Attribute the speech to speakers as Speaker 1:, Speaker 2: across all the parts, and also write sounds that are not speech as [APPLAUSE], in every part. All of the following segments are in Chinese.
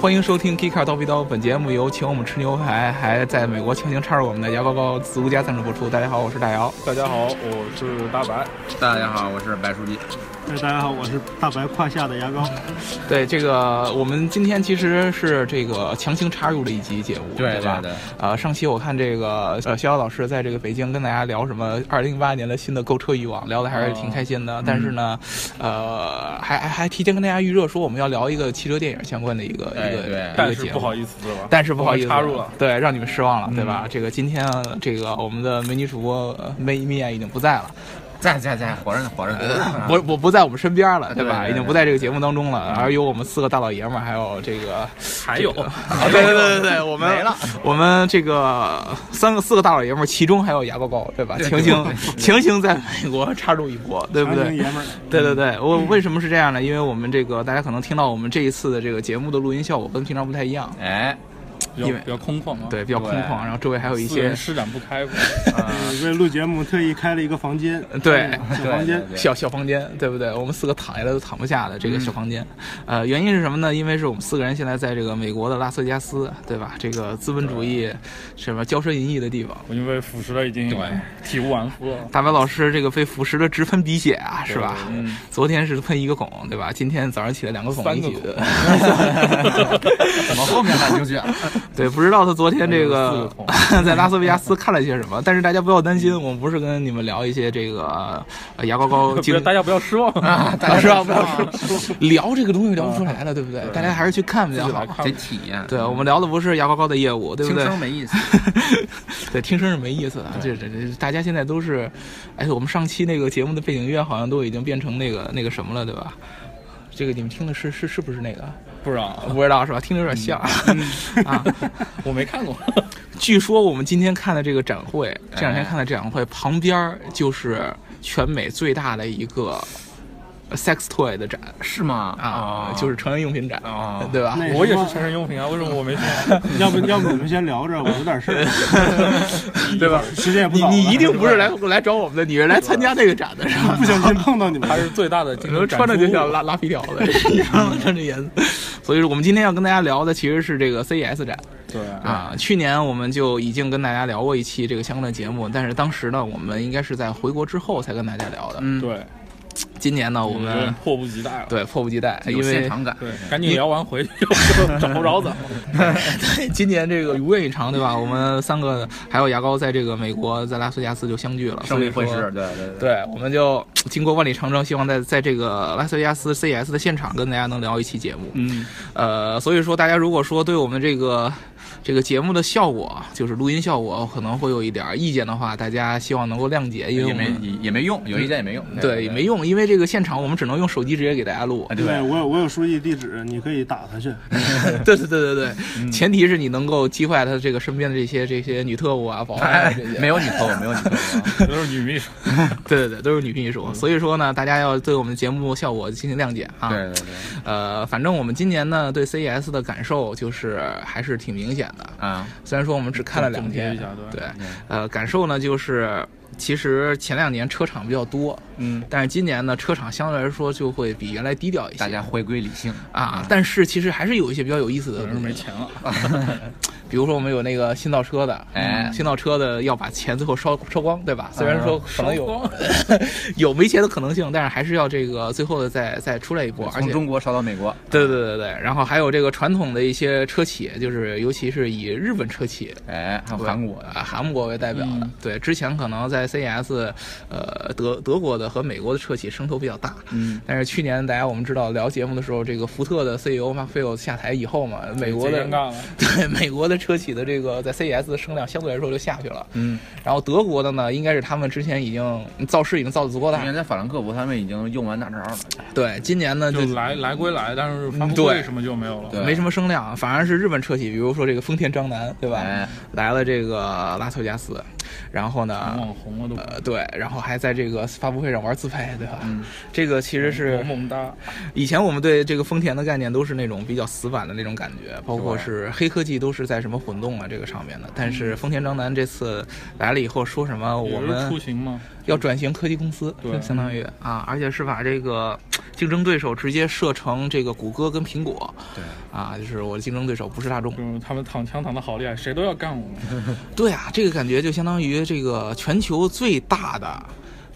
Speaker 1: 欢迎收听《Kika 刀逼刀》，本节目由请我们吃牛排，还在美国强行插入我们的牙膏膏自独家赞助播出。大家好，我是大姚。
Speaker 2: 大家好，我是大白。
Speaker 3: 大家好，我是白书记。
Speaker 4: 哎，大家好，我是大白胯下的牙膏。
Speaker 1: 对，这个我们今天其实是这个强行插入了一集节目，对吧？
Speaker 3: 对，
Speaker 1: 呃，上期我看这个呃逍遥老师在这个北京跟大家聊什么二零一八年的新的购车欲望，聊的还是挺开心的。但是呢，呃，还还还提前跟大家预热说我们要聊一个汽车电影相关的一个
Speaker 3: 哎
Speaker 1: 一个
Speaker 3: 对
Speaker 1: 一
Speaker 2: 但
Speaker 1: 个
Speaker 2: 是
Speaker 1: 节
Speaker 2: 不
Speaker 1: 目。
Speaker 2: 好意思吧，
Speaker 1: 但是不好意思，
Speaker 2: 我插入了，
Speaker 1: 对，让你们失望了，对吧？这个今天呃这个我们的美女主播呃梅米娅已经不在了，
Speaker 3: 在在在，活着呢，啊活着
Speaker 1: 呃
Speaker 3: 呢。
Speaker 1: 我我不在我们身边了，对吧？
Speaker 3: 对对
Speaker 1: 已经不在这个节目当中了，而有我们四个大老爷们儿，还有这个，
Speaker 2: 还有
Speaker 1: 啊对对对对对，我们
Speaker 3: 没了，
Speaker 1: 我们这个三个四个大老爷们儿，其中还有牙膏膏，对吧？
Speaker 3: 对
Speaker 1: 强
Speaker 3: 对
Speaker 1: 行强行在美国插入一波，对不
Speaker 4: 长
Speaker 1: 对？
Speaker 4: 宁爷们儿，
Speaker 2: [LAUGHS]
Speaker 1: 对对对，我为什么是这样呢？因为我们这个大家可能听到我们这一次的这个节目的录音效果跟平常不太一样，
Speaker 3: 哎，
Speaker 2: 比较
Speaker 1: 因为
Speaker 2: 比较空旷嘛，
Speaker 1: 对，比较空
Speaker 3: 对
Speaker 1: 旷，然后周围还有一
Speaker 2: 私
Speaker 1: 些啊
Speaker 2: 人施展不开
Speaker 1: [LAUGHS]
Speaker 2: 嘛。
Speaker 4: 嗯为录节目特意开了一个房间，
Speaker 2: 呃
Speaker 4: 嗯
Speaker 1: 对
Speaker 4: 小
Speaker 3: 对
Speaker 4: 房间
Speaker 3: 对，对
Speaker 1: 小小房间，对不对？我们四个躺下来都躺不下的
Speaker 2: 嗯
Speaker 1: 这个小房间，呃，原因是什么呢？因为是我们四个人现在在这个美国的拉斯维加斯，对吧？这个资本主义什么骄奢淫逸的地方。
Speaker 2: 我因为腐蚀了，已经
Speaker 3: 对
Speaker 2: 体无完肤了。
Speaker 1: 大白老师这个被腐蚀的直喷鼻血啊，是吧？
Speaker 2: 嗯，
Speaker 1: 昨天是喷一个孔，对吧？今天早上起来两个孔
Speaker 2: 三
Speaker 1: 一
Speaker 2: 个
Speaker 1: 起的，
Speaker 3: 怎么后面感兴趣？
Speaker 1: [LAUGHS] 对，不知道他昨天这
Speaker 2: 四个
Speaker 1: 个
Speaker 2: 孔
Speaker 1: [LAUGHS] 在拉斯维加斯看了些什么，但是大家不要担心，我们不是跟你们聊一些这个呃牙膏膏
Speaker 2: [LAUGHS] 不
Speaker 1: 经
Speaker 2: 要大家不要失望，
Speaker 1: 老师啊，不要说 [LAUGHS] 聊这个东西聊不出来了，对不对？大家还是去看比较
Speaker 2: 自己
Speaker 1: 好。
Speaker 2: 来看
Speaker 3: 得
Speaker 2: 吧。
Speaker 3: 体验。
Speaker 1: 对，我们聊的不是牙膏膏的业务，对不
Speaker 3: 轻
Speaker 1: 对？
Speaker 3: 生没意思。
Speaker 1: [LAUGHS] 对，听声是没意思的。啊这这这，大家现在都是，哎，我们上期那个节目的背景音乐好像都已经变成那个那个什么了，对吧？这个你们听的是是是不是那个？
Speaker 2: [LAUGHS] 不知道，
Speaker 1: 不知道是吧？听着有点像、
Speaker 2: 嗯
Speaker 1: 啊。
Speaker 2: [LAUGHS] 我没看过。
Speaker 1: [LAUGHS] 据说我们今天看的这个展会，这两天看的展会旁边儿就是全美最大的一个 sex toy 的展
Speaker 3: 是吗？
Speaker 1: 啊，
Speaker 3: 哦
Speaker 1: 就是成人用品展，
Speaker 3: 哦
Speaker 1: 对吧？
Speaker 4: 那
Speaker 2: 我也
Speaker 4: 什
Speaker 2: 是
Speaker 4: 么
Speaker 2: 成人用品啊，为什么我没去？
Speaker 4: 要不要不你们先聊着，我有点事儿，
Speaker 1: [LAUGHS]
Speaker 2: [LAUGHS]
Speaker 1: 对吧？
Speaker 4: [LAUGHS] 时间也不
Speaker 1: 你
Speaker 3: 啊
Speaker 4: 早了，
Speaker 1: 你一定不是来来找我们的，你是来参加那个展的是
Speaker 3: [LAUGHS]
Speaker 1: 吧？
Speaker 4: [LAUGHS] 不小心碰到你们
Speaker 2: 它，是最大的竞
Speaker 1: 可能嗯
Speaker 2: 争
Speaker 1: 穿着
Speaker 2: 展
Speaker 1: 就
Speaker 2: 出
Speaker 1: 像拉拉皮条的，
Speaker 3: [LAUGHS]
Speaker 1: 你知
Speaker 3: 啊
Speaker 1: 道吗？ [LAUGHS] 穿着颜色。所以说我们今天要跟大家聊的其实是这个 CES 展
Speaker 2: 对
Speaker 1: 啊。去年我们就已经跟大家聊过一期这个相关的节目，但是当时呢，我们应该是在回国之后才跟大家聊的。
Speaker 3: 嗯，
Speaker 2: 对，
Speaker 1: 今年呢，我
Speaker 2: 我们
Speaker 1: 们
Speaker 2: 迫不及待了。
Speaker 1: 对迫不及待，因
Speaker 3: 有现
Speaker 1: 为
Speaker 3: 场感。
Speaker 2: 对，赶紧聊完回去找不着咱们。
Speaker 1: [LAUGHS] 今年这个如愿以偿，对吧？我们三个还有牙膏在这个美国在拉斯维加斯就相聚了，
Speaker 3: 胜利
Speaker 1: 所
Speaker 3: 会
Speaker 1: 以说
Speaker 3: 师，对对。
Speaker 1: 对，我们就经过万里长征，希望在在这个拉斯维加斯 CES 的现场跟大家能聊一期节目。
Speaker 2: 嗯，
Speaker 1: 呃，所以说大家如果说对我们这个这个节目的效果，就是录音效果可能会有一点意见的话，大家希望能够谅解，因为
Speaker 3: 也
Speaker 1: 我
Speaker 3: 没
Speaker 1: 们
Speaker 3: 也也没用，有意见也没用。
Speaker 1: 对也没。用，因为这个现场我们只能用手机直接给大家录
Speaker 3: [LAUGHS] 啊，。对
Speaker 4: 对我有我有书记地址，你可以打他去。
Speaker 1: 对对对对
Speaker 3: 嗯
Speaker 1: 对，前提是你能够击坏他这个身边的这些这些女特务啊、保安啊
Speaker 3: 哎
Speaker 1: 这些。，
Speaker 3: [LAUGHS] 没有你偷，没有
Speaker 1: [LAUGHS]
Speaker 3: 你偷。
Speaker 2: 都是女秘书。
Speaker 1: 对对对，都是女秘
Speaker 3: 嗯
Speaker 1: 书。所以说呢，大家要对我们节目效果进行谅解啊。
Speaker 3: 对对对。
Speaker 1: 呃，反正我们今年呢对 CES 的感受就是还是挺明显的，
Speaker 3: 啊，
Speaker 1: 虽然说我们只看了两天
Speaker 2: 总结一下，对
Speaker 1: 对，呃，感受呢就是其实前两年车厂比较多，
Speaker 2: 嗯，
Speaker 1: 但是今年呢车厂相对来说就会比原来低调一些，
Speaker 3: 大家回归理性。
Speaker 1: 啊，但是其实还是有一些比较有意思
Speaker 2: 可
Speaker 1: 的
Speaker 2: 能是
Speaker 1: 东
Speaker 2: 没
Speaker 1: 西，
Speaker 2: 钱了。
Speaker 1: 比如说我们有那个新造车的，嗯
Speaker 3: 哎
Speaker 1: 新造车的要把钱最后烧烧光，对吧？虽然说可能有、
Speaker 2: 光
Speaker 1: [LAUGHS] 有没钱的可能性，但是还是要这个最后的再再出来一波，而
Speaker 3: 从
Speaker 1: 且
Speaker 3: 中国烧到美国，
Speaker 1: 对对对对，然后还有这个传统的一些车企，就是尤其是以日本车企。
Speaker 3: 哎，还有韩国，
Speaker 1: 啊，韩国为代表的，
Speaker 2: 嗯
Speaker 1: 对，之前可能在 CES，呃，德德国的和美国的车企势头比较大，
Speaker 3: 嗯，
Speaker 1: 但是去年大家我们知道聊节目的时候，这个福特的 E CEO 马菲欧下台以后嘛，美国 [LAUGHS] 的
Speaker 2: 最尴尬了。
Speaker 1: 对美国的车企的这个在 CES 的声量相对来说就下去了，
Speaker 3: 嗯，
Speaker 1: 然后德国的呢，应该是他们之前已经造势已经造的足够
Speaker 3: 去
Speaker 1: 大，
Speaker 3: 年在法兰克福，他们已经用完大招了。
Speaker 1: 对，今年呢就
Speaker 2: 就来来归来，但是发布
Speaker 1: 对
Speaker 2: 会什么就没有了。
Speaker 3: 对
Speaker 1: 没什么声量，反而是日本车企，比如说这个丰田章男，对吧？
Speaker 3: 哎
Speaker 1: 来了这个拉斯维加斯，然后呢，
Speaker 2: 网红啊了都，
Speaker 1: 呃，对，然后还在这个发布会上玩自拍，对吧？这个其实是
Speaker 2: 萌萌哒，
Speaker 1: 以前我们对这个丰田的概念都是那种比较死板的那种感觉，包括
Speaker 3: 对
Speaker 1: 是黑科技都是在什么混动啊这个上面的。但是丰田章男这次来了以后说什么，我
Speaker 2: 也就是
Speaker 1: 们
Speaker 2: 出行吗？
Speaker 1: 要转型科技公司，
Speaker 2: 对
Speaker 1: 就相当于啊，而且是把这个竞争对手直接设成这个谷歌跟苹果
Speaker 3: 对，
Speaker 1: 啊，就是我的竞争对手不是大众。
Speaker 2: 就是他们躺枪躺的好厉害，谁都要
Speaker 1: [LAUGHS]
Speaker 2: 干我们。
Speaker 1: 对啊，这个感觉就相当于这个全球最大的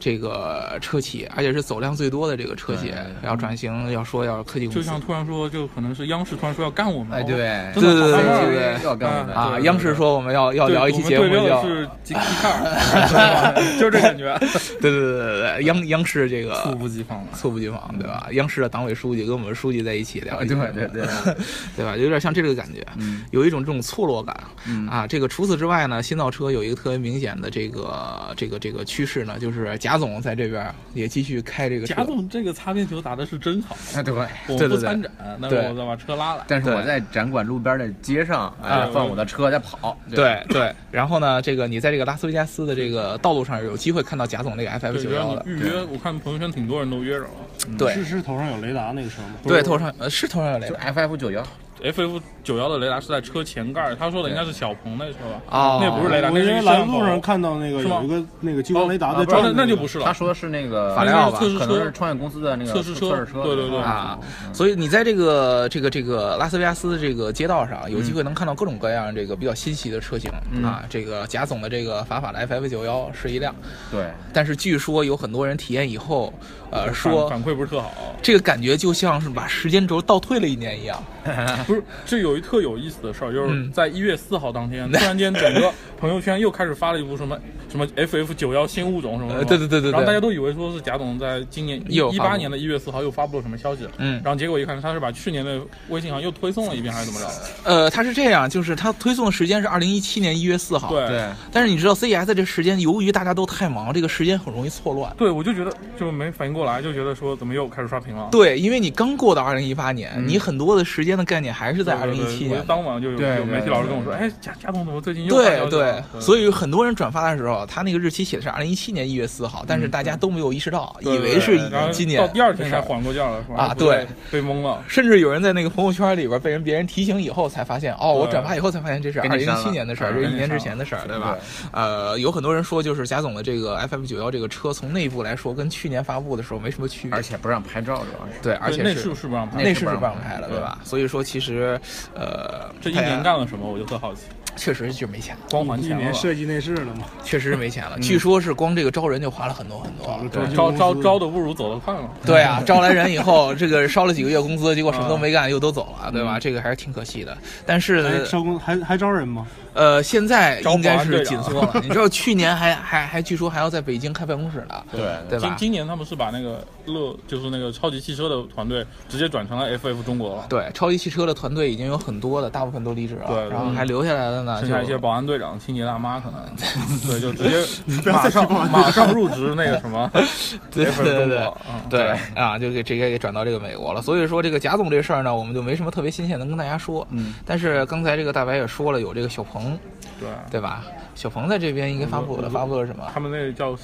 Speaker 1: 这个车企，而且是走量最多的这个车企
Speaker 3: 对对，对
Speaker 1: 要转型，要说要科技公
Speaker 2: 就
Speaker 1: 司
Speaker 2: 像突然说，就可能是央视突然说要干我们。哦
Speaker 3: 哎，对，
Speaker 1: 对对对
Speaker 3: 真的好
Speaker 1: 对
Speaker 3: 看
Speaker 1: 对
Speaker 3: 吗要干我
Speaker 1: 啊，
Speaker 3: 们
Speaker 1: 央视说我们要要
Speaker 2: 对，
Speaker 1: 聊一期节目
Speaker 2: 我们对标
Speaker 1: 叫
Speaker 2: 的是吉吉卡尔，就是这感觉，
Speaker 1: [LAUGHS] 对对对对对，央央视这个
Speaker 2: 猝不及防啊了。
Speaker 1: 猝不及防，对吧？央视的党委书记跟我们书记在一起聊
Speaker 3: 啊
Speaker 1: 一期
Speaker 3: 对
Speaker 1: 节目，
Speaker 3: 对对，
Speaker 1: 对吧？有点像这个感觉，
Speaker 3: 嗯
Speaker 1: 有一种这种错落感
Speaker 3: 嗯
Speaker 1: 啊。这个除此之外呢，新造车有一个特别明显的这个这个这个趋势呢，就是贾总在这边也继续开这个车
Speaker 2: 贾总这个擦边球打的是真好，
Speaker 3: 啊对。 [LAUGHS]
Speaker 2: 我
Speaker 1: 对
Speaker 2: 不
Speaker 1: 对对
Speaker 2: 参展，但是
Speaker 1: 对
Speaker 2: 我再把车拉来。
Speaker 3: 但是
Speaker 1: 对
Speaker 3: 我在展馆路边的街上，
Speaker 2: 啊
Speaker 3: 哎，放我的车在跑，
Speaker 1: 对对，然后呢，这个你在这个拉斯维加斯的这个道路上有机会看到贾总那个 FF
Speaker 2: 对，
Speaker 1: 九
Speaker 2: 只要
Speaker 1: 幺
Speaker 2: 你
Speaker 1: 的，
Speaker 2: 预约，我看朋友圈挺多人都约着了。
Speaker 1: 对
Speaker 4: 是是头上有雷达那个车吗？
Speaker 1: 对，头上呃是头上有雷
Speaker 3: 就
Speaker 1: 达
Speaker 3: FF 九幺，
Speaker 2: FF 九幺的雷达是在车前盖儿，他说的应该是小鹏那车吧？
Speaker 1: 哦
Speaker 2: 那不是雷达，
Speaker 4: 我
Speaker 2: 那
Speaker 4: 因
Speaker 2: 是
Speaker 4: 为
Speaker 2: 一摄
Speaker 4: 来
Speaker 2: 像
Speaker 4: 路
Speaker 2: 头
Speaker 4: 上看到那个
Speaker 2: 是吗
Speaker 4: 有一个那个激光雷达
Speaker 2: 哦
Speaker 4: 在
Speaker 2: 不是
Speaker 4: 转
Speaker 2: 那
Speaker 4: 着，
Speaker 2: 那就不是了
Speaker 3: 他。说的是那个
Speaker 1: 法莱奥吧
Speaker 2: 那是测试
Speaker 3: 可能
Speaker 2: 车
Speaker 3: 是创业公司的那个
Speaker 2: 测试车
Speaker 3: 测试车，
Speaker 2: 对对对
Speaker 1: 啊，所以你在这个这个这个拉斯维加斯的这个街道上，有机会能看到各种各样这个比较新奇的车型、
Speaker 3: 嗯
Speaker 1: 啊。这个贾总的这个法法的 FF 九幺是一辆，
Speaker 3: 对，
Speaker 1: 但是据说有很多人体验以后，呃，
Speaker 2: 反
Speaker 1: 说
Speaker 2: 反馈不是特好，
Speaker 1: 这个感觉就像是把时间轴倒退了一年一样。
Speaker 2: 不是这有一特有意思的事儿，就是
Speaker 1: 哎嗯
Speaker 2: 在一月四号
Speaker 1: [LAUGHS]
Speaker 2: 当天，突然间整个朋友圈又开始发了一部什么什么 FF 九幺新物种什么什么
Speaker 1: 呃对对对对对
Speaker 2: 然后大家都以为说是贾总在今年一
Speaker 1: 又
Speaker 2: 一
Speaker 1: 发布
Speaker 2: 八年的一月四号又发布了什么消息，
Speaker 1: 嗯
Speaker 2: 然后结果一看他是把去年的微信好像又推送了一遍还是怎么着的，
Speaker 1: 呃，它是这样，就是它推送的时间是二零一七年一月四号，
Speaker 2: 对
Speaker 3: 啊对，
Speaker 1: 但是你知道 CES 这时间，由于大家都太忙，这个时间很容易错乱。
Speaker 2: 对，我就觉得就没反应过来，就觉得说怎么又开始刷屏了。
Speaker 1: 对，因为你刚过到二零一八年，你很多的时间的概念还是在二
Speaker 2: 嗯对
Speaker 1: 零
Speaker 2: 对
Speaker 1: 一七
Speaker 2: 我
Speaker 1: 年
Speaker 2: 就。当晚就有
Speaker 3: 对
Speaker 2: 有
Speaker 3: 对
Speaker 2: 媒体老师跟我说，
Speaker 3: 对
Speaker 2: 哎，贾贾总怎么最近又发消
Speaker 1: 对
Speaker 2: 息
Speaker 1: 对
Speaker 2: 了，嗯
Speaker 1: 所
Speaker 2: 以
Speaker 1: 以很多人转发的时候，他那个日期写的是二零一七年一月四号，
Speaker 2: 嗯
Speaker 1: 但是大家都没有意识到，以为是
Speaker 2: 然后
Speaker 1: 今
Speaker 2: 到
Speaker 1: 年。
Speaker 2: 第二天才缓过劲儿了，是吧？
Speaker 1: 啊
Speaker 2: 不
Speaker 1: 对，
Speaker 2: 被蒙了。
Speaker 1: 甚至有人在那个朋友圈里边被人别人提醒以后才发现，哦，我
Speaker 2: 对
Speaker 1: 转发以后才发现这是
Speaker 3: 给
Speaker 1: 二
Speaker 3: 你
Speaker 1: 零
Speaker 3: 删
Speaker 1: 一
Speaker 3: 了
Speaker 1: 七年的事儿，
Speaker 3: 嗯
Speaker 1: 这是一
Speaker 2: 给你
Speaker 1: 年
Speaker 2: 删
Speaker 1: 之
Speaker 2: 了
Speaker 1: 前的事儿，对吧？呃，有很多人说，就是贾总的这个 FM 九幺这个车，从内部来说跟去年发布的时候没什么区别
Speaker 3: 而，且不让拍照，主要是
Speaker 1: 对，而且
Speaker 2: 对内
Speaker 1: 是
Speaker 2: 饰是不让拍
Speaker 1: 内
Speaker 3: 内
Speaker 1: 饰
Speaker 3: 饰
Speaker 1: 是
Speaker 3: 不
Speaker 1: 不让
Speaker 3: 让
Speaker 1: 拍了，
Speaker 2: 对
Speaker 1: 对吧？所以说其实，呃，
Speaker 2: 这一
Speaker 1: 大家
Speaker 2: 年干了什么？我就特好奇。
Speaker 1: 确实就是没钱了，
Speaker 2: 光还
Speaker 4: 一
Speaker 2: 钱了
Speaker 4: 年
Speaker 2: 吧，
Speaker 4: 设计内饰了嘛，
Speaker 1: 确实是没钱了。据说是光这个招人就花了很多很多。
Speaker 4: 招进
Speaker 2: 招
Speaker 4: 公司
Speaker 2: 招招的不如走得快嘛。
Speaker 1: 对啊，招来人以后，这个烧了几个月工资，结果什么都
Speaker 2: 啊
Speaker 1: 没干，又都走了，对吧？这个还是挺可惜的。但是
Speaker 4: 还
Speaker 2: 呃
Speaker 1: 呢
Speaker 4: 招工哎还还招人吗？
Speaker 1: 呃，现在应该是紧
Speaker 2: 招
Speaker 1: 缩
Speaker 2: [LAUGHS]
Speaker 1: 了。你知道去年还还还据说还要在北京开办公室呢，
Speaker 3: 对
Speaker 1: 对
Speaker 2: 今
Speaker 1: 吧？
Speaker 2: 今年他们是把那个乐，就是那个超级汽车的团队直接转成了 FF 中国了，
Speaker 1: 对，超级汽车的团队已经有很多的，大部分都离职了，
Speaker 2: 对对
Speaker 1: 然后还留下来的呢，
Speaker 2: 剩
Speaker 1: 就
Speaker 2: 下一
Speaker 1: [LAUGHS]
Speaker 2: 些保安队长、清洁大妈可能，对，就直接马上马上入职那个什么
Speaker 1: [LAUGHS] 对
Speaker 2: FF
Speaker 1: 对
Speaker 2: 中
Speaker 1: 对
Speaker 2: 国。嗯
Speaker 1: 对啊，就给直接给转到这个美国了。所以说这个贾总这事儿呢，我们就没什么特别新鲜能跟大家说。
Speaker 3: 嗯，
Speaker 1: 但是刚才这个大白也说了，有这个小鹏，
Speaker 2: 对，啊
Speaker 1: 对吧？小鹏在这边应该发布了，
Speaker 2: 嗯
Speaker 1: 发布了什么？
Speaker 2: 他们那个叫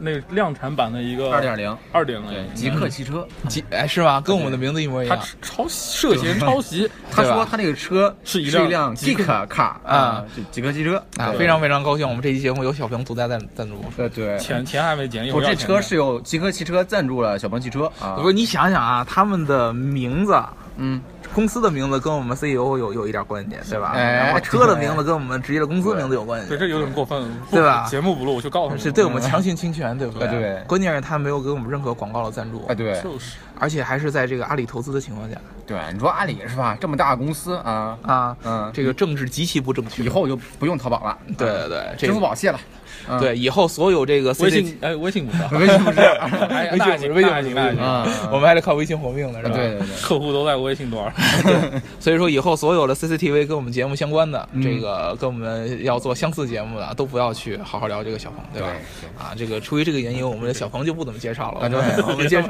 Speaker 2: 那量产版的一个
Speaker 3: 二点零，
Speaker 2: 二点
Speaker 3: 对
Speaker 2: 零，嗯
Speaker 3: 极客汽车，
Speaker 1: 几哎是吗？跟我们的名字一模一
Speaker 2: 他
Speaker 1: 样。
Speaker 2: 抄涉嫌抄袭，
Speaker 3: 他
Speaker 1: 对吧
Speaker 3: 说他这个车
Speaker 2: 是一
Speaker 3: 一
Speaker 2: 辆
Speaker 3: 辆
Speaker 2: 极
Speaker 3: 极
Speaker 2: 客
Speaker 3: 客卡
Speaker 1: 啊，
Speaker 3: 就极客汽车
Speaker 1: 啊，
Speaker 3: 对
Speaker 1: 非常非常高兴，我们这期节目有小鹏独家赞赞助。
Speaker 3: 呃对，
Speaker 2: 钱钱还没减，一会
Speaker 3: 我
Speaker 2: 儿
Speaker 3: 这
Speaker 2: 要钱
Speaker 3: 车
Speaker 2: 的
Speaker 3: 是由极客汽车赞助了小鹏汽车啊，
Speaker 1: 不是你想想啊，他们的名字，
Speaker 3: 嗯，
Speaker 1: 公司的名字跟我们 CEO 有有一点关系，对吧？
Speaker 3: 哎
Speaker 1: 然后车的名字跟我们职业的公司
Speaker 3: 对
Speaker 1: 名字有关系
Speaker 2: 对，，这有点过分，
Speaker 1: 对吧
Speaker 2: 节目不录我就告诉你，嗯
Speaker 1: 是对我们强行侵权，对不对？
Speaker 3: 哎对
Speaker 1: 关键是他没有给我们任何广告的赞助，
Speaker 3: 啊对
Speaker 2: 就是
Speaker 1: 而且还是在这个阿里投资的情况下
Speaker 3: 对，你说阿里是吧？这么大的公司啊，
Speaker 1: 啊，
Speaker 3: 嗯
Speaker 1: 这个政治极其不正确。
Speaker 3: 以后就不用淘宝了，啊
Speaker 1: 对对对，这
Speaker 3: 支
Speaker 1: 个
Speaker 3: 付宝卸了，嗯
Speaker 1: 对以后所有这个 E
Speaker 2: 微
Speaker 1: CCTV
Speaker 2: 信哎微信不是啊，
Speaker 3: 微信不是
Speaker 2: [LAUGHS]
Speaker 3: [LAUGHS]
Speaker 2: 哎
Speaker 1: 微信
Speaker 2: 那
Speaker 1: 不是嗯
Speaker 2: 行
Speaker 1: 微信不
Speaker 2: 那
Speaker 1: 是
Speaker 2: 行那行
Speaker 1: 微信
Speaker 3: 啊，
Speaker 1: [LAUGHS] 我们还得靠微信活命呢，是
Speaker 3: 对
Speaker 1: 吧？
Speaker 3: 对
Speaker 2: [LAUGHS]
Speaker 3: 对，
Speaker 2: 客户都在微信端，
Speaker 1: 所以说以后所有的 CCTV 跟我们节目相关的，
Speaker 3: 嗯
Speaker 1: 这个跟我们要做相似节目的，都不要去好好聊这个小鹏，对吧？
Speaker 3: 对
Speaker 1: 啊，这个出于这个原因，我们的小鹏就不怎么介绍了。
Speaker 3: 啊对
Speaker 1: [LAUGHS] 我们
Speaker 3: [LAUGHS]
Speaker 1: 我们介，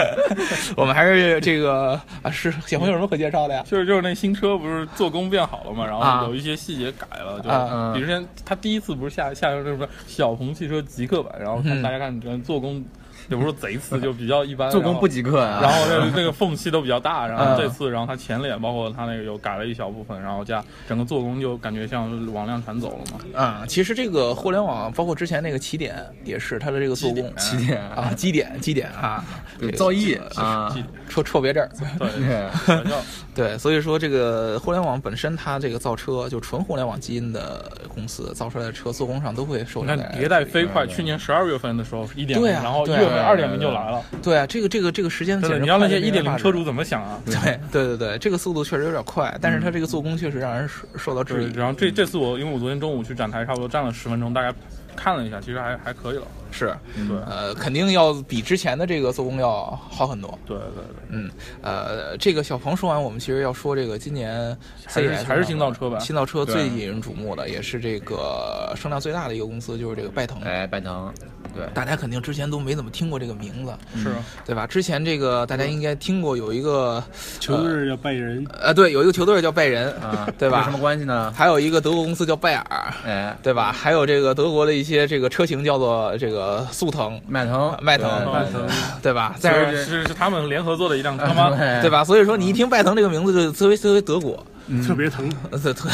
Speaker 1: [LAUGHS] 我们还是这个啊，是小鹏有什么可介绍的呀？
Speaker 2: [LAUGHS] 就是就是那新车不是做工变好了嘛，然
Speaker 1: 啊
Speaker 2: 后有一些细节改了，就
Speaker 1: 啊
Speaker 2: 是比之前他第一次不是下下那什么小鹏汽车极客版，然后看
Speaker 1: 嗯
Speaker 2: 大家看你这做工也不是贼次，就比较一般。
Speaker 3: 做工不及格啊。
Speaker 2: 然后然后那那个缝隙都比较大，然后
Speaker 3: 嗯
Speaker 2: 这次，然后它前脸包括它那个有改了一小部分，然后加整个做工就感觉像往量产走了嘛。
Speaker 1: 啊，其实这个互联网包括之前那个起点也是它的这个做工
Speaker 3: 起点
Speaker 1: 啊，基点基点啊，
Speaker 3: 有
Speaker 1: 这个
Speaker 3: 造诣啊，
Speaker 2: 记
Speaker 1: 戳戳别这儿。
Speaker 2: 对，
Speaker 3: 对
Speaker 2: 反正
Speaker 1: 对，所以说这个互联网本身它这个造车就纯互联网基因的公司造出来的车做工上都会受
Speaker 2: 你
Speaker 1: 到
Speaker 2: 看
Speaker 1: 点
Speaker 2: 迭代飞快，去年十二月份的时候一点零，
Speaker 1: 对啊
Speaker 2: 然后一
Speaker 1: 对啊
Speaker 2: 月份二点零就来了。
Speaker 1: 对啊，这个这个这个时间简
Speaker 2: 真的，
Speaker 1: 直
Speaker 2: 你让那些
Speaker 1: 快得没
Speaker 2: 一点
Speaker 1: 法
Speaker 2: 零
Speaker 1: 儿
Speaker 2: 车主怎么想啊？
Speaker 1: [LAUGHS] 对对对对，这个速度确实有点快，但
Speaker 2: 嗯
Speaker 1: 是它这个做工确实让人受受到质
Speaker 2: 对，
Speaker 1: 疑。
Speaker 2: 然后这这次我因为我昨天中午去展台，差不多站了十分钟，大概看了一下，其实还还可以了。
Speaker 1: 是，
Speaker 2: 嗯对
Speaker 1: 呃，肯定要比之前的这个做工要好很多。
Speaker 2: 对对对，
Speaker 1: 嗯，呃，这个小鹏说完，我们其实要说这个今年
Speaker 2: 还是
Speaker 1: CES
Speaker 2: 还是新造车吧
Speaker 1: 新造车
Speaker 3: 对
Speaker 1: 最引人瞩目的，也是这个声量最大的一个公司，就是这个拜腾。
Speaker 3: 哎，拜腾，对，
Speaker 1: 大家肯定之前都没怎么听过这个名字，
Speaker 2: 是啊
Speaker 1: 对吧？之前这个大家应该听过有一个
Speaker 4: 球队要拜仁，
Speaker 1: 呃，对，有一个球队叫拜仁，
Speaker 3: 啊，
Speaker 1: [LAUGHS] 对吧
Speaker 3: 有什么关系呢？
Speaker 1: 还有一个德国公司叫拜耳，
Speaker 3: 哎，
Speaker 1: 对吧？还有这个德国的一些这个车型叫做这个速腾，
Speaker 3: 迈腾，
Speaker 1: 迈腾
Speaker 3: 对
Speaker 1: 嗯
Speaker 2: 拜腾，
Speaker 1: 对吧？
Speaker 2: 但
Speaker 1: 但是
Speaker 2: 是是是他们联合做的一辆车吗？
Speaker 3: 对
Speaker 1: 对？吧？所以说
Speaker 3: 嗯
Speaker 1: 你一听拜腾这个名字，就特别特别德国， [LAUGHS]
Speaker 2: 嗯
Speaker 4: 特别疼。
Speaker 1: 呃特特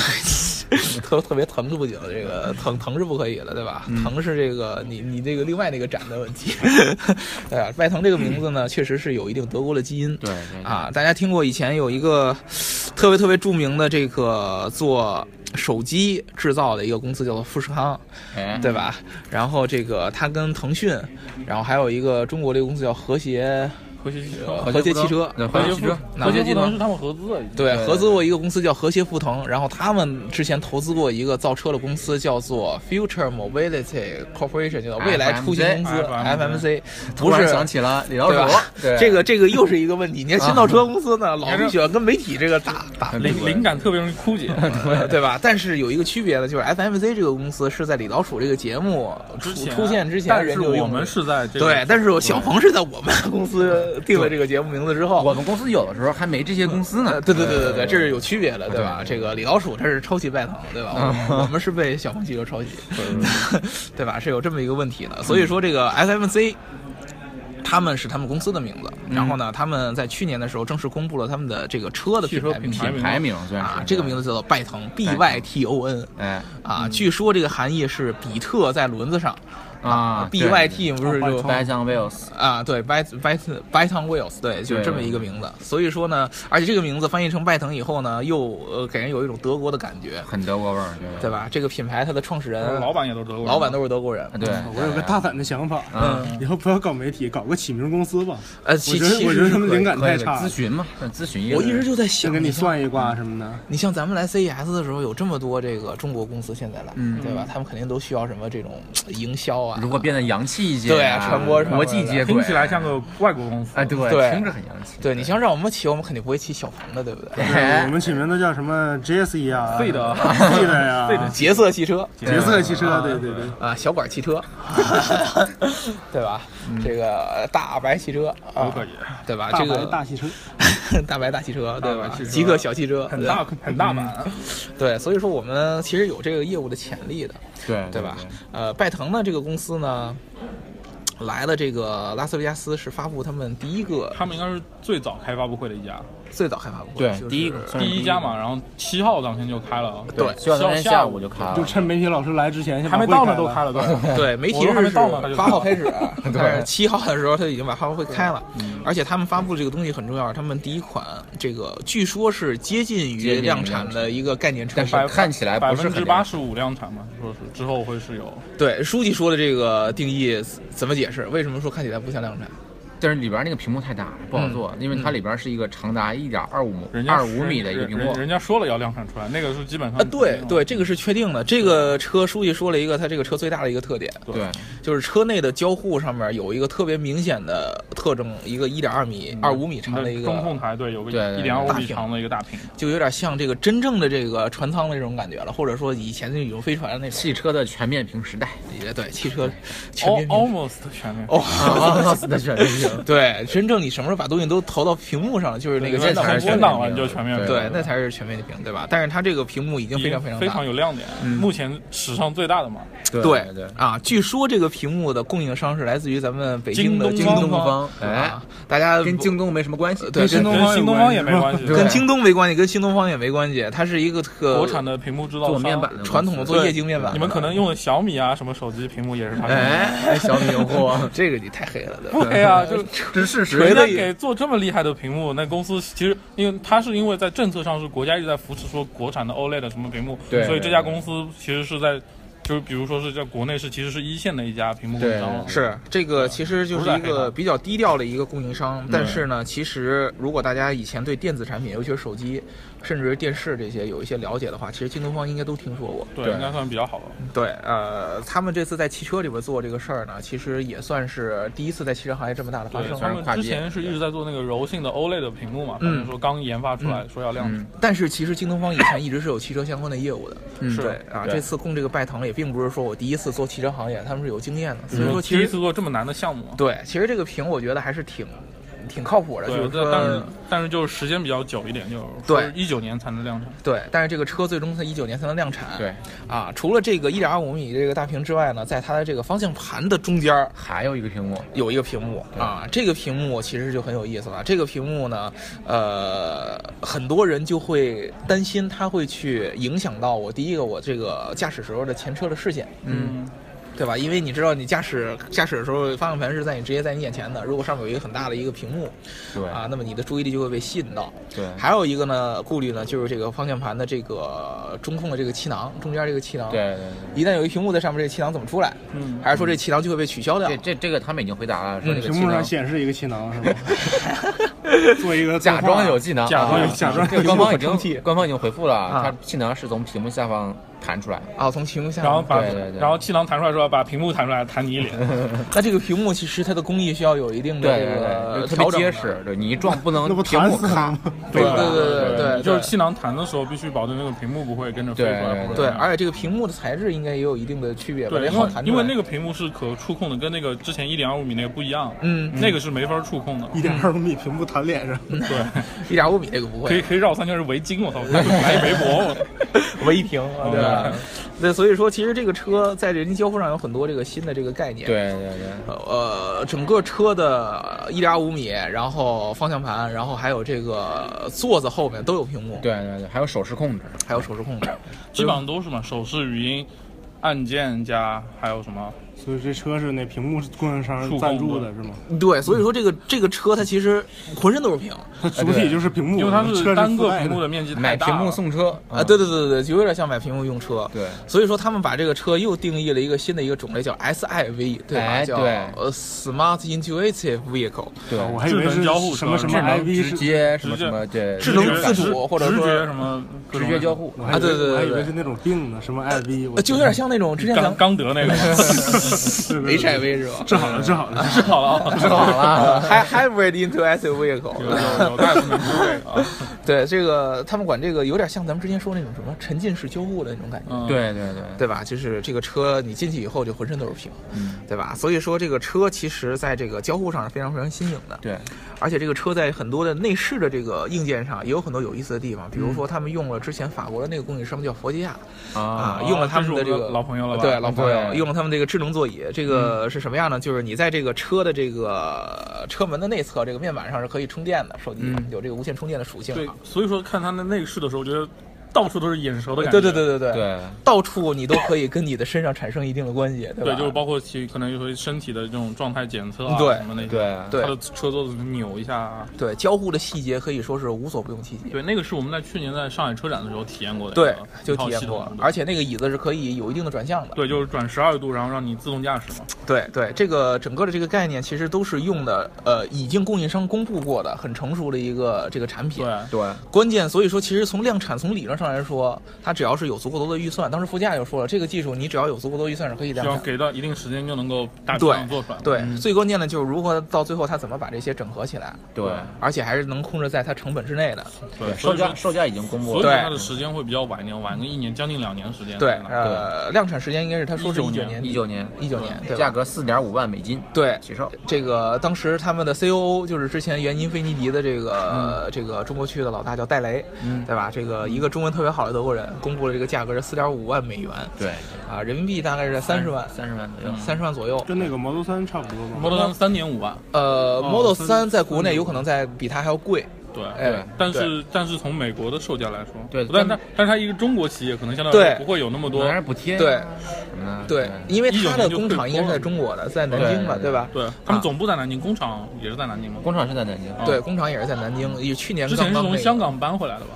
Speaker 1: 特特别疼是不行，这个疼疼是不可以的，对吧？
Speaker 3: 嗯
Speaker 1: 疼是这个你你这个另外那个展的问题， [LAUGHS] 对吧？拜腾这个名字呢，确实是有一定德国的基因，
Speaker 3: 对对对
Speaker 1: 啊，大家听过以前有一个特别特别著名的这个做手机制造的一个公司叫做富士康，
Speaker 3: 哎，
Speaker 1: 对吧？然后这个它跟腾讯，然后还有一个中国的一个公司叫和谐，
Speaker 2: 和谐汽车，
Speaker 1: 和谐汽车啊
Speaker 3: 对
Speaker 2: 和
Speaker 3: 和
Speaker 2: 谐
Speaker 3: 谐汽车，
Speaker 2: 和谐汽车是他们合资的，已经。
Speaker 1: 对，
Speaker 3: 对
Speaker 1: 合资过一个公司叫和谐富腾，然后他们之前投资过一个造车的公司叫做 Future Mobility Corporation，叫做未来出行公司
Speaker 2: FMC
Speaker 1: FMC，
Speaker 3: 突
Speaker 1: 不
Speaker 3: 然
Speaker 1: 是。
Speaker 3: 想起了李老
Speaker 1: 对吧
Speaker 3: 鼠，对
Speaker 1: 这个这个又是一个问题。你看新造车公司
Speaker 3: [LAUGHS]
Speaker 1: 呢，老
Speaker 2: 还是
Speaker 1: 是喜欢跟媒体这个打打
Speaker 2: 灵灵感特别容易枯竭。
Speaker 1: 呃 [LAUGHS] 对吧？但是有一个区别呢，就是 FMC 这个公司是在李老鼠这个节目出
Speaker 2: 之前
Speaker 3: 啊
Speaker 2: 啊
Speaker 1: 出现之前
Speaker 2: 但
Speaker 1: 人
Speaker 2: 是
Speaker 1: 就
Speaker 2: 我
Speaker 1: 用的
Speaker 2: 们是在这个
Speaker 1: 对，但是小鹏是在我们公司定了这个节目名字之后。
Speaker 3: 我们公司有的时候还没这些公司
Speaker 1: 呃
Speaker 3: 呢。
Speaker 1: 对对对对对，这是有区别的，对吧？这个李老鼠它是抄袭拜腾，对吧？
Speaker 2: [LAUGHS]
Speaker 1: 我们我们是被小鹏汽车抄袭，
Speaker 2: 嗯
Speaker 1: [LAUGHS] 对吧？是有这么一个问题的。所以说这个 FMC 他们是他们公司的名字，
Speaker 2: 嗯
Speaker 1: 然后呢，他们在去年的时候正式公布了他们的这个车的
Speaker 2: 汽
Speaker 1: 品
Speaker 2: 车
Speaker 1: 牌名
Speaker 2: 品
Speaker 1: 字
Speaker 2: 牌
Speaker 3: 排名虽然
Speaker 1: 啊
Speaker 3: 是，
Speaker 1: 这个名字，叫做拜腾 B Y T O N。
Speaker 3: 哎
Speaker 1: 啊，据说这个含义是比特在轮子上
Speaker 3: 啊
Speaker 1: ，B Y T 不是
Speaker 4: 哦
Speaker 1: 就
Speaker 3: 白象 Wheels，
Speaker 1: 啊，对，Byte Byte Byton Wheels，对，就是这么一个名字。所以说呢，而且这个名字翻译成拜腾以后呢，又呃给人有一种德国的感觉，
Speaker 3: 很德国味儿，
Speaker 1: 对
Speaker 3: 吧？
Speaker 1: 吧？这个品牌它的创始人、
Speaker 2: 老板也都是德国人，
Speaker 1: 老板都是德国人，
Speaker 3: 啊对，哎
Speaker 4: 我有个大胆的想法，
Speaker 3: 嗯
Speaker 4: 以后不要搞媒体，搞个起名公司吧。
Speaker 1: 呃，
Speaker 4: 我
Speaker 1: 其
Speaker 4: 觉得
Speaker 1: 其
Speaker 4: 我觉
Speaker 1: 实
Speaker 4: 得
Speaker 1: 是
Speaker 4: 他们
Speaker 1: 可以
Speaker 4: 灵感
Speaker 3: 可
Speaker 4: 太
Speaker 3: 以
Speaker 4: 差
Speaker 3: 咨
Speaker 4: 了，
Speaker 3: 询嘛，嗯咨询业
Speaker 1: 我
Speaker 3: 务
Speaker 1: 一直就在想，
Speaker 4: 先给你
Speaker 1: 像
Speaker 4: 算一卦什么的。
Speaker 1: 你像咱们来 CES 的时候，有这么多这个中国公司现在来，对吧？他们肯定都需要什么这种呃营销啊，
Speaker 3: 嗯如果变得洋气一些，啊
Speaker 1: 对啊传播
Speaker 3: 国际接轨，
Speaker 2: 听起来像个外国公司。
Speaker 3: 哎，对，
Speaker 1: 对
Speaker 3: 听着很洋气。
Speaker 1: 对你像让我们起，我们肯定不会起小鹏的，对不对？
Speaker 4: 对，
Speaker 3: 哎
Speaker 4: 我们起名都叫什么 Jesse 啊
Speaker 2: 费的
Speaker 4: [LAUGHS] 费的
Speaker 2: [LAUGHS] 费的
Speaker 4: 呀，
Speaker 1: 劫色汽车
Speaker 4: 杰色汽车，对对对，
Speaker 1: 啊，小管汽车，对吧？这个大白汽车
Speaker 2: 都
Speaker 1: 啊，
Speaker 2: 可以，
Speaker 1: 对吧？
Speaker 4: 大
Speaker 1: 这
Speaker 4: 白
Speaker 1: 个
Speaker 4: 大汽车，
Speaker 1: [LAUGHS] 大白大汽车，对吧
Speaker 2: 大白汽？车
Speaker 1: 极客小汽车，
Speaker 2: 很
Speaker 1: 对
Speaker 2: 大很大胆。
Speaker 1: 对，所以说我们其实有这个业务的潜力的，
Speaker 3: 对
Speaker 1: 对吧？呃，拜腾呢这个公司呢。来了这个拉斯维加斯是发布他们第一个
Speaker 2: 他们应该是最早开发布会的一家，
Speaker 1: 最早开发布会，
Speaker 3: 对
Speaker 1: 就是
Speaker 3: 第一个算
Speaker 2: 第一家嘛。然后七号当天就开了，
Speaker 1: 对
Speaker 3: 希望当天下午就开了，
Speaker 4: 就趁媒体老师来之前，先
Speaker 2: 还
Speaker 4: 把
Speaker 2: 没
Speaker 4: 会
Speaker 2: 到呢都
Speaker 4: 开
Speaker 2: 开
Speaker 4: 了。
Speaker 2: 了，对。
Speaker 1: [LAUGHS] 对，媒体
Speaker 2: 我都还没
Speaker 1: 日
Speaker 2: 到呢他就
Speaker 1: 八
Speaker 2: 到
Speaker 1: 号
Speaker 2: 了
Speaker 1: 开 [LAUGHS] 始，但是七号的时候他已经把发布会开了，而且他们发布这个东西很重要，他们第一款这个据说是接近
Speaker 3: 接
Speaker 1: 于
Speaker 3: 近于
Speaker 1: 量产的一个概念车
Speaker 3: 但
Speaker 1: 型。
Speaker 3: 是看起来
Speaker 2: 百
Speaker 3: 不是
Speaker 2: 分之
Speaker 3: 很
Speaker 2: 八十五量产嘛，说是之后会是有，
Speaker 1: 对，书记说的这个定义怎么解释？为什么说看起来不像量产？
Speaker 3: 但是里边那个屏幕太大了，不好做，因为它里边是一个长达一点二五
Speaker 2: 人家
Speaker 3: 二五米的一个屏
Speaker 2: 人
Speaker 3: 幕
Speaker 2: 人，人家说了要量产出来，那个是基本上
Speaker 1: 啊，对对，这个是确定的。这个车书记说了一个，它这个车最大的一个特点
Speaker 3: 对，
Speaker 1: 就是车内的交互上面有一个特别明显的特征，一个一点二米、二五米长的一个
Speaker 2: 嗯中控台，对，有个
Speaker 3: 对
Speaker 2: 一点二五米长的一个大屏，
Speaker 1: 就有点像这个真正的这个船舱的这种感觉了，或者说以前那种飞船的那种。
Speaker 3: 汽车的全面屏时代，
Speaker 1: 也对汽车全面
Speaker 2: Al
Speaker 1: 屏
Speaker 2: almost 全面。
Speaker 1: 哦，
Speaker 3: 啊，的选择，
Speaker 1: 对，真正你什么时候把东西都投到屏幕上了，就是那个
Speaker 2: 对
Speaker 1: 全
Speaker 2: 那
Speaker 1: 面
Speaker 2: 才
Speaker 1: 屏
Speaker 2: 是全面屏你就全面屏
Speaker 1: 对，那才是全面屏，对吧？但是它这个屏幕已经非常非常
Speaker 2: 非
Speaker 1: 大嗯
Speaker 2: 常。有亮点，目前史上最大的嘛。
Speaker 3: [LAUGHS] 对
Speaker 1: 对
Speaker 3: 对，
Speaker 1: 啊，据说这个屏幕的供应商是来自于咱们北京的
Speaker 2: 京
Speaker 1: 东
Speaker 2: 东
Speaker 1: 方，
Speaker 3: 方，哎
Speaker 1: 啊，，大家
Speaker 3: 跟京东没什么关系
Speaker 1: 呃，对
Speaker 4: 新
Speaker 1: 跟
Speaker 4: 东
Speaker 2: 跟
Speaker 4: 方
Speaker 2: 新
Speaker 4: 有
Speaker 2: 东方也没关系，
Speaker 3: 对
Speaker 1: 跟京东没关系，跟新东方也没关系，它是一个特
Speaker 2: 国产的屏幕制造
Speaker 3: 做
Speaker 2: 商
Speaker 3: 面板的公司
Speaker 1: 传统的做液晶面板的，
Speaker 2: 你们可能用的小米啊什么手机屏幕也是它。
Speaker 3: 哎，小米用户，
Speaker 1: [LAUGHS] 这个你太黑了，对
Speaker 2: 不
Speaker 1: 吧？
Speaker 2: 黑啊，
Speaker 1: [LAUGHS]
Speaker 2: 就
Speaker 3: 这是
Speaker 1: 锤
Speaker 3: 事
Speaker 2: 人
Speaker 3: 实。
Speaker 2: 家
Speaker 1: 的也
Speaker 2: 给做这么厉害的屏幕，那公司其实因为它是因为在政策上是国家一直在扶持说国产的 OLED 的什么屏幕，
Speaker 3: 对
Speaker 2: 所以这家公司其实是在就是比如说是在国内是其实是一线的一家屏幕供啊应商了
Speaker 3: 对。
Speaker 1: 是这
Speaker 2: 嗯
Speaker 1: 个，其实就是一个比较低调的一个供应商，但是呢，其实如果大家以前对电子产品，尤其是手机，甚至是电视这些有一些了解的话，其实京东方应该都听说过。
Speaker 2: 对，
Speaker 3: 对
Speaker 2: 应该算比较好了。
Speaker 1: 对，呃，他们这次在汽车里边做这个事儿呢，其实也算是第一次在汽车行业这么大的发
Speaker 2: 对，
Speaker 1: 生。
Speaker 2: 他们
Speaker 3: 跨界
Speaker 2: 之前是一直在做那个柔性的 OLED 的屏幕嘛，反正说刚研发出来，说要量产。
Speaker 1: 但是其实京东方以前一直是有汽车相关的业务的，
Speaker 3: 嗯
Speaker 1: 对啊，
Speaker 3: 对
Speaker 1: 这次供这个拜腾也并不是说我第一次做汽车行业，他们是有经验的，所以说其
Speaker 2: 嗯第一
Speaker 1: 实
Speaker 2: 次做这么难的项目，
Speaker 1: 对，其实这个屏我觉得还是挺挺靠谱的，就
Speaker 2: 对
Speaker 1: 是，
Speaker 2: 但但是
Speaker 1: 说
Speaker 2: 但是就是时间比较久一点，就是
Speaker 1: 对
Speaker 2: 一九年才能量产。
Speaker 1: 对，但是这个车最终在一九年才能量产，
Speaker 3: 对，
Speaker 1: 啊，除了这个一点二五米这个大屏之外呢，在它的这个方向盘的中间儿
Speaker 3: 还有一个屏幕，
Speaker 1: 有一个屏幕啊，这个屏幕其实就很有意思了。这个屏幕呢，呃，很多人就会担心它会去影响到我第一个我这个驾驶时候的前车的视线，
Speaker 2: 嗯，
Speaker 1: 对吧？因为你知道你驾驶驾驶的时候方向盘是在你直接在你眼前的，如果上面有一个很大的一个屏幕
Speaker 3: 对
Speaker 1: 啊，那么你的注意力就会被吸引到。
Speaker 3: 对
Speaker 1: 还有一个呢顾虑呢，就是这个方向盘的这个中控的这个气囊中间这个气囊，
Speaker 3: 对，对对。
Speaker 1: 一旦有一屏幕在上面，这个气囊怎么出来？
Speaker 2: 嗯
Speaker 1: 还是说这气囊就会被取消掉
Speaker 3: 这？这这个他们已经回答了，说
Speaker 1: 嗯
Speaker 3: 这个
Speaker 4: 屏
Speaker 3: 技
Speaker 4: 幕上
Speaker 3: 能
Speaker 4: 显示一个气囊是
Speaker 3: [LAUGHS]
Speaker 4: 吧？做一个
Speaker 3: 假
Speaker 4: 动画
Speaker 3: 装有技能，
Speaker 2: 假装有
Speaker 3: 啊
Speaker 4: 假装有
Speaker 3: 这个官方已
Speaker 1: 有技能
Speaker 3: 经官方已经回复了，
Speaker 1: 啊
Speaker 3: 它技能是从屏幕下方弹出来的。
Speaker 1: 啊，从屏幕下面
Speaker 2: 然后把
Speaker 3: 对对对
Speaker 2: 然后气囊弹出来之后，把屏幕弹出来弹你
Speaker 1: [LAUGHS]
Speaker 2: 一脸，
Speaker 1: 那这个屏幕其实它的工艺需要有一定的这
Speaker 3: 对
Speaker 1: 个
Speaker 3: 对，就
Speaker 1: 调
Speaker 3: 特
Speaker 1: 整的
Speaker 3: 别
Speaker 1: 嗯
Speaker 3: 结实，对你一撞不
Speaker 4: [LAUGHS] 那
Speaker 3: 能
Speaker 4: 不
Speaker 3: 屏
Speaker 4: 弹
Speaker 3: 幕
Speaker 4: 死了
Speaker 3: 咔
Speaker 4: 吗。？ [LAUGHS]
Speaker 1: 对
Speaker 2: 吧
Speaker 1: 对对对对
Speaker 2: 对
Speaker 1: 对
Speaker 2: 就是气囊弹的时候必须保证那个屏幕不会跟着飞出来
Speaker 3: 对
Speaker 2: 或者
Speaker 1: 对，
Speaker 2: 怎么样
Speaker 1: 而且这个屏幕的材质应该也有一定的区别吧，得
Speaker 2: 对，因
Speaker 1: 好
Speaker 2: 为
Speaker 1: 弹出
Speaker 2: 因为
Speaker 1: 来
Speaker 2: 那个屏幕是可触控的，跟那个之前一点二五米那个不一样，
Speaker 1: 嗯
Speaker 2: 那个是没法触控的，
Speaker 4: 一点二五米屏幕弹脸上，
Speaker 3: 嗯
Speaker 2: 对，
Speaker 1: 一点五米这个不
Speaker 2: 可以
Speaker 1: 会，
Speaker 2: 可以绕三圈是围巾，我操， [LAUGHS] 我还会来围脖，我操
Speaker 1: 微 [LAUGHS] 屏啊对吧
Speaker 2: 嗯？
Speaker 1: 对，所以说其实这个车在人机交互上有很多这个新的这个概念。。
Speaker 3: 对对对，
Speaker 1: 呃，整个车的一点五米，然后方向盘，然后还有这个座子后面都有屏幕，
Speaker 3: 对对对，还有手势控制，
Speaker 1: 还有手势控制。
Speaker 2: 基本上都是嘛，手势、语音、按键加还有什么？
Speaker 4: 所以这车是那屏幕供应商赞助的是吗？
Speaker 1: 对，所以说这个这个车它其实浑身都是屏
Speaker 4: 它主体就是屏幕，
Speaker 2: 哎因为它是
Speaker 4: 车
Speaker 2: 单
Speaker 4: 附
Speaker 2: 个
Speaker 4: 带
Speaker 2: 屏幕
Speaker 4: 的
Speaker 2: 的面积太
Speaker 3: 买
Speaker 2: 大
Speaker 3: 屏幕
Speaker 2: 了
Speaker 3: 送车嗯
Speaker 1: 啊，对对对对对，就有点像买屏幕用车。
Speaker 3: 对
Speaker 1: 所以说他们把这个车又定义了一个新的一个种类，叫 SIV，对吧？
Speaker 3: 哎
Speaker 1: 叫
Speaker 3: 对
Speaker 1: 呃 Smart Intuitive Vehicle，
Speaker 3: 对，
Speaker 4: 我还以为
Speaker 2: 智
Speaker 4: 是
Speaker 2: 能交互
Speaker 4: 什么什
Speaker 2: 车
Speaker 4: 么
Speaker 3: 智能
Speaker 4: IV
Speaker 3: 直
Speaker 4: 是。
Speaker 3: 接什么
Speaker 2: 直接
Speaker 3: 什么，对，
Speaker 1: 智能自
Speaker 3: 感
Speaker 1: 主或者
Speaker 2: 直
Speaker 1: 说
Speaker 2: 觉什么各
Speaker 3: 直
Speaker 2: 种
Speaker 3: 接交互，
Speaker 4: 我还以为
Speaker 1: 啊对对对
Speaker 4: 我还以
Speaker 1: 对
Speaker 4: 为是那种病呢，什么 IV，我
Speaker 1: 呃就有点像那种之前咱
Speaker 2: 刚
Speaker 1: 们
Speaker 2: 刚得那个嘛，
Speaker 4: 对对对
Speaker 1: HIV 是
Speaker 3: [LAUGHS]
Speaker 1: 吧？
Speaker 4: 治好了，治好了，
Speaker 2: 治好了
Speaker 1: [LAUGHS]
Speaker 2: 啊，
Speaker 3: 知道了。
Speaker 1: 还 hybrid into s u
Speaker 2: 有
Speaker 3: [LAUGHS]
Speaker 1: vehicle，
Speaker 2: 有有大夫们说这个啊，
Speaker 1: 对这个他们管这个有点像咱们之前说那种什么沉浸式交互的那种感觉，
Speaker 2: 嗯，
Speaker 3: 对对对，
Speaker 1: 对吧？就是这个车你进去以后就浑身都是屏，
Speaker 3: 嗯
Speaker 1: 对吧？所以说这个车其实在这个交互上是非常非常新颖的。
Speaker 3: 对，
Speaker 1: 而且这个车在很多的内饰的这个硬件上也有很多有意思的
Speaker 2: 嗯
Speaker 1: 地方，比如说他们用了之前法国的那个供应商叫佛吉亚啊
Speaker 3: 啊，
Speaker 1: 用了他们的
Speaker 2: 这是我
Speaker 1: 个
Speaker 2: 们的老朋友了吧哎
Speaker 1: 对老朋友
Speaker 3: 对
Speaker 1: 用了他们这个智能座椅，这个是什么样呢？就是你在这个车的这个车门的内侧这个面板上是可以充电的，手机
Speaker 3: 嗯
Speaker 1: 有这个无线充电的属性
Speaker 2: 对
Speaker 1: 啊，
Speaker 2: 所以说看他那内饰的时候，我觉得到处都是眼熟的感觉，
Speaker 1: 对对对对对
Speaker 3: 对，
Speaker 1: 到处你都可以跟你的身上产生一定的关系，对吧？
Speaker 2: 对，就是包括其可能有时候身体的这种状态检测啊，
Speaker 1: 对
Speaker 2: 什么那些，
Speaker 3: 对
Speaker 1: 对
Speaker 2: 它的车座子扭一下啊，
Speaker 1: 对交互的细节可以说是无所不用其极。嗯
Speaker 2: 对，那个是我们在去年在上海车展的时候体验过的，
Speaker 1: 对，
Speaker 2: 一
Speaker 1: 就体
Speaker 2: 套系
Speaker 1: 验过
Speaker 2: 统的，
Speaker 1: 而且那个椅子是可以有一定的转向的。
Speaker 2: 对，就是转十二度，然后让你自动驾驶嘛，
Speaker 1: 对对，这个整个的这个概念其实都是用的，呃，已经供应商公布过的很成熟的一个这个产品。
Speaker 2: 对，
Speaker 3: 对
Speaker 1: 关键所以说，其实从量产从理论上上来说，它只要是有足够多的预算，当时副驾就说了，这个技术你只要有足够多预算是可以量
Speaker 2: 只要
Speaker 1: 产的。
Speaker 2: 给到一定时间就能够大体
Speaker 1: 对
Speaker 2: 上做出来。
Speaker 1: 对，最关键的就是如何到最后它怎么把这些整合起来，
Speaker 3: 对
Speaker 1: 而且还是能控制在它成本之内的。
Speaker 2: 对，所
Speaker 3: 售
Speaker 2: 以说
Speaker 3: 价售价已经公布
Speaker 2: 所以
Speaker 3: 了，
Speaker 2: 说
Speaker 1: 对
Speaker 2: 它的时间会比较晚一点，晚个一年，将近两年时间。
Speaker 1: 对，
Speaker 2: 吧
Speaker 1: 呃，量产时间应该是他说是一九
Speaker 2: 19
Speaker 1: 年，
Speaker 3: 一九年嗯
Speaker 1: 一九年，对吧
Speaker 3: 价格四点五万美金
Speaker 1: 对。
Speaker 3: 起售，
Speaker 1: 这个当时他们的 COO 就是之前原因菲尼迪的这个、这个中国区的老大叫戴雷，
Speaker 3: 嗯
Speaker 1: 对吧？这个一个中文特别好的德国人公布了这个价格是四点五万美元
Speaker 3: 对，
Speaker 1: 啊，人民币大概是在三十万，
Speaker 3: 三十万左右，
Speaker 1: 三十万左右。
Speaker 4: 跟那个摩托三差不多吧。
Speaker 2: Model 3三点五万，
Speaker 1: 呃、
Speaker 4: 哦
Speaker 1: m o d e l
Speaker 4: 三
Speaker 1: 三在国内有可能在比它还要贵，
Speaker 2: 对。
Speaker 1: 哎，
Speaker 2: 但
Speaker 1: 对
Speaker 2: 是但是从美国的售价来说，
Speaker 3: 对
Speaker 2: 但
Speaker 3: 但
Speaker 2: 它但是它一个中国企业可能相对来
Speaker 1: 对
Speaker 2: 说不会有那么多
Speaker 3: 还，是补贴
Speaker 1: 对
Speaker 3: 什么的，
Speaker 1: 对，因为它的工厂应该是在
Speaker 2: 19年就退坡了
Speaker 1: 中国的，在南京嘛，
Speaker 3: 对
Speaker 1: 对吧？
Speaker 2: 对，他们总部在南京，工厂也是在南京吗？
Speaker 3: 工厂是在南京，
Speaker 2: 啊嗯
Speaker 1: 对，工厂也是在南京，也去年
Speaker 2: 之
Speaker 1: 刚
Speaker 2: 前是
Speaker 1: 刚
Speaker 2: 从
Speaker 1: 那个
Speaker 2: 香，港搬回来的吧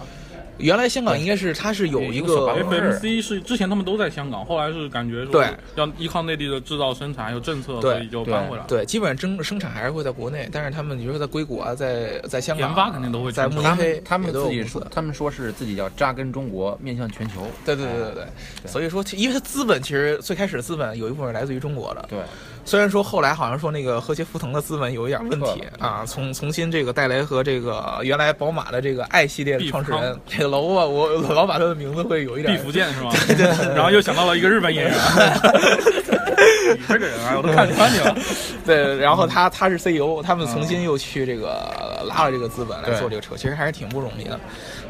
Speaker 1: 原来香港应该是它是有一
Speaker 3: 有一个小
Speaker 1: 个
Speaker 3: 办公室
Speaker 2: ？FMC 是之前他们都在香港，后来是感觉说
Speaker 1: 对
Speaker 2: 要依靠内地的制造生产还有政策，
Speaker 1: 对
Speaker 2: 所以就搬回来了。
Speaker 1: 对，基本上生生产还是会在国内，但是他们你说在硅谷啊，在在香港啊，
Speaker 2: 研发肯定都会
Speaker 1: 在
Speaker 2: 成
Speaker 1: 慕尼
Speaker 2: 熟
Speaker 3: 他
Speaker 1: 黑
Speaker 3: 们他们
Speaker 1: 也都
Speaker 3: 自
Speaker 1: 有公
Speaker 3: 己
Speaker 1: 司啊
Speaker 3: 说，他们说是自己要扎根中国，面向全球，
Speaker 1: 对对对对对，所以说其，因为它资本其实最开始资本有一部分是来自于中国的，
Speaker 3: 对，
Speaker 1: 虽然说后来好像说那个和谐福腾的资本有一点问题啊，重重新这个戴雷和这个原来宝马的这个 i 系列的创始人这 [LAUGHS] 个老啊，我老把他的名字会有一
Speaker 2: 毕
Speaker 1: 点
Speaker 2: 福剑是吗？然后又想到了一个日本演员，你这个人啊，我都看穿你了。
Speaker 1: [LAUGHS] 对，然
Speaker 2: 嗯
Speaker 1: 后他他是 CEO，他们重新又去这个拉了这个资本来
Speaker 3: 对
Speaker 1: 做这个车，其实还是挺不容易的。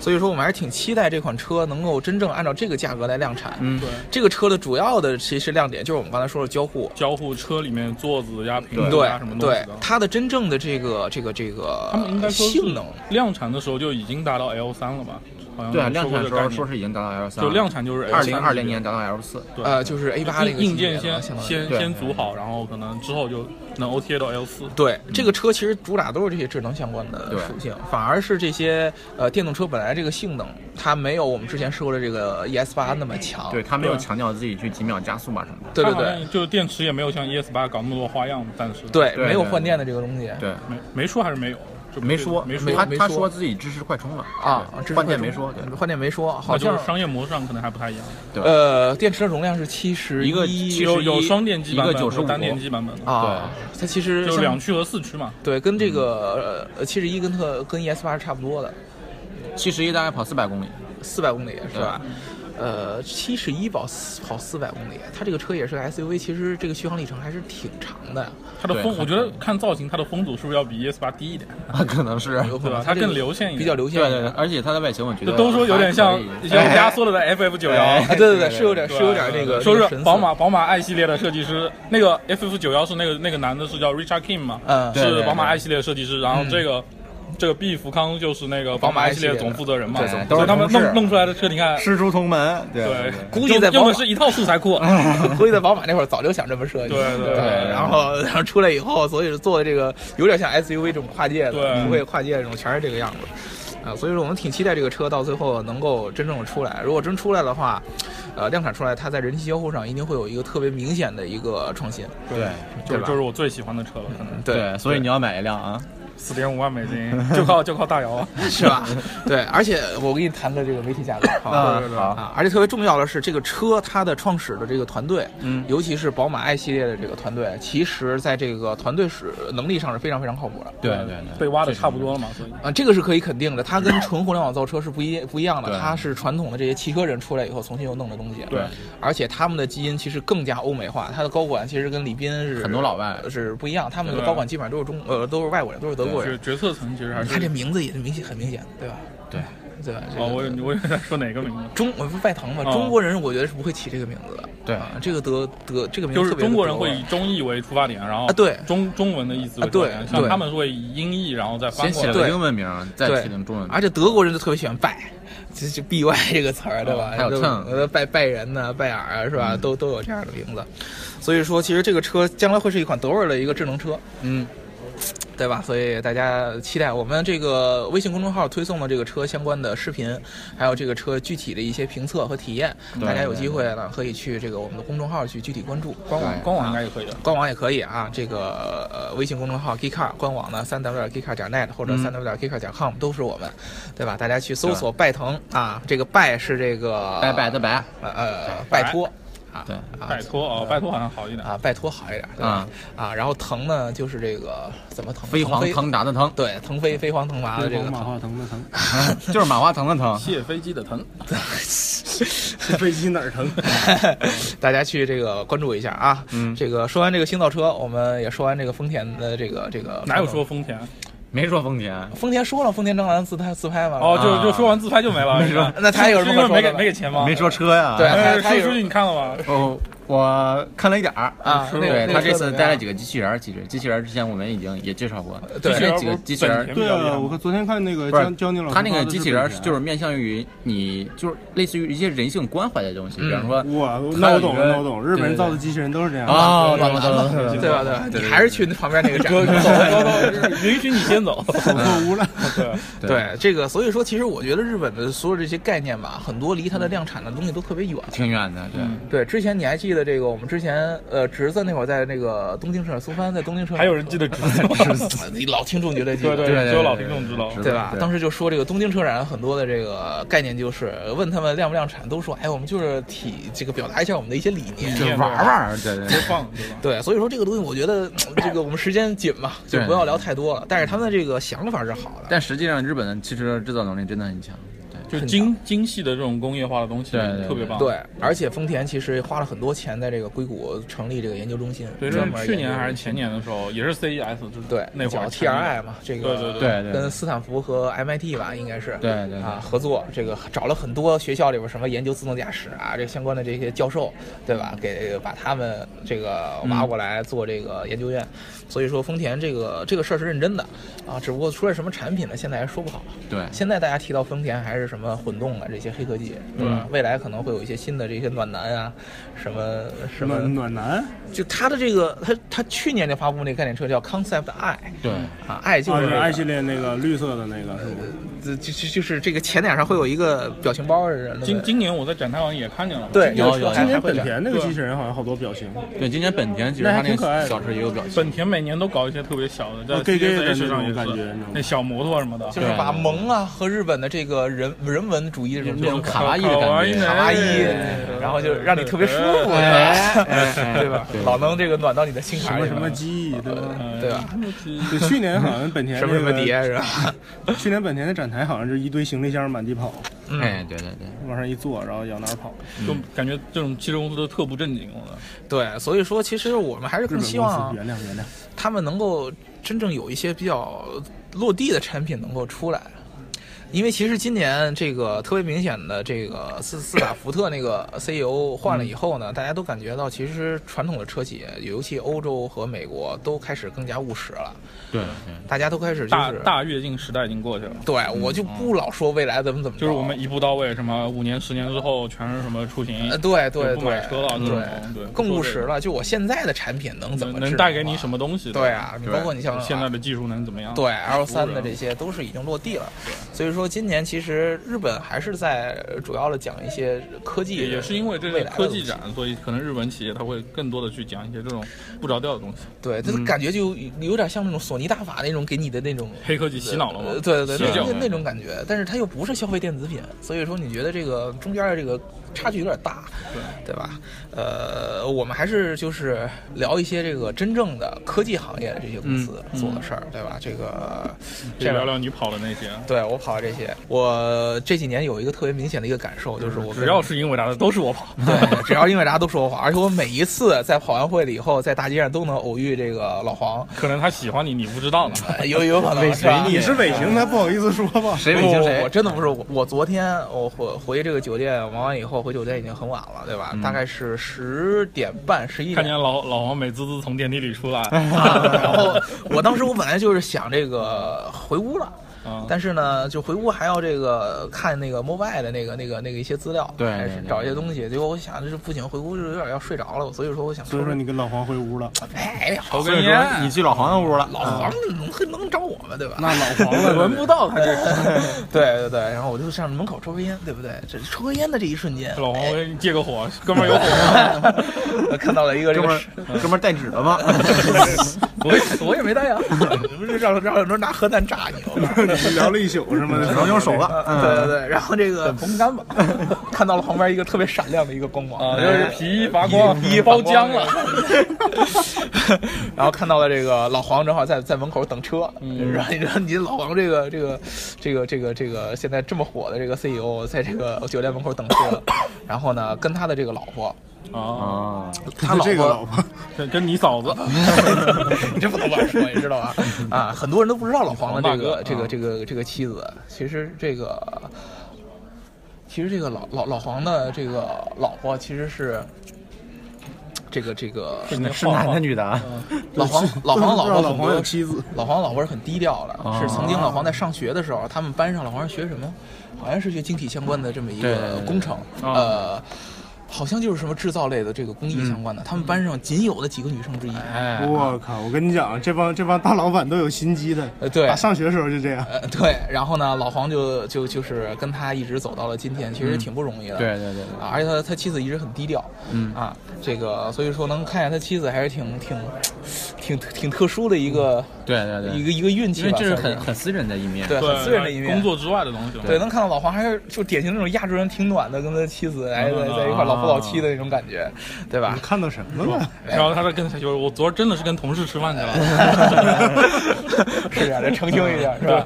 Speaker 1: 所以说，我们还是挺期待这款车能够真正按照这个价格来量产。
Speaker 3: 嗯
Speaker 2: 对，
Speaker 1: 这个车的主要的其实亮点就是我们刚才说的交互，
Speaker 2: 交互车里面座子呀、屏幕
Speaker 1: 对
Speaker 2: 啊呀什么东西
Speaker 1: 对
Speaker 2: 的，。
Speaker 1: 它的真正的这个这个这个
Speaker 2: 他们应该说是
Speaker 1: 性能，
Speaker 2: 量产的时候就已经达到 L 三了吧？好像
Speaker 1: 嗯
Speaker 3: 对啊，
Speaker 2: 有
Speaker 3: 量
Speaker 2: 说过
Speaker 3: 产
Speaker 2: 这
Speaker 3: 时
Speaker 2: 个概
Speaker 3: 候
Speaker 2: 念
Speaker 3: 说是已经达到 L 三，
Speaker 2: 就量产就是
Speaker 3: 二
Speaker 2: L
Speaker 3: 零二零年达到 L 四，
Speaker 2: 对
Speaker 1: 呃，就是 A 八这个
Speaker 2: 硬
Speaker 1: 级别
Speaker 2: 件
Speaker 1: 了相
Speaker 2: 先
Speaker 1: 当于
Speaker 2: 先
Speaker 3: 对
Speaker 2: 先组好，然后可能之后就能 OTA 到 L 四。
Speaker 1: 对，这个车其实主打都是这些智能相关的
Speaker 3: 对
Speaker 1: 属性，反而是这些呃电动车本来这个性能，它没有我们之前说的这个 ES 八那么强。
Speaker 3: 对他没有
Speaker 2: 对
Speaker 3: 强调自己去几秒加速嘛什么的，
Speaker 1: 对对
Speaker 2: 它好
Speaker 1: 对
Speaker 2: 像就是电池也没有像 ES 八搞那么多花样，暂时
Speaker 1: 对，
Speaker 3: 对
Speaker 1: 没有
Speaker 3: 对
Speaker 1: 换电的这个东西。
Speaker 3: 对，
Speaker 2: 没没说还是没有，就
Speaker 3: 没说
Speaker 2: 没
Speaker 1: 没
Speaker 2: 说啊
Speaker 3: 他
Speaker 1: 没
Speaker 3: 他
Speaker 1: 说
Speaker 3: 说自己支持快充了
Speaker 1: 啊，
Speaker 3: 对
Speaker 1: 这是
Speaker 3: 换电
Speaker 1: 快
Speaker 3: 没
Speaker 1: 充
Speaker 3: 说，对，
Speaker 1: 换电没说，好
Speaker 2: 那就
Speaker 1: 像
Speaker 2: 是商业模式上可能还不太一样。
Speaker 1: 呃，电池的容量是七十
Speaker 3: 一个
Speaker 1: 一
Speaker 3: 71
Speaker 2: 有有双电机版
Speaker 3: 一个
Speaker 2: 本
Speaker 3: 95
Speaker 2: 和单电机版本的，
Speaker 1: 啊，它其实
Speaker 2: 就
Speaker 1: 像
Speaker 2: 两驱和四驱嘛。
Speaker 1: 对，跟这个呃七十一跟特跟 ES 八是差不多的，
Speaker 3: 七十一大概跑四百公里， [LAUGHS]
Speaker 1: 四百公里是吧？呃，七十一跑四跑四百公里，它这个车也是个 SUV，其实这个续航里程还是挺长的，
Speaker 2: 它的
Speaker 3: 对
Speaker 2: 风，我
Speaker 3: 很
Speaker 2: 觉得看造型，它的风阻是不是要比 ES 八低一点？
Speaker 3: 啊可能是，
Speaker 1: 有可能
Speaker 2: 对
Speaker 1: 这
Speaker 2: 吧
Speaker 1: 个
Speaker 2: 它更流线一点
Speaker 1: 比较流线
Speaker 3: 对
Speaker 1: 一
Speaker 3: 对
Speaker 1: 点啊
Speaker 3: 对，而且它的外形我觉
Speaker 2: 就
Speaker 3: 得
Speaker 2: 都说有点像
Speaker 3: 还可以
Speaker 2: 像压缩了的 FF 九幺
Speaker 3: 哎。
Speaker 1: 啊，对对对，是有点是有点
Speaker 2: 对啊
Speaker 1: 这个
Speaker 2: 说
Speaker 1: 这个
Speaker 2: 是
Speaker 1: 神似
Speaker 2: 宝马宝马 i 系列的设计师，那个 FF 九幺是那个那个男的是叫 Richard King 嘛，
Speaker 1: 嗯
Speaker 3: 对
Speaker 2: 是
Speaker 3: 对
Speaker 2: 宝马
Speaker 3: 对
Speaker 2: i 系列设计师，然后这个。这个毕福康就是那个
Speaker 1: 宝
Speaker 2: 宝
Speaker 1: 马
Speaker 2: 马 i
Speaker 1: i
Speaker 2: 系列
Speaker 1: 系列
Speaker 2: 总负责人嘛，
Speaker 3: 对
Speaker 2: 所以
Speaker 3: 都是
Speaker 2: 他们
Speaker 3: 同事
Speaker 2: 弄弄出来的车，你看，
Speaker 3: 师出同门，对
Speaker 2: 对，
Speaker 1: 估计在宝
Speaker 2: 用用
Speaker 1: 马
Speaker 2: 的是一套素材库，啊
Speaker 1: 估计在宝马那会儿早就想这么设计，
Speaker 2: 对对对
Speaker 1: 然后然后出来以后，所以做的这个有点像 SUV 这种跨界的，
Speaker 2: 对
Speaker 1: 不会跨界这种全是这个样子，啊，所以说我们挺期待这个车到最后能够真正的出来。如果真出来的话，呃，量产出来，它在人机交互上一定会有一个特别明显的一个创新，
Speaker 3: 对
Speaker 2: 就
Speaker 1: 对吧
Speaker 2: 就是我最喜欢的车了，可能
Speaker 1: 对，
Speaker 3: 所以你要买一辆啊，
Speaker 2: 四点五万美金，
Speaker 1: 嗯
Speaker 2: [LAUGHS] 就靠就靠大姚啊，
Speaker 1: [LAUGHS] 是吧？对，而且我给你谈的这个媒体价格，好吧。
Speaker 3: 啊好，
Speaker 1: 啊，而且特别重要的是，这个车它的创始的这个团队，
Speaker 3: 嗯
Speaker 1: 尤其是宝马 i 系列的这个团队，其实在这个团队使能力上是非常非常靠谱的。
Speaker 3: 对对对，
Speaker 2: 被挖的差不多了嘛，所以
Speaker 1: 啊，这个是可以肯定的，它跟纯互联网造车是不一不一样的，
Speaker 3: 对
Speaker 1: 它是传统的这些汽车人出来以后重新又弄的东西。
Speaker 2: 对，
Speaker 1: 而且他们的基因其实更加欧美化，它的高管其实跟李斌是
Speaker 3: 很多老外
Speaker 1: 是不一样，他们的
Speaker 2: 对
Speaker 1: 高管基本上都是中呃都是外国人，都是德国
Speaker 2: 决
Speaker 1: 人。
Speaker 2: 决策层其实还
Speaker 1: 你看这
Speaker 2: 是，
Speaker 1: 名字也是明显很明显，对吧？
Speaker 3: 对
Speaker 1: 对吧？这
Speaker 2: 哦，
Speaker 1: 个
Speaker 2: 我以为我以为在说哪个名字？
Speaker 1: 中我不是外腾嘛，
Speaker 2: 哦
Speaker 1: 中国人我觉得是不会起这个名字的。
Speaker 3: 嗯对
Speaker 1: 啊，这个德德这个名字
Speaker 2: 就是
Speaker 1: 特别
Speaker 2: 中国人
Speaker 1: 德味
Speaker 2: 会以中译为出发点，然后
Speaker 1: 啊对
Speaker 2: 中中文的意思为
Speaker 1: 啊对
Speaker 2: 出发点像
Speaker 1: 对
Speaker 2: 他们是会以英译然后再翻过
Speaker 3: 先写
Speaker 2: 来。
Speaker 1: 对
Speaker 3: 个英文名，再起定中文名
Speaker 1: 而，且德国人就特别喜欢拜，这这 B Y 这个词儿，对吧？
Speaker 3: 哦还有嗯
Speaker 1: 都
Speaker 3: 蹭
Speaker 1: 呃拜拜仁呐、拜耳啊，是吧？都都有这样的名字。所以说，其实这个车将来会是一款德味儿的一个智能车。
Speaker 3: 嗯，
Speaker 1: 对吧？所以大家期待我们这个微信公众号推送的这个车相关的视频，还有这个车具体的一些评测和体验，
Speaker 3: 对
Speaker 1: 大家有
Speaker 3: 对
Speaker 1: 机会呢可以去这个我们的公众号去具体关注。
Speaker 2: 官网
Speaker 3: 对
Speaker 2: 官网
Speaker 1: 啊
Speaker 2: 应该也可以的。
Speaker 1: 官网也可以啊，这个呃微信公众号 Geekcar，官网呢三 w 点 geekcar 点 net 或者
Speaker 3: 嗯
Speaker 1: 三 w 点 geekcar 点 com 都是我们，对吧？大家去搜索拜腾啊，这个拜是这个
Speaker 3: 拜拜的拜，
Speaker 1: 呃呃拜托啊
Speaker 3: 对
Speaker 1: 啊
Speaker 2: 拜托哦，拜托好像好一点。
Speaker 1: 啊拜托好一点对吧啊，然后腾呢就是这个怎么腾
Speaker 3: 嗯飞黄
Speaker 1: 腾飞
Speaker 3: 腾达
Speaker 1: [LAUGHS]
Speaker 3: 的腾，
Speaker 1: 对腾飞飞黄腾达啊的这
Speaker 4: 飞
Speaker 1: 个
Speaker 4: 马
Speaker 1: 腾
Speaker 4: 化腾的腾，
Speaker 3: 就是马化腾的腾。
Speaker 2: 卸飞机的疼，
Speaker 4: 飞机哪儿腾？
Speaker 1: [LAUGHS] 大家去这个关注一下啊。嗯，这个说完这个新造车，我们也说完这个丰田的这个这个
Speaker 2: 哪有说丰
Speaker 1: 啊
Speaker 2: 田？
Speaker 3: 没说丰田，
Speaker 1: 丰田说了丰田张兰自拍自拍嘛？
Speaker 2: 哦，
Speaker 3: 啊
Speaker 2: 就就说完自拍就没了，是吧？
Speaker 1: 啊 [LAUGHS] 那他有什么
Speaker 2: 是因为
Speaker 1: 可说
Speaker 2: 没
Speaker 1: 的
Speaker 2: 给没给钱吗？
Speaker 3: 没说车呀。
Speaker 1: 对
Speaker 2: 哎。
Speaker 1: 他他有
Speaker 2: 叔叔，你看
Speaker 1: [LAUGHS]
Speaker 2: 了吗？
Speaker 3: 哦，我看了一点儿
Speaker 1: 啊那个那
Speaker 3: 对
Speaker 1: 个
Speaker 3: 他
Speaker 1: 车
Speaker 3: 这
Speaker 1: 怎
Speaker 3: 次
Speaker 1: 么
Speaker 3: 带了
Speaker 1: 样
Speaker 3: 几个机器人儿，其实机器人儿之前我们已经也介绍过，
Speaker 1: 对
Speaker 3: 那几个机器人儿
Speaker 2: 本田比
Speaker 4: 对
Speaker 2: 较厉害
Speaker 4: 啊，我看昨天看那个
Speaker 3: 不是
Speaker 4: 教教你老师
Speaker 3: 他那
Speaker 4: 发
Speaker 3: 个
Speaker 4: 的啊
Speaker 3: 机
Speaker 4: 是
Speaker 3: 器人
Speaker 4: 本田
Speaker 3: 就是面向于你，就是类似于一些人性关怀的东西，
Speaker 1: 嗯
Speaker 3: 比方说，
Speaker 4: 我
Speaker 3: 还
Speaker 4: 那我
Speaker 3: 有一个
Speaker 4: 懂了，那我懂了，日本
Speaker 3: 对对
Speaker 4: 人造的机器人都是
Speaker 1: 啊
Speaker 4: 这样的。
Speaker 3: 哦，
Speaker 1: 对
Speaker 3: 懂了懂了懂了
Speaker 1: 对吧？对吧？你还是去那旁边那个展。
Speaker 2: 走走走，允许你先
Speaker 1: [LAUGHS]
Speaker 2: 走。
Speaker 4: 走错屋了，
Speaker 2: [LAUGHS] 对，
Speaker 3: 对
Speaker 1: 对这个，所以说，其实我觉得日本的所有这些概念吧，很多离它的量产的东西都特别远。
Speaker 3: 挺远的，对，
Speaker 1: 对，之前你还记得这个？我们之前呃，侄子那会儿在那个东京车，苏帆在东京车，
Speaker 2: 还有人记得侄子吗？
Speaker 1: [LAUGHS] 你老听众觉得记
Speaker 2: 对
Speaker 1: 得，
Speaker 3: 对对
Speaker 2: 只有老听众知道。
Speaker 3: 对
Speaker 1: 对吧？当时就说这个东京车展很多的这个概念，就是问他们量不量产，都说哎，我们就是体这个表达一下我们的一些理念。
Speaker 3: 就玩玩儿，对对
Speaker 2: 播
Speaker 3: 对，
Speaker 2: 放对吧？
Speaker 1: 对，所以说这个东西，我觉得 [COUGHS] 这个我们时间紧嘛，就
Speaker 3: 对
Speaker 1: 不要聊太多了。但是他们的这个想法是好的，
Speaker 3: 但实际上日本的汽车制造能力真的很强，
Speaker 2: [LAUGHS]
Speaker 3: 对，
Speaker 2: 就精精细的这种工业化的东西，
Speaker 3: 对对对
Speaker 2: 特别棒。
Speaker 1: 对，而且丰田其实花了很多钱在这个硅谷成立这个研究中心，
Speaker 2: 对，这
Speaker 1: 专
Speaker 2: 是
Speaker 1: 门
Speaker 2: 去
Speaker 1: 研
Speaker 2: 年
Speaker 1: 究
Speaker 2: 还是前年的时候，也是 CES，就是
Speaker 1: 对
Speaker 2: 那会儿
Speaker 1: 叫 TRI 嘛，这个
Speaker 2: 对对
Speaker 3: 对对
Speaker 1: 跟斯坦福和 MIT 吧，应该是
Speaker 3: 对对对
Speaker 1: 啊合作，这个找了很多学校里边什么研究自动驾驶啊，这相关的这些教授，对吧？给把他们这个挖过来做这个研究院，所以说丰田这个这个事儿是认真的啊，只不过出来什么产品呢，现在还说不好。
Speaker 3: 对
Speaker 1: 现在大家提到丰田还是什么混动啊，这些黑科技，对吧？
Speaker 4: 嗯
Speaker 1: 未来可能会有一些新的这些暖男啊，什么什么
Speaker 4: 暖暖男啊
Speaker 1: 就它的这个，它它去年就发布那概念车叫 Concept I，
Speaker 3: 对
Speaker 1: 啊，I 就
Speaker 4: 啊，
Speaker 1: 是、呃
Speaker 4: 是 i 系，列那个绿色的那个是吗？
Speaker 1: 就就就是这个前脸上会有一个表情包的人，
Speaker 2: 今今年我在展台上也看见了，
Speaker 1: 对，
Speaker 3: 有
Speaker 1: 这个车
Speaker 3: 有
Speaker 1: 还
Speaker 4: 今年
Speaker 1: 还会
Speaker 4: 本
Speaker 1: 这样
Speaker 4: 田那个机器人好像好多表情，
Speaker 3: 对，今年本田其实
Speaker 4: 那还
Speaker 3: 它那
Speaker 4: 挺可爱
Speaker 3: 个
Speaker 4: 的
Speaker 3: 小车也有表现，
Speaker 2: 本田每年都搞一些特别小的，在
Speaker 4: 哦 gay gay 的
Speaker 2: CES 上也
Speaker 4: 那种感觉
Speaker 2: 是
Speaker 4: 那，种
Speaker 2: 那小摩托什么的，
Speaker 1: 就是把萌啊和日本的这个人人文主义这种
Speaker 3: 那种
Speaker 1: 这
Speaker 3: 卡哇伊的感觉
Speaker 1: 卡哇伊，
Speaker 4: 哎
Speaker 1: 然后就让你特别舒服，对吧？ [LAUGHS] 对吧？老能这个暖到你的心
Speaker 4: 什
Speaker 1: 坎
Speaker 4: 么
Speaker 1: 里
Speaker 4: 哎什么
Speaker 1: 了，
Speaker 4: 鸡，对
Speaker 2: 嗯
Speaker 4: 吧？
Speaker 1: 对吧？
Speaker 4: 对，去年好像本
Speaker 1: [LAUGHS]
Speaker 4: 田
Speaker 1: 什么什么
Speaker 4: 那个
Speaker 1: 碟是吧？
Speaker 4: 去年本田的展台好像是一堆行李箱满地跑，
Speaker 1: 嗯
Speaker 3: 哎，对对对，
Speaker 4: 往上一坐，然后往哪儿跑。
Speaker 2: 就感觉这种汽车公司都特不正经了。
Speaker 1: 对，所以说其实我们还是
Speaker 4: 日
Speaker 1: 更
Speaker 4: 本公司
Speaker 1: 希望啊
Speaker 4: 原谅
Speaker 1: [LAUGHS]
Speaker 4: 原谅，
Speaker 1: 他们能够真正有一些比较落地的产品能够出来。因为其实今年这个特别明显的这个斯斯塔福特那个 CEO 换了以后
Speaker 4: 嗯
Speaker 1: 呢，大家都感觉到其实传统的车企，尤其欧洲和美国都开始更加务实了，
Speaker 3: 对
Speaker 1: 大家都开始就
Speaker 2: 大
Speaker 1: 是
Speaker 2: 大跃进时代已经过去了。
Speaker 1: 对我
Speaker 4: 嗯
Speaker 1: 就不老说未来怎么怎么着，
Speaker 2: 就是我们一步到位，什么五年、十年之后全是什么出行
Speaker 1: 呃，对对
Speaker 2: 就不买
Speaker 1: 对
Speaker 2: 车了，这种对，
Speaker 1: 对更务实了，就我现在的产品能
Speaker 2: 不
Speaker 1: 怎
Speaker 2: 说
Speaker 1: 么
Speaker 2: 这个，
Speaker 1: 制
Speaker 2: 能能带给
Speaker 1: 造
Speaker 2: 你什么东西？
Speaker 1: 对，啊，你包括你像
Speaker 2: 现在的技术能怎么样？啊
Speaker 1: 对 L 三的
Speaker 2: 人
Speaker 1: 这些都是已经落地了，所以说今年其实日本还是在主要的讲一些科技，呃
Speaker 2: 也也是因为这
Speaker 1: 未来
Speaker 2: 个
Speaker 1: 的
Speaker 2: 科技
Speaker 1: 东西，
Speaker 2: 展，所以可能日本企业它会更多的去讲一些这种不着调的东西，
Speaker 1: 对，这感觉就有点像那种索尼大法那种给你的那种
Speaker 2: 黑科技洗脑了
Speaker 1: 呃
Speaker 2: 吗？
Speaker 1: 对对对，
Speaker 2: 洗
Speaker 1: 那
Speaker 2: 脚
Speaker 1: 那那种感觉，但是它又不是消费电子品，所以说你觉得这个中间的这个差距有点大，对吧？呃，我们还是就是聊一些这个真正的科技行业的这些公司
Speaker 2: 嗯
Speaker 1: 做的事儿，对吧？这个
Speaker 2: 就
Speaker 1: 这
Speaker 2: 聊聊你跑的那些，啊
Speaker 1: 对我跑这些，我这几年有一个特别明显的一个感受，就是我跟
Speaker 2: 只要是因为啥的都是我跑。
Speaker 1: 对，只要因为啥都说谎，而且我每一次在跑完会了以后，在大街上都能偶遇这个老黄，
Speaker 2: 可能他喜欢你，你不
Speaker 1: [LAUGHS]
Speaker 2: 知道呢。
Speaker 1: 呃有有可能是吧？
Speaker 4: 你是尾行，他不好意思说吧？
Speaker 3: 谁
Speaker 1: 不
Speaker 3: 北京
Speaker 1: 我
Speaker 3: 谁？
Speaker 1: 真的不是我，我昨天我回回这个酒店忙完以后，回酒店已经很晚了，对吧？大概是十点半、十一
Speaker 2: 看
Speaker 1: 点
Speaker 2: 见老老黄美滋滋
Speaker 1: 哎
Speaker 3: [LAUGHS]
Speaker 2: 从电梯里出来，
Speaker 1: 啊。然后我当时我本来就是想这个回屋了。
Speaker 2: 嗯
Speaker 1: 但是呢，就回屋还要这个看那个 mobile 的那个那个那个一些资料，
Speaker 3: 对
Speaker 1: 还是
Speaker 3: 对对
Speaker 1: 找一些东西。结果我想这不行，回屋就有点要睡着了，所以说我想
Speaker 4: [LAUGHS] 所以说你跟老黄回屋了，
Speaker 1: 哎呀，
Speaker 2: 抽
Speaker 3: 所
Speaker 2: 根
Speaker 3: 以说你
Speaker 2: 烟，
Speaker 3: 去老黄的屋了，
Speaker 1: 老王能能找我们对吧？
Speaker 4: 那 [LAUGHS] 老黄 [LAUGHS] 了，
Speaker 2: 闻不到他这
Speaker 1: [LAUGHS] 对对对，然后我就上门口抽根烟，对不对？这抽根烟的这一瞬
Speaker 4: [LAUGHS]
Speaker 1: 间， [LAUGHS]
Speaker 2: 老黄，我给你借个
Speaker 1: 哎
Speaker 2: 火，哥们儿有火吗？
Speaker 1: 看到了一个这
Speaker 3: 哥们
Speaker 1: 个
Speaker 3: 儿，哥们儿带纸了吗？
Speaker 1: 我也我也没带 [LAUGHS] 呀，不是让让很多人拿核弹炸你，我告诉你
Speaker 4: 聊了一宿是 [LAUGHS] 吗？
Speaker 3: 只能用手了。
Speaker 1: 对对
Speaker 3: 嗯，
Speaker 1: 对，然后这个红杆吧， [LAUGHS] 看到了旁边一个特别闪亮的一个光芒
Speaker 2: 啊，就是皮衣发光，
Speaker 1: 哎皮衣
Speaker 2: 包
Speaker 1: 发光
Speaker 2: 浆了。
Speaker 1: [LAUGHS] 然后看到了这个老黄正好在在门口等车，
Speaker 2: 嗯
Speaker 1: 然后你知道你老黄这个这个这个这个这个现在这么火的这个 CEO 在这个酒店门口等
Speaker 2: [COUGHS]
Speaker 1: 车，然后呢跟他的这个老婆，
Speaker 2: 啊，
Speaker 3: 哦，
Speaker 1: 他老
Speaker 4: 这个
Speaker 1: 婆
Speaker 4: 老婆，
Speaker 2: 跟跟你
Speaker 1: [LAUGHS]
Speaker 2: 嫂子，
Speaker 1: 你这不能乱说，你知道吧？啊，很多人都不知道老黄的这个
Speaker 2: 黄大哥
Speaker 1: 这
Speaker 2: 啊
Speaker 1: 个这个这个妻子，其实这个其实这个老老老黄的这个老婆其实是这个这个
Speaker 2: 是
Speaker 3: 是男的女的啊？
Speaker 1: 老黄老黄老
Speaker 4: 不知
Speaker 1: 婆
Speaker 4: 道老
Speaker 1: 很
Speaker 4: 黄有
Speaker 1: 多
Speaker 4: 妻子，
Speaker 1: 老黄老婆是很低调的，
Speaker 3: 哦
Speaker 1: 是曾经老黄在上学的时候，他们班上老黄是学什么？好像是学晶体相关的这么一
Speaker 3: 对对
Speaker 1: 个
Speaker 3: 对
Speaker 1: 工程，
Speaker 2: 哦
Speaker 1: 呃。好像就是什么制造类的这个工艺相关的，他们班上仅有的几个女生之一。
Speaker 3: 嗯哎，
Speaker 4: 我靠！我跟你讲，这帮这帮大老板都有心机的，
Speaker 1: 呃， [LAUGHS] 对
Speaker 4: 打，上学的时候就这样。
Speaker 1: 呃，对，然后呢，老黄就就就是跟他一直走到了今天，其实挺不容易的。
Speaker 3: 嗯对对对
Speaker 1: 啊，而且他他妻子一直很低调，
Speaker 3: 嗯
Speaker 1: 啊，这个所以说能看见他妻子还是挺挺挺挺特殊的一个、
Speaker 3: 对对对
Speaker 1: 一
Speaker 3: 对，
Speaker 1: 个一个运气
Speaker 3: 嗯因
Speaker 1: 吧，
Speaker 3: 为这是
Speaker 1: 算
Speaker 3: 很很私人的一面。
Speaker 1: 对
Speaker 2: 对
Speaker 1: 很私人的一面
Speaker 2: 工。作之外的东西。
Speaker 1: 对，能看到老黄还是就典型那种亚洲人挺暖的，跟他妻子哎在在一块儿老夫老妻的那种感觉，对吧
Speaker 4: 你？看到什么了？
Speaker 2: 然后他在跟他就是我昨儿真的是跟同事吃饭去了，
Speaker 1: [LAUGHS]
Speaker 2: [LAUGHS]
Speaker 1: 是啊，这澄清一下是吧？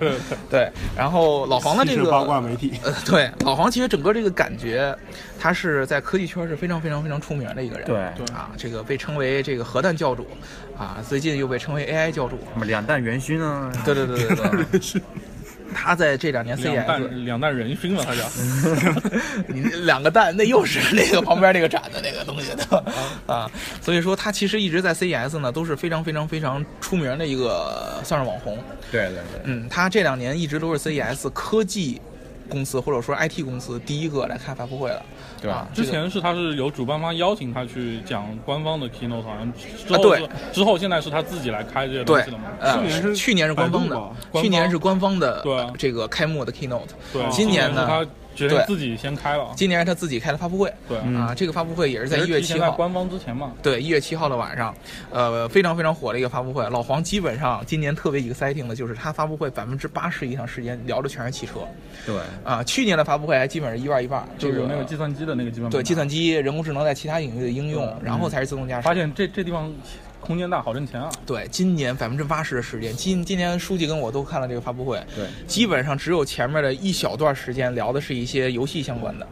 Speaker 1: 对，然后老黄的这
Speaker 4: 是
Speaker 1: 个
Speaker 4: 八卦
Speaker 1: [LAUGHS]
Speaker 4: 媒体，
Speaker 1: 呃，对，老黄其实整个这个感觉，他是在科技圈是非常非常非常出名的一个人。
Speaker 3: 对
Speaker 2: 对
Speaker 1: 啊，这个被称为这个核弹教主，啊，最近又被称为 AI 教主。
Speaker 3: 什么两弹元勋啊？
Speaker 1: 对对对对对。
Speaker 2: [LAUGHS]
Speaker 1: 他在这两年
Speaker 2: 两
Speaker 1: CES，
Speaker 2: 弹两弹人熏了，他叫。
Speaker 1: 嗯 [LAUGHS] 你两个蛋，那又是那个旁边那个展的那个东西的啊，所以说他其实一直在 CES 呢都是非常非常非常出名的一个算是网红。
Speaker 3: 对对对，
Speaker 1: 嗯，他这两年一直都是 CES 科技公司或者说 IT 公司第一个来开发布会了。
Speaker 3: 对
Speaker 1: 啊，
Speaker 2: 之
Speaker 1: 这个
Speaker 2: 前是他是有主办方邀请他去讲官方的 keynote，好像之
Speaker 1: 啊
Speaker 2: 后
Speaker 1: 对
Speaker 2: 是之后现在是他自己来开这些东
Speaker 1: 对
Speaker 2: 西的嘛。，
Speaker 1: 呃
Speaker 4: 去年是
Speaker 1: 去年是官方
Speaker 4: 百
Speaker 1: 的
Speaker 4: 度吧，
Speaker 2: 官方
Speaker 1: 去年是官方的
Speaker 2: 对啊
Speaker 1: 呃这个开幕的 keynote，
Speaker 2: 对，啊
Speaker 1: 今年
Speaker 2: 是
Speaker 1: 呢
Speaker 2: 他，决定自己先开了。啊
Speaker 1: 今年他自己开了发布会
Speaker 2: 对，
Speaker 1: 啊，这个发布会也是在一月
Speaker 2: 嗯提
Speaker 1: 七
Speaker 2: 前在
Speaker 1: 号。
Speaker 2: 官方之前嘛。
Speaker 1: 对，一月七号的晚上，呃，非常非常火的一个发布会。老黄基本上今年特别 exciting 的就是他发布会百分之八十以上时间聊的全是汽车
Speaker 3: 对，
Speaker 1: 啊。去年的发布会还基本上一半儿一半儿，
Speaker 2: 就
Speaker 1: 这
Speaker 2: 有那个计算机的那个基本
Speaker 1: 对
Speaker 2: 盘
Speaker 1: 计算机、人工智能在其他领域的应用，然后才是自动驾驶。
Speaker 2: 发现这这地方空间大，好挣钱啊！
Speaker 1: 对，今年百分之八十的时间，今今年书记跟我都看了这个发布会，
Speaker 3: 对，
Speaker 1: 基本上只有前面的一小段时间聊的是一些游戏相关的，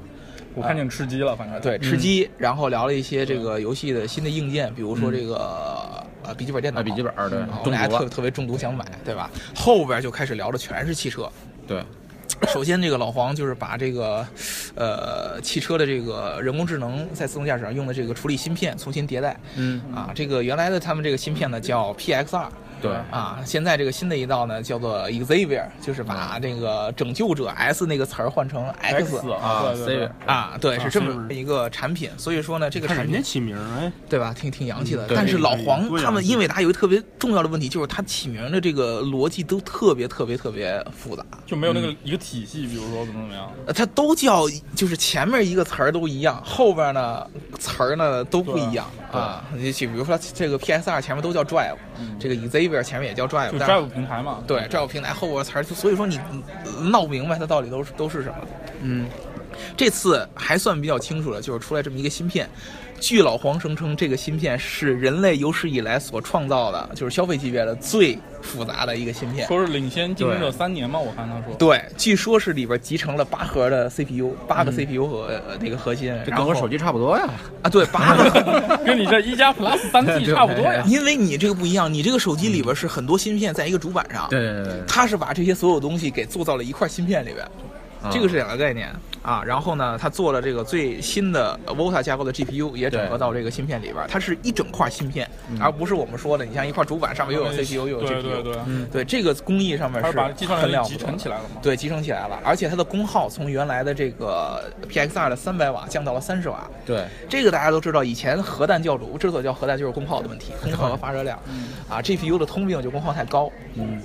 Speaker 2: 我看见吃鸡了，反正
Speaker 1: 啊
Speaker 3: 嗯
Speaker 1: 对，吃鸡，然后聊了一些这个游戏的新的硬件，比如说这个、呃笔记本电脑，
Speaker 3: 啊，笔记本儿对
Speaker 1: 啊，我
Speaker 3: 中
Speaker 1: 们俩
Speaker 3: 毒
Speaker 1: 特
Speaker 3: 了，
Speaker 1: 特别中毒想买，对吧？后边就开始聊的全是汽车。
Speaker 3: 对，
Speaker 1: 首先，这个老黄就是把这个，呃，汽车的这个人工智能在自动驾驶上用的这个处理芯片重新迭代，
Speaker 3: 嗯，
Speaker 1: 啊，这个原来的他们这个芯片呢叫 PX2，
Speaker 3: 对，
Speaker 1: 啊，现在这个新的一道呢叫做 Xavier，就是把
Speaker 4: 嗯
Speaker 1: 这个拯救者 S 那个词儿换成 X。
Speaker 3: 啊
Speaker 2: 啊，对对对
Speaker 3: ，Siri，
Speaker 1: 啊，对，是
Speaker 4: 啊
Speaker 1: 这
Speaker 4: 是
Speaker 1: 么
Speaker 4: 不是
Speaker 1: 一个产品，所以说呢，这个
Speaker 4: 看
Speaker 1: 产
Speaker 4: 人
Speaker 1: 品
Speaker 4: 家起名儿，哎，
Speaker 1: 对吧？挺挺洋气的。
Speaker 3: 对
Speaker 1: 但是老
Speaker 4: 哎
Speaker 1: 黄
Speaker 4: 多洋气
Speaker 1: 他们英伟达有一个特别重要的问题，就是它起名的这个逻辑都特别特别特别复杂。
Speaker 2: 就没有
Speaker 1: 嗯
Speaker 2: 那个一个体系，比如说怎么怎么样，
Speaker 1: 呃它都叫，就是前面一个词儿都一样，后边呢词儿呢都不一样啊。你去，比如说这个 PS 二前面都叫 Drive，这
Speaker 4: 嗯
Speaker 1: 个 Xavier 前面也叫 Drive，
Speaker 2: 就
Speaker 1: 但是
Speaker 2: Drive 平台嘛。
Speaker 1: 对 Drive 平台后边词儿，所以说你你闹不明白它到底都是都是什么。
Speaker 3: 嗯，
Speaker 1: 这次还算比较清楚了，就是出来这么一个芯片。据老黄声称，这个芯片是人类有史以来所创造的，就是消费级别的最复杂的一个芯片。
Speaker 2: [LAUGHS] 说是领先竞争者三年嘛，我看他说。
Speaker 1: 对，据说是里边集成了八核的 CPU，八个 CPU 和、呃那个核心，
Speaker 3: 嗯这
Speaker 1: 然
Speaker 3: 跟
Speaker 1: 后
Speaker 3: 我手机差不多呀，
Speaker 1: 啊，对，八个。
Speaker 2: [LAUGHS]
Speaker 3: [LAUGHS]
Speaker 2: 跟你这一加 [LAUGHS] Plus 三 G 差不多呀。
Speaker 1: 因为你这个不一样，你这个手机里边是很多芯片在一个主板上，
Speaker 3: 嗯对对对对，
Speaker 1: 它是把这些所有东西给做到了一块芯片里边，
Speaker 3: 啊
Speaker 2: 嗯
Speaker 1: 这个是两个概念啊。然后呢，它做呃了这个最新的 Volta 架构的 GPU 也整合到这个芯片里边，它是一整块芯片，
Speaker 2: 嗯
Speaker 1: 而不是我们说的，你像一块主板上面又有 CPU 又有
Speaker 2: 对
Speaker 1: GPU，
Speaker 2: 对对，
Speaker 1: 对这个工艺上面
Speaker 2: 还
Speaker 1: 嗯
Speaker 2: 是
Speaker 1: 是
Speaker 2: 把计算
Speaker 1: 很
Speaker 2: 能
Speaker 1: 了
Speaker 2: 力
Speaker 1: 不
Speaker 2: 集
Speaker 1: 得
Speaker 2: 成
Speaker 1: 的
Speaker 2: 起来了嘛。
Speaker 1: 对，集成起来了，而且它的功耗从原来的这个 PXR 的三百瓦降到了三十瓦。
Speaker 3: 对，
Speaker 1: 这个大家都知道，以前核弹教主之所以叫核弹，就是功耗的问
Speaker 2: [LAUGHS]
Speaker 1: 题，功耗和发热量。
Speaker 2: 嗯
Speaker 1: 啊，GPU 的通病就功耗太高，
Speaker 3: 嗯，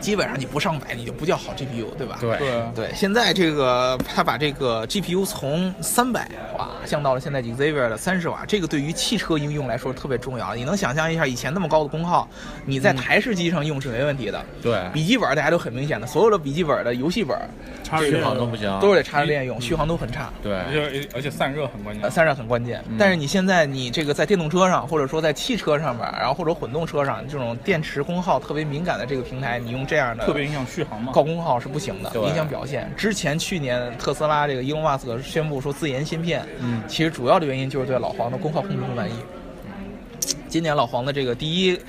Speaker 1: 基本上你不上百你就不叫好 GPU，对吧？
Speaker 3: 对，
Speaker 2: 对，啊
Speaker 1: 对，现在这个它把这个 GPU 从三百瓦降到了现在 Xavier 的三十瓦，这个对于汽车应用来说特别重要。你能想象一下以前那么高的功耗，你在台式机上用是没问题的。
Speaker 2: 嗯
Speaker 3: 对，
Speaker 1: 笔记本大家都很明显的，所有的笔记本的游戏本
Speaker 4: 插着
Speaker 3: 续
Speaker 4: 电
Speaker 3: 航都不行，
Speaker 1: 都是得插着电用，续航都很差。
Speaker 2: 而
Speaker 3: 对，
Speaker 2: 且而且散热很关
Speaker 1: 呃，
Speaker 2: 键。
Speaker 1: 散热很关
Speaker 2: 嗯
Speaker 1: 键，但是你现在你这个在电动车上，或者说在汽车上面，然后或者混动车上，这种电池功耗特别敏感的这个平台，你用这样的
Speaker 2: 特别影响续航嘛，
Speaker 1: 高功耗是不行的，
Speaker 3: 对
Speaker 1: 影响表现。之前去年特斯拉这个伊隆马斯克宣布说自研芯片，嗯，其实主要的原因就是对老黄的功耗控制不满意。今年老黄的这个第一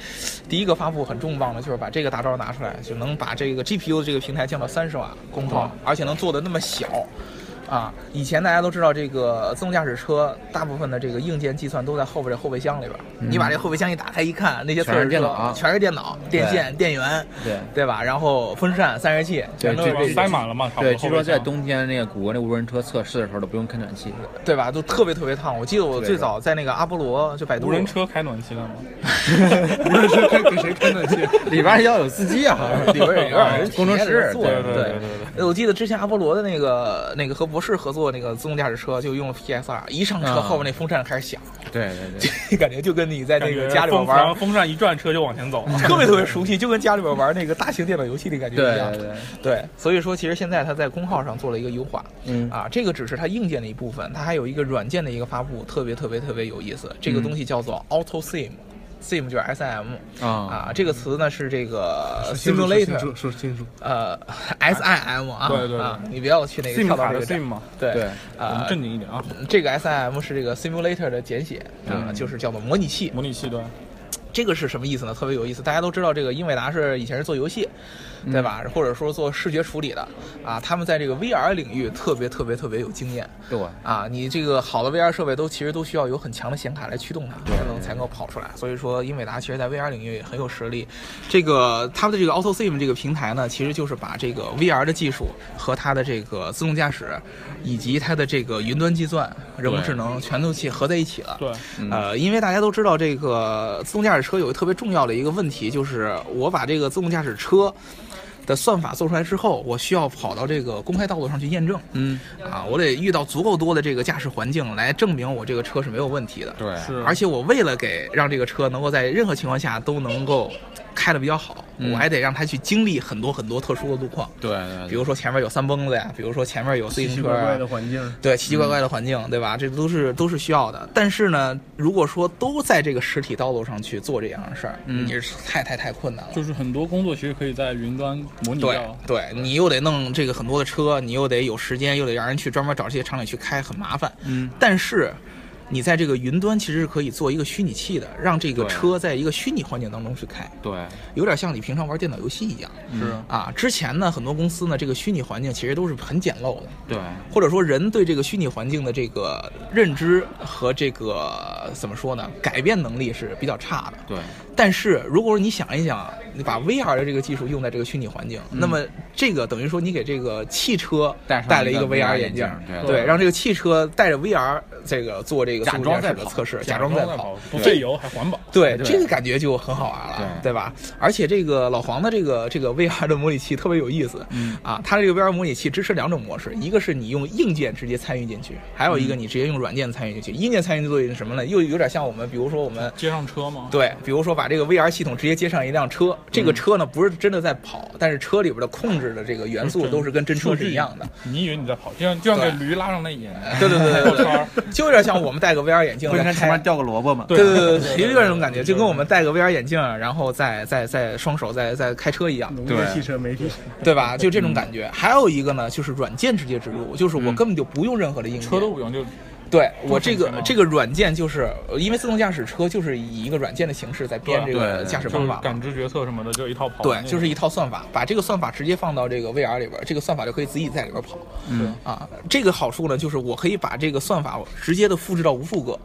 Speaker 1: 第一个发布很重磅的，就是把这个大招拿出来，就能把这个 GPU 的这个平台降到三十瓦功耗，
Speaker 3: 哦
Speaker 1: 而且能做的那么小。啊，以前大家都知道，这个自动驾驶车大部分的这个硬件计算都在后边这后备箱里边。你把这后备箱一打开一看，那些
Speaker 3: 嗯全
Speaker 1: 测
Speaker 3: 是
Speaker 1: 试
Speaker 3: 电
Speaker 1: 车
Speaker 3: 脑
Speaker 1: 全是电脑、电
Speaker 3: 对
Speaker 1: 线、电源，
Speaker 3: 对。
Speaker 1: 对吧？然后风扇、散热器，全都
Speaker 3: 对
Speaker 1: 是
Speaker 2: 对
Speaker 3: 这
Speaker 2: 吧
Speaker 1: 这
Speaker 2: 塞
Speaker 1: 些，
Speaker 2: 满了嘛，差不多。
Speaker 3: 对，据说在，冬天那个谷歌那无人车测试的时候都不用开暖气，
Speaker 1: 对吧？都特别特别烫。我记得我最早在那个阿波罗，就百度
Speaker 2: 无人车开暖气了吗？
Speaker 3: 无人车开给谁开暖气？ [LAUGHS] 里边要有司机啊，好 [LAUGHS] 像是
Speaker 1: 里边有有人
Speaker 3: 工程师
Speaker 1: 坐着
Speaker 2: [LAUGHS]
Speaker 1: 对
Speaker 2: 对对对对
Speaker 1: 呃我记得之前阿波罗的那个那个和博士合作那个自动驾驶车，就用了 PSR，一上车
Speaker 2: 啊
Speaker 3: 嗯
Speaker 1: 后面那风扇开始响， [LAUGHS]
Speaker 3: 对对对，
Speaker 1: 感觉就跟你在那个
Speaker 2: 感觉
Speaker 1: 家里边
Speaker 2: 风然后
Speaker 1: 玩，嗯
Speaker 2: 风扇一转，车就往前走了。
Speaker 1: 特别特别熟悉，就跟家里边玩那个大型电脑游戏的感觉一样
Speaker 3: 对。对对，
Speaker 1: 对，所以说其实现在它在功耗上做了一个优化。
Speaker 3: 嗯
Speaker 1: 啊，这个只是它硬件的一部分，它还有一个软件的一个发布，特别特别特别有意思。这个
Speaker 3: 嗯
Speaker 1: 东西叫做 Auto Sim。Sim 就是 SIM
Speaker 3: 啊，
Speaker 1: 啊，这个词呢是这个
Speaker 4: 清楚清
Speaker 1: simulator，
Speaker 4: 楚说清楚，
Speaker 1: 呃，SIM 啊，
Speaker 2: 对对对
Speaker 1: 啊，你不要去那个
Speaker 2: SIM
Speaker 1: 跳
Speaker 2: 卡
Speaker 1: 到这
Speaker 2: 的
Speaker 1: 个
Speaker 2: SIM
Speaker 1: 点，
Speaker 2: 嘛，
Speaker 1: 对
Speaker 3: 对，
Speaker 2: 我们
Speaker 1: 啊，
Speaker 2: 正经一点啊，
Speaker 1: 这个 SIM 是这个 simulator 的简写啊，就是叫做模拟器。
Speaker 2: 模拟器对，
Speaker 1: 这个是什么意思呢？特别有意思。大家都知道，这个英伟达是以前是做游戏，对吧？或者说做视觉处理的啊，他们在这个 VR 领域特别特别特别有经验。
Speaker 3: 对
Speaker 1: 啊，你这个好的 VR 设备都其实都需要有很强的显卡来驱动它，才能才能够跑出来。所以说，英伟达其实在 VR 领域也很有实力。这个它的这个 AutoSim 这个平台呢，其实就是把这个 VR 的技术和它的这个自动驾驶，以及它的这个云端计算、人工
Speaker 3: 对
Speaker 1: 智能全都去合在一起了。
Speaker 2: 对，
Speaker 3: 嗯
Speaker 1: 呃，因为大家都知道，这个自动驾驶车有一个特别重要的一个问题，就是我把这个自动驾驶车的算法做出来之后，我需要跑到这个公开道路上去验证。
Speaker 3: 嗯，
Speaker 1: 啊，我得遇到足够多的这个驾驶环境来证明我这个车是没有问题的。
Speaker 3: 对，
Speaker 2: 是，
Speaker 1: 而且我为了给让这个车能够在任何情况下都能够开得比较好，
Speaker 3: 嗯嗯
Speaker 1: 我还得让它去经历很多很多特殊的路况，
Speaker 3: 对对
Speaker 1: 比如说前面有三蹦子呀，比如说前面有自
Speaker 4: 奇
Speaker 1: 行
Speaker 4: 奇
Speaker 1: 车
Speaker 4: 怪怪
Speaker 1: 啊
Speaker 4: 的，环境，
Speaker 1: 对，奇奇怪怪的环境，对吧？这都是都是需要的。但是呢，如果说都在这个实体道路上去做这样的事儿，
Speaker 3: 嗯
Speaker 1: 你是太太太困难了。
Speaker 2: 就是很多工作其实可以在云端模拟
Speaker 1: 对
Speaker 2: 掉。
Speaker 1: 对，你又得弄这个很多的车，你又得有时间，又得让人去专门找这些厂里去开，很麻烦。
Speaker 3: 嗯，
Speaker 1: 但是。你在这个云端其实是可以做一个虚拟器的，让这个
Speaker 3: 对
Speaker 1: 车在一个虚拟环境当中去开，
Speaker 3: 对，
Speaker 1: 有点像你平常玩电脑游戏一样
Speaker 2: 是
Speaker 1: 啊。之前呢，很多公司呢，这个虚拟环境其实都是很简陋的，
Speaker 3: 对，
Speaker 1: 或者说人对这个虚拟环境的这个认知和这个怎么说呢，改变能力是比较差的。
Speaker 3: 对，
Speaker 1: 但是如果说你想一想，你把 VR 的这个技术用在这个虚拟环境，那么这个等于说你给这个汽车
Speaker 3: 嗯戴上
Speaker 1: 戴了一
Speaker 3: 一个
Speaker 1: VR
Speaker 3: 眼
Speaker 1: 镜
Speaker 3: 镜，
Speaker 1: 对
Speaker 3: 对
Speaker 1: 让这个汽车带着 VR 这个做这个
Speaker 3: 假
Speaker 1: 自动驾驶
Speaker 3: 装在
Speaker 1: 的
Speaker 3: 跑
Speaker 1: 测试，假
Speaker 2: 假
Speaker 1: 装
Speaker 2: 在
Speaker 1: 跑。，
Speaker 2: 不费油还环保。
Speaker 1: 对，
Speaker 3: 对
Speaker 1: 这个感觉就很好玩了，
Speaker 3: 对
Speaker 1: 吧？而且这个老黄的这个这个 VR 的模拟器特别有意思，
Speaker 3: 嗯
Speaker 1: 啊，它这个 VR 模拟器支持两种模式，一个是你用硬件直接参与进去，还有一个你直接用软件参与进去。硬件参与作用是什么呢？又有点像我们，比如说我们。
Speaker 2: 接上车吗？
Speaker 1: 对，比如说把这个 VR 系统直接接上一辆车，这个车呢不是真的在跑，但是车里边的控制的这个元素都是跟真车是一样的。
Speaker 2: 你以为你在跑，就像就像给
Speaker 1: 对
Speaker 2: 驴拉上那眼，
Speaker 1: 对对对
Speaker 2: 后
Speaker 1: 对
Speaker 2: 圈
Speaker 1: 对
Speaker 2: 儿，
Speaker 1: 对，就有点像我们戴个 VR 眼镜
Speaker 5: 不应
Speaker 1: 在
Speaker 5: 该前
Speaker 1: 开
Speaker 5: 面掉个萝卜吗？
Speaker 2: 对
Speaker 1: 对对
Speaker 2: 对
Speaker 1: 对，
Speaker 2: 对
Speaker 1: 有点这种感觉，
Speaker 2: 对
Speaker 1: 就跟
Speaker 2: 对
Speaker 1: 我们戴个 VR 眼镜，然后再再再双手再再开车一样，
Speaker 4: 农
Speaker 3: 对
Speaker 4: 业汽车媒体，
Speaker 1: 对吧？就这种感觉。还有一个呢，就是软件直接植入，就是我
Speaker 3: 嗯
Speaker 1: 根本就不用任何的硬件，
Speaker 2: 车都不用，就
Speaker 1: 对我这
Speaker 2: 省钱
Speaker 1: 个
Speaker 2: 嘛
Speaker 1: 这个软件就是呃因为自动驾驶车就是以一个软件的形式在编这
Speaker 2: 对
Speaker 1: 个
Speaker 3: 对
Speaker 1: 驾驶
Speaker 2: 就
Speaker 1: 方
Speaker 2: 是
Speaker 1: 法嘛。
Speaker 2: 感知决策什么的，就一套跑完那
Speaker 1: 对，
Speaker 2: 个。
Speaker 1: 就是一套算法，把这个算法直接放到这个 VR 里边儿，这个算法就可以自己在里边儿跑。
Speaker 3: 嗯
Speaker 1: 啊，这个好处呢，就是我可以把这个算法直接的复制到无数个。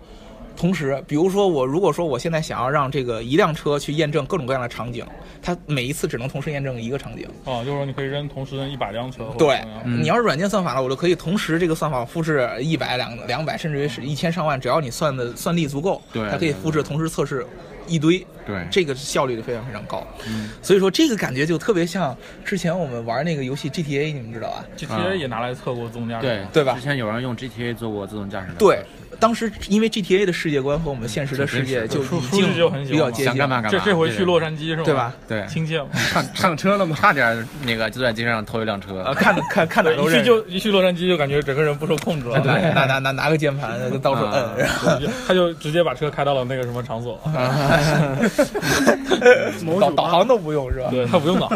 Speaker 1: 同时，比如说我如果说我现在想要让这个一辆车去验证各种各样的场景，它每一次只能同时验证一个场景。
Speaker 2: 哦，就是说你可以扔同时扔一百辆车，或者
Speaker 1: 对
Speaker 2: 怎么样，
Speaker 3: 嗯
Speaker 1: 你要是软件算法了，我就可以同时这个算法复制一百、两两百，甚至于是一千上万，只要你算的算力足够，
Speaker 3: 对
Speaker 1: 它可以复制同时测试一堆，
Speaker 3: 对
Speaker 1: 这个效率就非常非常高。
Speaker 2: 嗯
Speaker 1: 所以说这个感觉就特别像之前我们玩那个游戏 GTA，你们知道吧？
Speaker 3: 啊
Speaker 2: GTA 也拿来测过自动驾驶，
Speaker 3: 对
Speaker 1: 对吧
Speaker 3: 之前有人用 GTA 做过自动驾驶的，
Speaker 1: 对，当时因为 GTA 的世界观和我们现实的世界就
Speaker 2: 出
Speaker 1: 已
Speaker 2: 出
Speaker 1: 经
Speaker 2: 去就很喜
Speaker 1: 比较
Speaker 2: 欢嘛
Speaker 1: 接
Speaker 3: 想
Speaker 1: 近
Speaker 3: 干嘛
Speaker 1: 了，
Speaker 3: 干嘛。
Speaker 2: 这这回去洛
Speaker 3: 杉
Speaker 2: 杉矶是吗？
Speaker 1: 对吧？？
Speaker 3: 对
Speaker 2: 亲切嘛，
Speaker 3: 上上车了吗？啊差点那个就在街上偷一辆车
Speaker 1: 呃，看看看哪儿都
Speaker 2: [LAUGHS] 一去
Speaker 1: 认识。
Speaker 2: 就一去洛杉矶就感觉整个人不受控制了， [LAUGHS]
Speaker 1: 对，拿拿拿拿个键盘到处
Speaker 3: 啊
Speaker 1: 摁，然后
Speaker 2: 对，他就直接把车开到了那个什么场所， [LAUGHS]
Speaker 1: [LAUGHS]
Speaker 4: 某
Speaker 1: 导
Speaker 4: 酒吧
Speaker 1: 导航都不用是吧？
Speaker 2: 对他不用脑，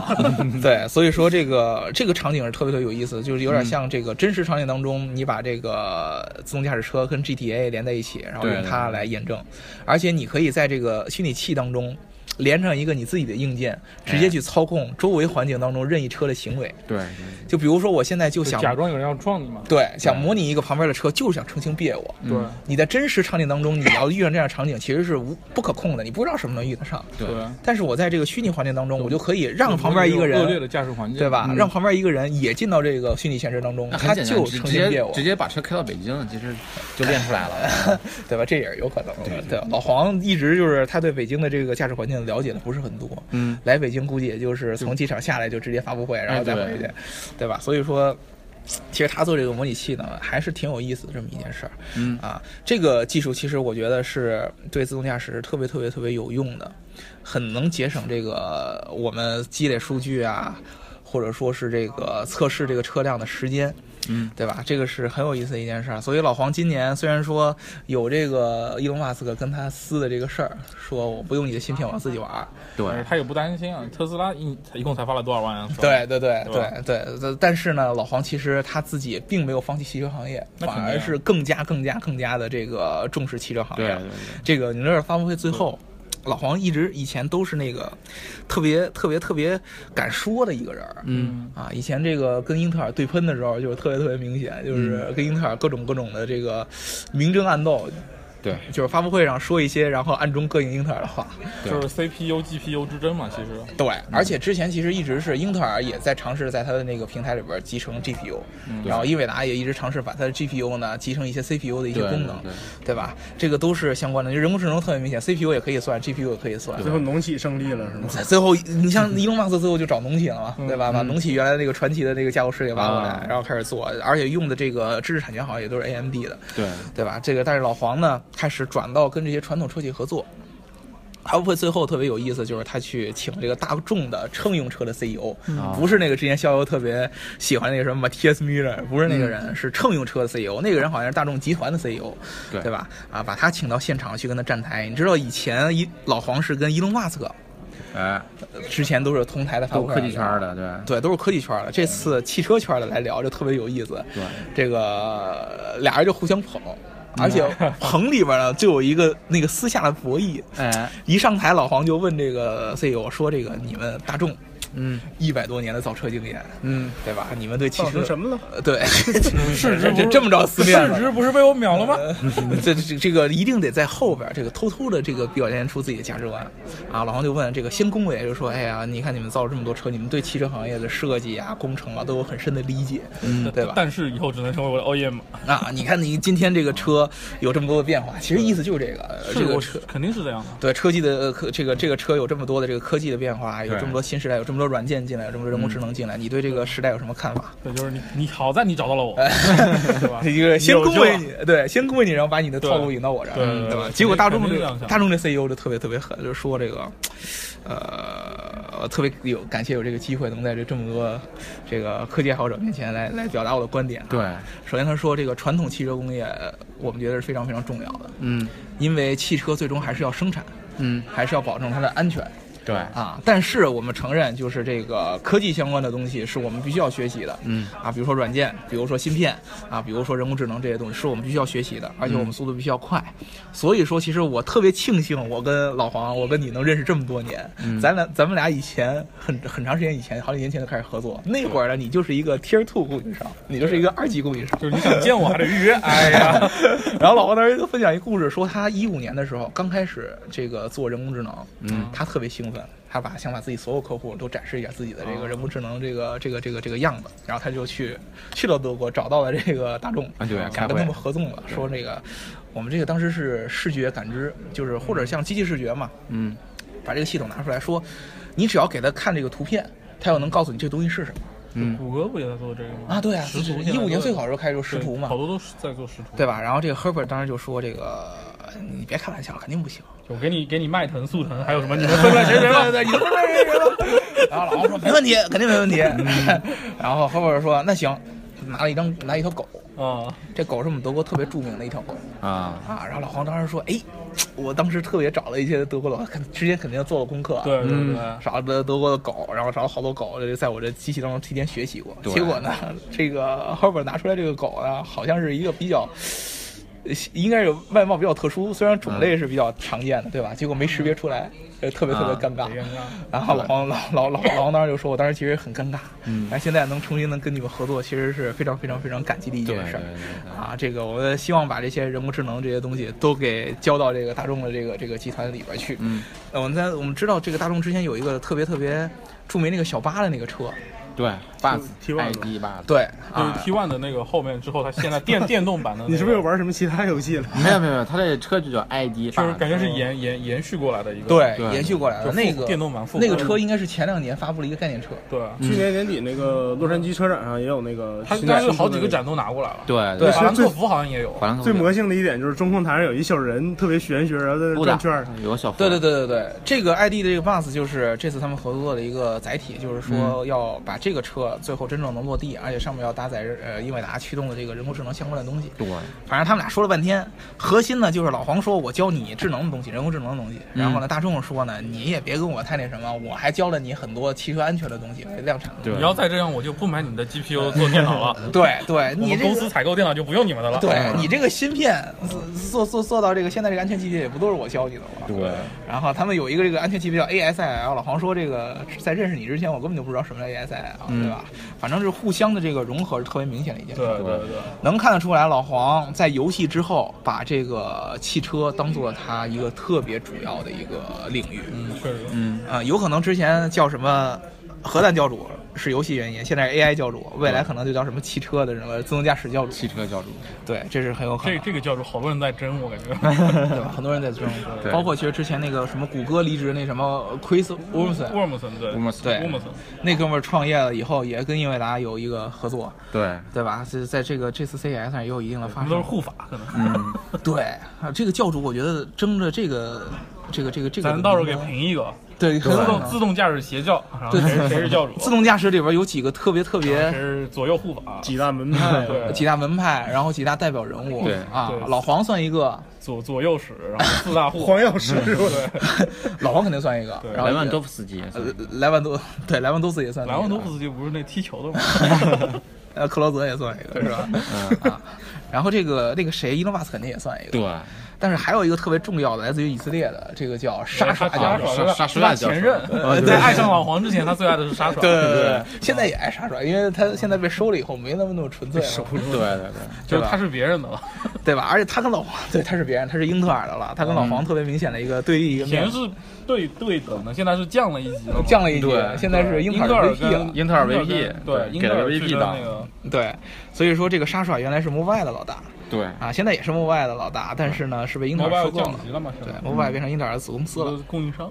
Speaker 1: 对，所以说这个这个场景是特别特别有意思，就是有点像这个真实场景当中，你把这个自动驾驶车跟 GTA 连在一起，然后
Speaker 3: 对
Speaker 1: 用它来验证，而且你可以在这个虚拟器当中连上一个你自己的硬件，直接去操控周围环境当中任意车的行为。
Speaker 3: 对，
Speaker 1: 就比如说我现在就
Speaker 2: 就
Speaker 1: 想
Speaker 2: 假装有人要撞你嘛，
Speaker 1: 对想模拟一个旁边的车，就是想成心别我。
Speaker 2: 对
Speaker 3: 嗯
Speaker 1: 你在真实场景当中，你要遇上这样的场景，其实是无不可控的，你不知道什么能遇得上。
Speaker 3: 对
Speaker 2: 对，
Speaker 1: 但是我在这个虚拟环境当中，我就可以让旁边一个人
Speaker 2: 恶劣的驾驶环境，
Speaker 1: 对吧？
Speaker 3: 嗯
Speaker 1: 让旁边一个人也进到这个虚拟现实当中，
Speaker 3: 那
Speaker 1: 他
Speaker 3: 很简单，
Speaker 1: 就
Speaker 3: 直
Speaker 1: 成
Speaker 3: 直
Speaker 1: 心别
Speaker 3: 接
Speaker 1: 我
Speaker 3: 直，接把车开到北京，其实就练出来了。
Speaker 1: 对吧？这也是有可能的。对，老黄一直就是他对北京的这个驾驶环境了解的不是很多，
Speaker 3: [LAUGHS] 嗯，哎
Speaker 1: 来北京估计也就是从机场下来就直接发布会，然后再回去，对吧？所以说。其实他做这个模拟器呢，还是挺有意思的这么一件事儿。
Speaker 3: 嗯
Speaker 1: 啊，这个技术其实我觉得是对自动驾驶是特别特别特别有用的，很能节省这个我们积累数据啊，或者说是这个测试这个车辆的时间。
Speaker 3: 嗯，
Speaker 1: 对吧？这个是很有意思的一件事儿。所以老黄今年虽然说有这个伊隆马斯克跟他撕的这个事儿，说我不用你的芯片，我自己玩儿。
Speaker 2: 哎
Speaker 3: 对，
Speaker 2: 他也不担心啊，特斯拉一一共才发了多少万啊？是吧
Speaker 1: 对，对对
Speaker 2: 对吧
Speaker 1: 对对对，但是呢，老黄其实他自己并没有放弃汽车行业，
Speaker 2: 那肯
Speaker 1: 反
Speaker 2: 定啊
Speaker 1: 而是更加更加更加的这个重视汽车行业。
Speaker 3: 对对对
Speaker 1: 这个你知道发布会最后，老黄一直以前都是那个特别特别特别敢说的一个人儿。
Speaker 3: 嗯，
Speaker 2: 嗯，
Speaker 1: 啊，以前这个跟英特尔对喷的时候，就是特别特别明显，
Speaker 2: 嗯
Speaker 1: 就是跟英特尔各种各种的这个明争暗斗，
Speaker 3: 对，
Speaker 1: 就是发布会上说一些，然后暗中膈应英特尔的话。
Speaker 3: 对
Speaker 2: 就是 CPU、GPU 之争嘛，其
Speaker 1: [LAUGHS]
Speaker 2: 实
Speaker 1: 对，
Speaker 3: 嗯
Speaker 1: 而且之前其实一直是英特尔也在尝试在它的那个平台里边集成 GPU，、然
Speaker 3: 嗯
Speaker 1: 后英伟达也一直尝试把它的 GPU 呢集成一些 CPU 的一些
Speaker 3: 对
Speaker 1: 功能，
Speaker 3: 对
Speaker 1: 对吧？这个都是相关的。人工智能特别明显，CPU 也可以算，GPU 也可以算。
Speaker 4: 最后农企胜利 [LAUGHS] 了是吗？
Speaker 1: 在最后，你
Speaker 3: [LAUGHS]
Speaker 1: 像伊隆马斯克最后就找农企了嘛，对吧？把农企原来那个传奇的那个架构师给挖过来
Speaker 3: 嗯啊，
Speaker 1: 然后开始做，而且用的这个知识产权好像也都是 AMD 的，
Speaker 3: 对，
Speaker 1: 对吧？这个，但是老黄呢，开始转到跟这些传统车企合作。发布会最后特别有意思，就是他去请这个大众的乘用车的 CEO，、不
Speaker 3: 嗯
Speaker 1: 是那个之前逍遥特别喜欢那个什么 T S Miller，不是
Speaker 3: 嗯
Speaker 1: 那个人，是乘用车的 CEO，那个人好像是大众集团的 CEO，
Speaker 3: 对
Speaker 1: 吧？啊，把他请到现场去跟他站台。你知道以前一老黄是跟伊隆马斯克
Speaker 3: 哎，
Speaker 1: 之前都是同台的发
Speaker 3: 都
Speaker 1: 布会
Speaker 3: 科技圈
Speaker 1: 聊
Speaker 3: 儿的，对，
Speaker 1: 对，都是科技圈儿的。这次汽车圈儿的来聊就特别有意思。
Speaker 3: 对，
Speaker 1: 这个俩人就互相捧，而且捧里边呢就有一个那个私下的博弈。
Speaker 3: 哎，
Speaker 1: 一上台，老黄就问这个 CEO 说：“这个你们大众
Speaker 3: 嗯
Speaker 1: 一百多年的造车经验，
Speaker 3: 嗯，
Speaker 1: 对吧？你们对汽
Speaker 4: 造
Speaker 1: 车
Speaker 4: 成什么了？
Speaker 1: 呃对，
Speaker 2: 市值
Speaker 1: [LAUGHS] 这
Speaker 2: 不是
Speaker 1: 这这么着撕面
Speaker 2: 市值不是被我
Speaker 1: [LAUGHS]
Speaker 2: 秒了吗？
Speaker 1: 嗯这这这个一定得在后边儿这个偷偷的这个表现出自己的价值观啊！老黄就问这个先恭维，就说：“哎呀，你看你们造了这么多车，你们对汽车行业的设计啊、工程啊都有很深的理解，嗯，对吧？
Speaker 2: 但是以后只能成为我的 E OEM，
Speaker 1: 啊，你看你今天这个车有这么多的变化，其实意思就是这个，呃这
Speaker 2: 是
Speaker 1: 个
Speaker 2: 我
Speaker 1: 车
Speaker 2: 肯定是这样的。
Speaker 1: 对车技的呃科这个这个车有这么多的这个科技的变化，有
Speaker 3: 对
Speaker 1: 这么多新时代，有这么多软件进来，有这么多人工智能进来，你对这个时代有什么看法？
Speaker 2: 对，就是你，你好在你找到了我，
Speaker 1: [LAUGHS]
Speaker 2: 对吧？
Speaker 1: 一呃个先
Speaker 2: 有
Speaker 1: 恭
Speaker 2: 救
Speaker 1: 维
Speaker 2: 了
Speaker 1: 你，对，先恭维你，然后把你的套路
Speaker 2: 对
Speaker 1: 引到我这儿，
Speaker 2: 对对
Speaker 1: 嗯
Speaker 2: 对
Speaker 1: 对吧？
Speaker 2: 对
Speaker 1: 结果大
Speaker 2: 肯
Speaker 1: 众
Speaker 2: 定
Speaker 1: 这
Speaker 2: 是这样想
Speaker 1: 大众这 CEO 就特别特别狠，就说这个，呃，特别有感谢有这个机会能在这这么多这个科技爱好者面前来来表达我的观点啊。
Speaker 3: 对，
Speaker 1: 首先他说这个传统汽车工业，呃我们觉得是非常非常重要的。
Speaker 3: 嗯
Speaker 1: 因为汽车最终还是要生产，
Speaker 3: 嗯，
Speaker 1: 还是要保证它的安全。
Speaker 3: 对，
Speaker 1: 啊，但是我们承认，就是这个科技相关的东西是我们必须要学习的。
Speaker 3: 嗯
Speaker 1: 啊，比如说软件，比如说芯片，啊，比如说人工智能这些东西，是我们必须要学习的，而且我
Speaker 3: 嗯
Speaker 1: 们速度必须要快。所以说，其实我特别庆幸，我跟老黄，我跟你能认识这么多年。
Speaker 3: 嗯
Speaker 1: 咱俩咱们俩以前很很长时间以前，好几年前就开始合作。那会儿呢，你就是一个 Tier Two 供应商，你就是一个二级供应商。
Speaker 2: 就是你想见我还得预约，
Speaker 1: [LAUGHS]
Speaker 2: 哎呀，
Speaker 1: 然后老黄当时就分享一故事，说他一五年的时候刚开始这个做人工智能，嗯，他特别兴奋，他把想把自己所有客户都展示一下自己的这个人工智能这个这个这个这个样子，然后他就去去了德国，找到了这个大众，
Speaker 3: 啊对开
Speaker 1: 想
Speaker 3: 会
Speaker 1: 跟他们合纵了，说这个我们这个当时是视觉感知，就是或者像机器视觉嘛，
Speaker 3: 嗯，
Speaker 1: 把这个系统拿出来说，你只要给他看这个图片，他就能告诉你这东西是什么
Speaker 2: 谷歌不也在做这个吗？
Speaker 1: 嗯啊？对啊，
Speaker 2: 识图现在
Speaker 1: 一五年
Speaker 2: 都
Speaker 1: 最好的时候开始就识图嘛
Speaker 2: 好，多都是在做识图。
Speaker 1: 对吧？然后这个 Herbert 当时就说这个你别开玩笑，肯定不行。
Speaker 2: 我给你给你迈腾、速腾，还有什么？你们
Speaker 1: [LAUGHS]
Speaker 2: 分了谁谁了？
Speaker 1: 对对，你说谁谁了？然后老王说没问题，肯定没问题。然后后边说那行，拿了一张拿一条狗，
Speaker 2: 啊，
Speaker 1: 这狗是我们德国特别著名的一条狗
Speaker 3: 啊，
Speaker 1: 啊。然后老黄当时说，哎，我当时特别找了一些德国老，肯之前肯定做了功课，
Speaker 2: [LAUGHS]
Speaker 1: 啊
Speaker 2: 对对对，
Speaker 1: 找了德国的狗，然后找了好多狗，在我这机器当中提前学习过。
Speaker 3: 对
Speaker 1: 结果呢，这个后边拿出来这个狗呢，好像是一个比较。呃应该是外貌比较特殊，虽然种
Speaker 3: 嗯
Speaker 1: 类是比较常见的，对吧？结果没识别出来，呃，特别特别
Speaker 3: 啊
Speaker 1: 尴尬。
Speaker 2: 别尴尬
Speaker 1: 然后老黄老老老老黄当时就说，我当时其实很尴尬，
Speaker 3: 嗯
Speaker 1: 但现在能重新能跟你们合作，其实是非常非常非常感激的一件
Speaker 3: 对对
Speaker 1: 事儿。
Speaker 3: 对对
Speaker 1: 啊，这个我们希望把这些人工智能这些东西都给交到这个大众的这个这个集团里边去。
Speaker 3: 嗯，
Speaker 1: 呃我们在我们知道这个大众之前有一个特别特别著名那个小巴的那个车，
Speaker 3: 对
Speaker 4: 提
Speaker 3: ，bus
Speaker 4: 腕子
Speaker 3: ID 吧，
Speaker 1: 对
Speaker 2: 就是
Speaker 1: 啊，
Speaker 2: T1 的那个后面之后，它现在电电动版的那 [LAUGHS] 个，
Speaker 4: 你是不是又玩什么其他游戏了？
Speaker 3: 没有没有没有，他这车 [LAUGHS] 就叫 ID，
Speaker 2: 就是
Speaker 3: bus
Speaker 2: 感觉是延延延续过来的一个
Speaker 1: 对，
Speaker 3: 对
Speaker 1: 延续过来
Speaker 2: 就
Speaker 1: 了。
Speaker 2: 复
Speaker 1: 那个
Speaker 2: 电动版复古
Speaker 1: 那个车应该是前两年发布了一个概念车，
Speaker 2: 对，啊
Speaker 4: 去年年底那个洛杉矶车展上也嗯有那个，
Speaker 2: 嗯它应该是好几个展都拿过来了。
Speaker 3: 对
Speaker 1: 对
Speaker 2: 法兰克福好像也有。
Speaker 3: 法兰克福
Speaker 4: 最魔性的一点就是中控台上有一小人特别玄学，然后在那
Speaker 3: 不
Speaker 4: 转
Speaker 3: 打
Speaker 4: 圈儿。
Speaker 3: 有个小
Speaker 1: 对对对对对，这个 ID 的这个 bus 就是这次他们合作的一个载体，就是说要把这个车最后真正能落地，而且上面要搭载呃英伟达驱动的这个人工智能相关的东西。
Speaker 3: 对，
Speaker 1: 反正他们俩说了半天，核心呢就是老黄说我教你智能的东西，人工智能的东西，
Speaker 3: 嗯
Speaker 1: 然后呢大众说呢你也别跟我太那什么，我还教了你很多汽车安全的东西，量产的。
Speaker 3: 对
Speaker 2: 你要再这样，我就不买你们的 GPU 做电脑 [LAUGHS] 了。
Speaker 1: 对对，
Speaker 2: 我
Speaker 1: 你
Speaker 2: 们
Speaker 1: 这
Speaker 2: 公
Speaker 1: 个
Speaker 2: 司嗯采购电脑就不用你们的了。
Speaker 1: 对你这个芯片做做做到这个现在这个安全级别也不都是我教你的吗？
Speaker 3: 对。
Speaker 1: 然后他们有一个这个安全级别叫 ASIL，老黄说这个在认识你之前，我根本就不知道什么叫 ASIL，、
Speaker 3: 嗯
Speaker 1: 对吧？反正是互相的这个融合是特别明显的一件事。
Speaker 2: 对对对，
Speaker 1: 能看得出来，老黄在游戏之后把这个汽车当做他一个特别主要的一个领域。
Speaker 2: 嗯，确实。
Speaker 3: 嗯，
Speaker 1: 啊、有可能之前叫什么核弹教主是游戏原因，现在是 AI 教主，未来可能就叫什么汽车的什么自动驾驶教主。
Speaker 3: 汽车教主，
Speaker 1: 对，这是很有可能
Speaker 2: 这
Speaker 1: 的。
Speaker 2: 这个教主好多人在争，我感觉。
Speaker 1: [LAUGHS] 对吧？很多人在争，
Speaker 3: 对
Speaker 1: 包括其实之前那个什么谷歌离职那什么 Chris Wilson，
Speaker 2: 沃姆森嗯对，
Speaker 3: 乌姆森
Speaker 1: 对
Speaker 2: 沃姆森，
Speaker 1: 那哥们儿创业了以后，也跟英伟达有一个合作，
Speaker 3: 对，
Speaker 1: 对吧？这在这个这次 CES 上也有一定的
Speaker 2: 他
Speaker 1: 发
Speaker 2: 们都是
Speaker 1: 生。
Speaker 2: 护法，可能。
Speaker 3: 嗯，
Speaker 1: 对啊，这个教主我觉得争着这个这个这个这个，
Speaker 2: 咱到时候给评一个
Speaker 1: 对，
Speaker 2: 自
Speaker 1: 很有可
Speaker 2: 动
Speaker 1: 能
Speaker 2: 自动驾驶邪教，然后谁是谁是教主，
Speaker 1: 自动驾驶里边有几个特别特
Speaker 2: 谁
Speaker 1: 别
Speaker 2: 是左右护法，
Speaker 4: 几大门
Speaker 1: [LAUGHS]
Speaker 4: 派，
Speaker 2: 对
Speaker 1: 几大门派，然后几大代表人物，
Speaker 3: 对
Speaker 1: 啊
Speaker 2: 对，
Speaker 1: 老黄算一个， [LAUGHS]
Speaker 2: 左左右使，然后四大 [LAUGHS] 护法。
Speaker 4: 黄药师是吧？
Speaker 1: 老黄肯定算一个，
Speaker 2: 对
Speaker 1: 然后
Speaker 3: 莱万多夫斯基也
Speaker 1: 呃
Speaker 3: 算，
Speaker 1: 莱万多对莱万多斯也算一个，
Speaker 2: 莱万多夫斯基不是那踢球的吗？
Speaker 1: 呃，克劳泽也算一个，是吧？啊，然后这个那个谁，伊隆马斯肯定也算
Speaker 3: [LAUGHS]
Speaker 1: 一个，
Speaker 3: 嗯对，
Speaker 1: 但是还有一个特别重要的，来自于以色列的，这个叫沙
Speaker 2: 沙
Speaker 1: 耍
Speaker 2: 沙
Speaker 1: 教
Speaker 3: 耍
Speaker 1: 授。
Speaker 2: 耍
Speaker 3: 杀手
Speaker 2: 他
Speaker 3: 大教授
Speaker 2: 前任
Speaker 3: 啊对
Speaker 2: 在爱上老黄之前，他最爱的是沙耍。
Speaker 1: 对对对对，现在也爱沙耍，因为他现在被收了以后没那么那么纯粹了，
Speaker 3: 对对
Speaker 2: 就是他是别人的了。
Speaker 1: 对吧？而且他跟老黄，对，他是别人，他是英特尔的了，他跟老黄特别明显的一个对立一个
Speaker 2: 以前
Speaker 1: 面，
Speaker 2: 是对对等的，现在是降了一级了嘛。
Speaker 1: 降了一级
Speaker 3: 对，
Speaker 1: 现在是
Speaker 2: 英
Speaker 1: 英特尔
Speaker 2: 尔
Speaker 1: 的 VP
Speaker 2: 跟
Speaker 1: 了。
Speaker 3: 英特尔
Speaker 2: 跟
Speaker 3: VP
Speaker 2: 对，
Speaker 3: 对
Speaker 2: 英
Speaker 3: 给
Speaker 2: 特
Speaker 3: 了
Speaker 2: 尔
Speaker 3: VP
Speaker 2: 去跟
Speaker 3: 党
Speaker 2: 那个
Speaker 1: 对，所以说这个沙耍原来是 Mobile 的老大
Speaker 3: 对对，
Speaker 1: 啊，现在也是 Mobile 的老大，但是呢是被英特
Speaker 2: 摩
Speaker 1: 尔
Speaker 2: 拜
Speaker 1: 收购
Speaker 2: 降
Speaker 1: 了，
Speaker 2: 级了嗯嘛？现
Speaker 1: 对
Speaker 2: 在
Speaker 1: ，Mobile 变成英特尔的子公司了。
Speaker 2: 供应商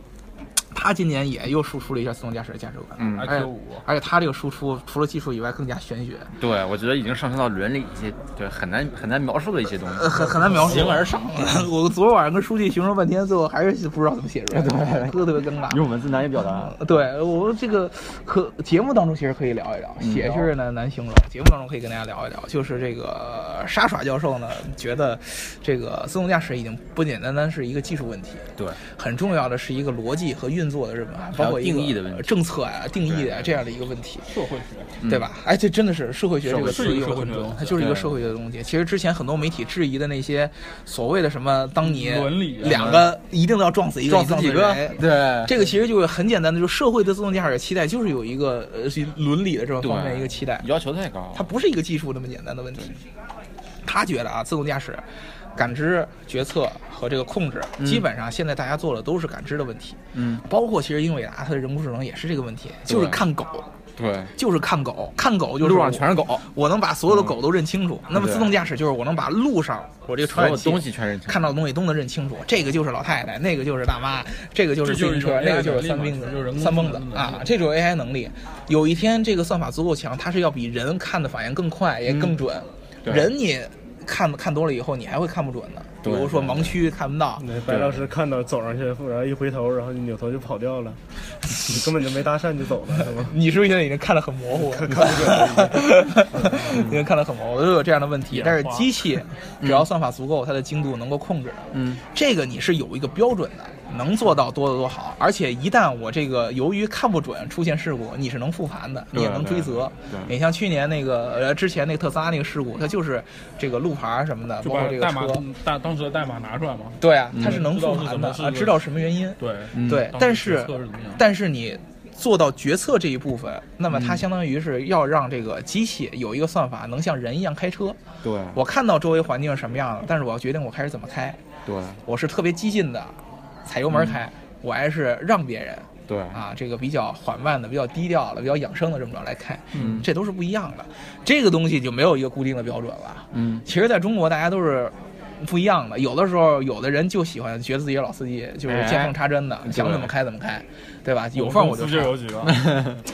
Speaker 1: 他今年也又输出了一下自动驾驶的价值观，
Speaker 3: 嗯
Speaker 1: 而
Speaker 2: IQ
Speaker 1: 且
Speaker 2: 五。
Speaker 1: 而且他这个输出除了技术以外更加玄学，
Speaker 3: 对，我觉得已经上升到伦理一些，对，很难很难描述的一些东西。
Speaker 1: 呃，很很难描述。形而上， [LAUGHS] 我昨天晚上跟书记形容半天，最后还是不知道怎么写出来，对，特别尴尬。
Speaker 3: [LAUGHS] 用文字难以表达。
Speaker 1: 对我们这个可节目当中其实可以聊一聊，写确实难难形容。节目当中可以跟大家聊一聊，就是这个沙耍教授呢，觉得这个自动驾驶已经不简单单是一个技术问题，
Speaker 3: 对，
Speaker 1: 很重要的是一个逻辑和运运作的日本啊，包括一个
Speaker 3: 定义的问题
Speaker 1: 政策啊、定义啊这样的一个问题，
Speaker 2: 社会学，
Speaker 1: 对吧？哎，这真的是社会学这个
Speaker 2: 是
Speaker 1: 词
Speaker 2: 一
Speaker 1: 有
Speaker 2: 个社会
Speaker 1: 很
Speaker 2: 学的
Speaker 1: 多
Speaker 2: 东，西
Speaker 1: 它就是一个社会学的东西。其实之前很多媒体质疑的那些所谓的什么，当你
Speaker 2: 伦理啊
Speaker 1: 两个一定要撞死一个，
Speaker 3: 撞死
Speaker 1: 一
Speaker 3: 几
Speaker 1: 定要
Speaker 3: 个
Speaker 1: 死人？
Speaker 3: 对，
Speaker 1: 这个其实就是很简单的，就是社会对自动驾驶的期待，就是有一个呃是伦理的这种方面
Speaker 3: 对
Speaker 1: 一个期待。
Speaker 3: 要求太高
Speaker 1: 它。不是一个技术那么简单的问题。他觉得啊，自动驾驶、感知、决策和这个控制，基本上现在大家做的都是感知的问题。
Speaker 3: 嗯，
Speaker 1: 包括其实英伟达它的人工智能也是这个问题，就是看狗，
Speaker 3: 对，
Speaker 1: 就是看狗，看狗就是
Speaker 3: 路上全是狗嗯
Speaker 1: 我，我能把所有的狗都认清楚。那么自动驾驶就是我能把路上我这个
Speaker 3: 所
Speaker 1: 传
Speaker 3: 有
Speaker 1: 感器
Speaker 3: 东西全是
Speaker 1: 看到的东西都能认清楚，这个就是老太太，那个就是大妈，这个就是自行车，那
Speaker 2: 这
Speaker 1: 个
Speaker 2: 就
Speaker 1: 就
Speaker 2: 是一种
Speaker 1: 是
Speaker 2: AI
Speaker 1: 三蹦子三蹦子
Speaker 2: 能力嘛就是人，工智能的能
Speaker 1: 啊
Speaker 2: 力，
Speaker 1: 这种 AI 能力，有一天这个算法足够强，它是要比人看的反应更快，也
Speaker 2: 嗯
Speaker 1: 更准。
Speaker 3: 对
Speaker 1: 人你看看多了以后，你还会看不准的，比
Speaker 3: 对
Speaker 1: 如说盲区看不到。
Speaker 4: 那 [LAUGHS] 白老师看到走上去，然后一回头，然后就扭头就跑
Speaker 1: [LAUGHS]
Speaker 4: 掉了，你根本就没搭讪就走了，是吗？
Speaker 1: 你是不是现在已经看得很模糊？ [LAUGHS] 已经看得很模糊，都有这样的问题。但是机器
Speaker 2: 嗯
Speaker 1: 只要算法足够，它的精度能够控制，
Speaker 3: 嗯，
Speaker 1: 这个你是有一个标准的，能做到多的多好。而且一旦我这个由于看不准出现事故，你是能复盘的，你也
Speaker 3: 对
Speaker 1: 能追责。
Speaker 3: 对
Speaker 1: 你像去年那个呃之前那个特斯拉那个事故，它就是这个路牌什么的，
Speaker 2: 就
Speaker 1: 包括
Speaker 2: 把
Speaker 1: 这个
Speaker 2: 代码
Speaker 1: 车，
Speaker 2: 代当时的代码拿出来嘛。
Speaker 1: 对啊，它是能
Speaker 2: 知道
Speaker 1: 复
Speaker 2: 是
Speaker 1: 盘
Speaker 2: 怎
Speaker 1: 的
Speaker 2: 么是
Speaker 1: 啊，
Speaker 2: 个
Speaker 1: 知道什么原因。
Speaker 2: 对，
Speaker 3: 嗯
Speaker 1: 对，
Speaker 2: 当
Speaker 1: 但是
Speaker 2: 时决策是怎么样
Speaker 1: 但是你做到决策这一部分，那
Speaker 3: 嗯
Speaker 1: 么它相当于是要让这个机器有一个算法能像人一样开车。
Speaker 3: 对
Speaker 1: 我看到周围环境是什么样的，但是我要决定我开始怎么开，
Speaker 3: 对
Speaker 1: 我是特别激进的，踩油门开，我还是让别人。
Speaker 3: 对
Speaker 1: 啊，这个比较缓慢的、比较低调的、比较养生的这么着来开，嗯，这都是不一样的。这个东西就没有一个固定的标准了。 [LAUGHS]
Speaker 3: 嗯，
Speaker 1: 其实在中国大家都是不一样的，有的时候有的人就喜欢觉得自己是老司机，就是见缝插针的，想怎么开怎么开，对吧？有缝我就
Speaker 2: 就
Speaker 1: 插，
Speaker 2: 有几个，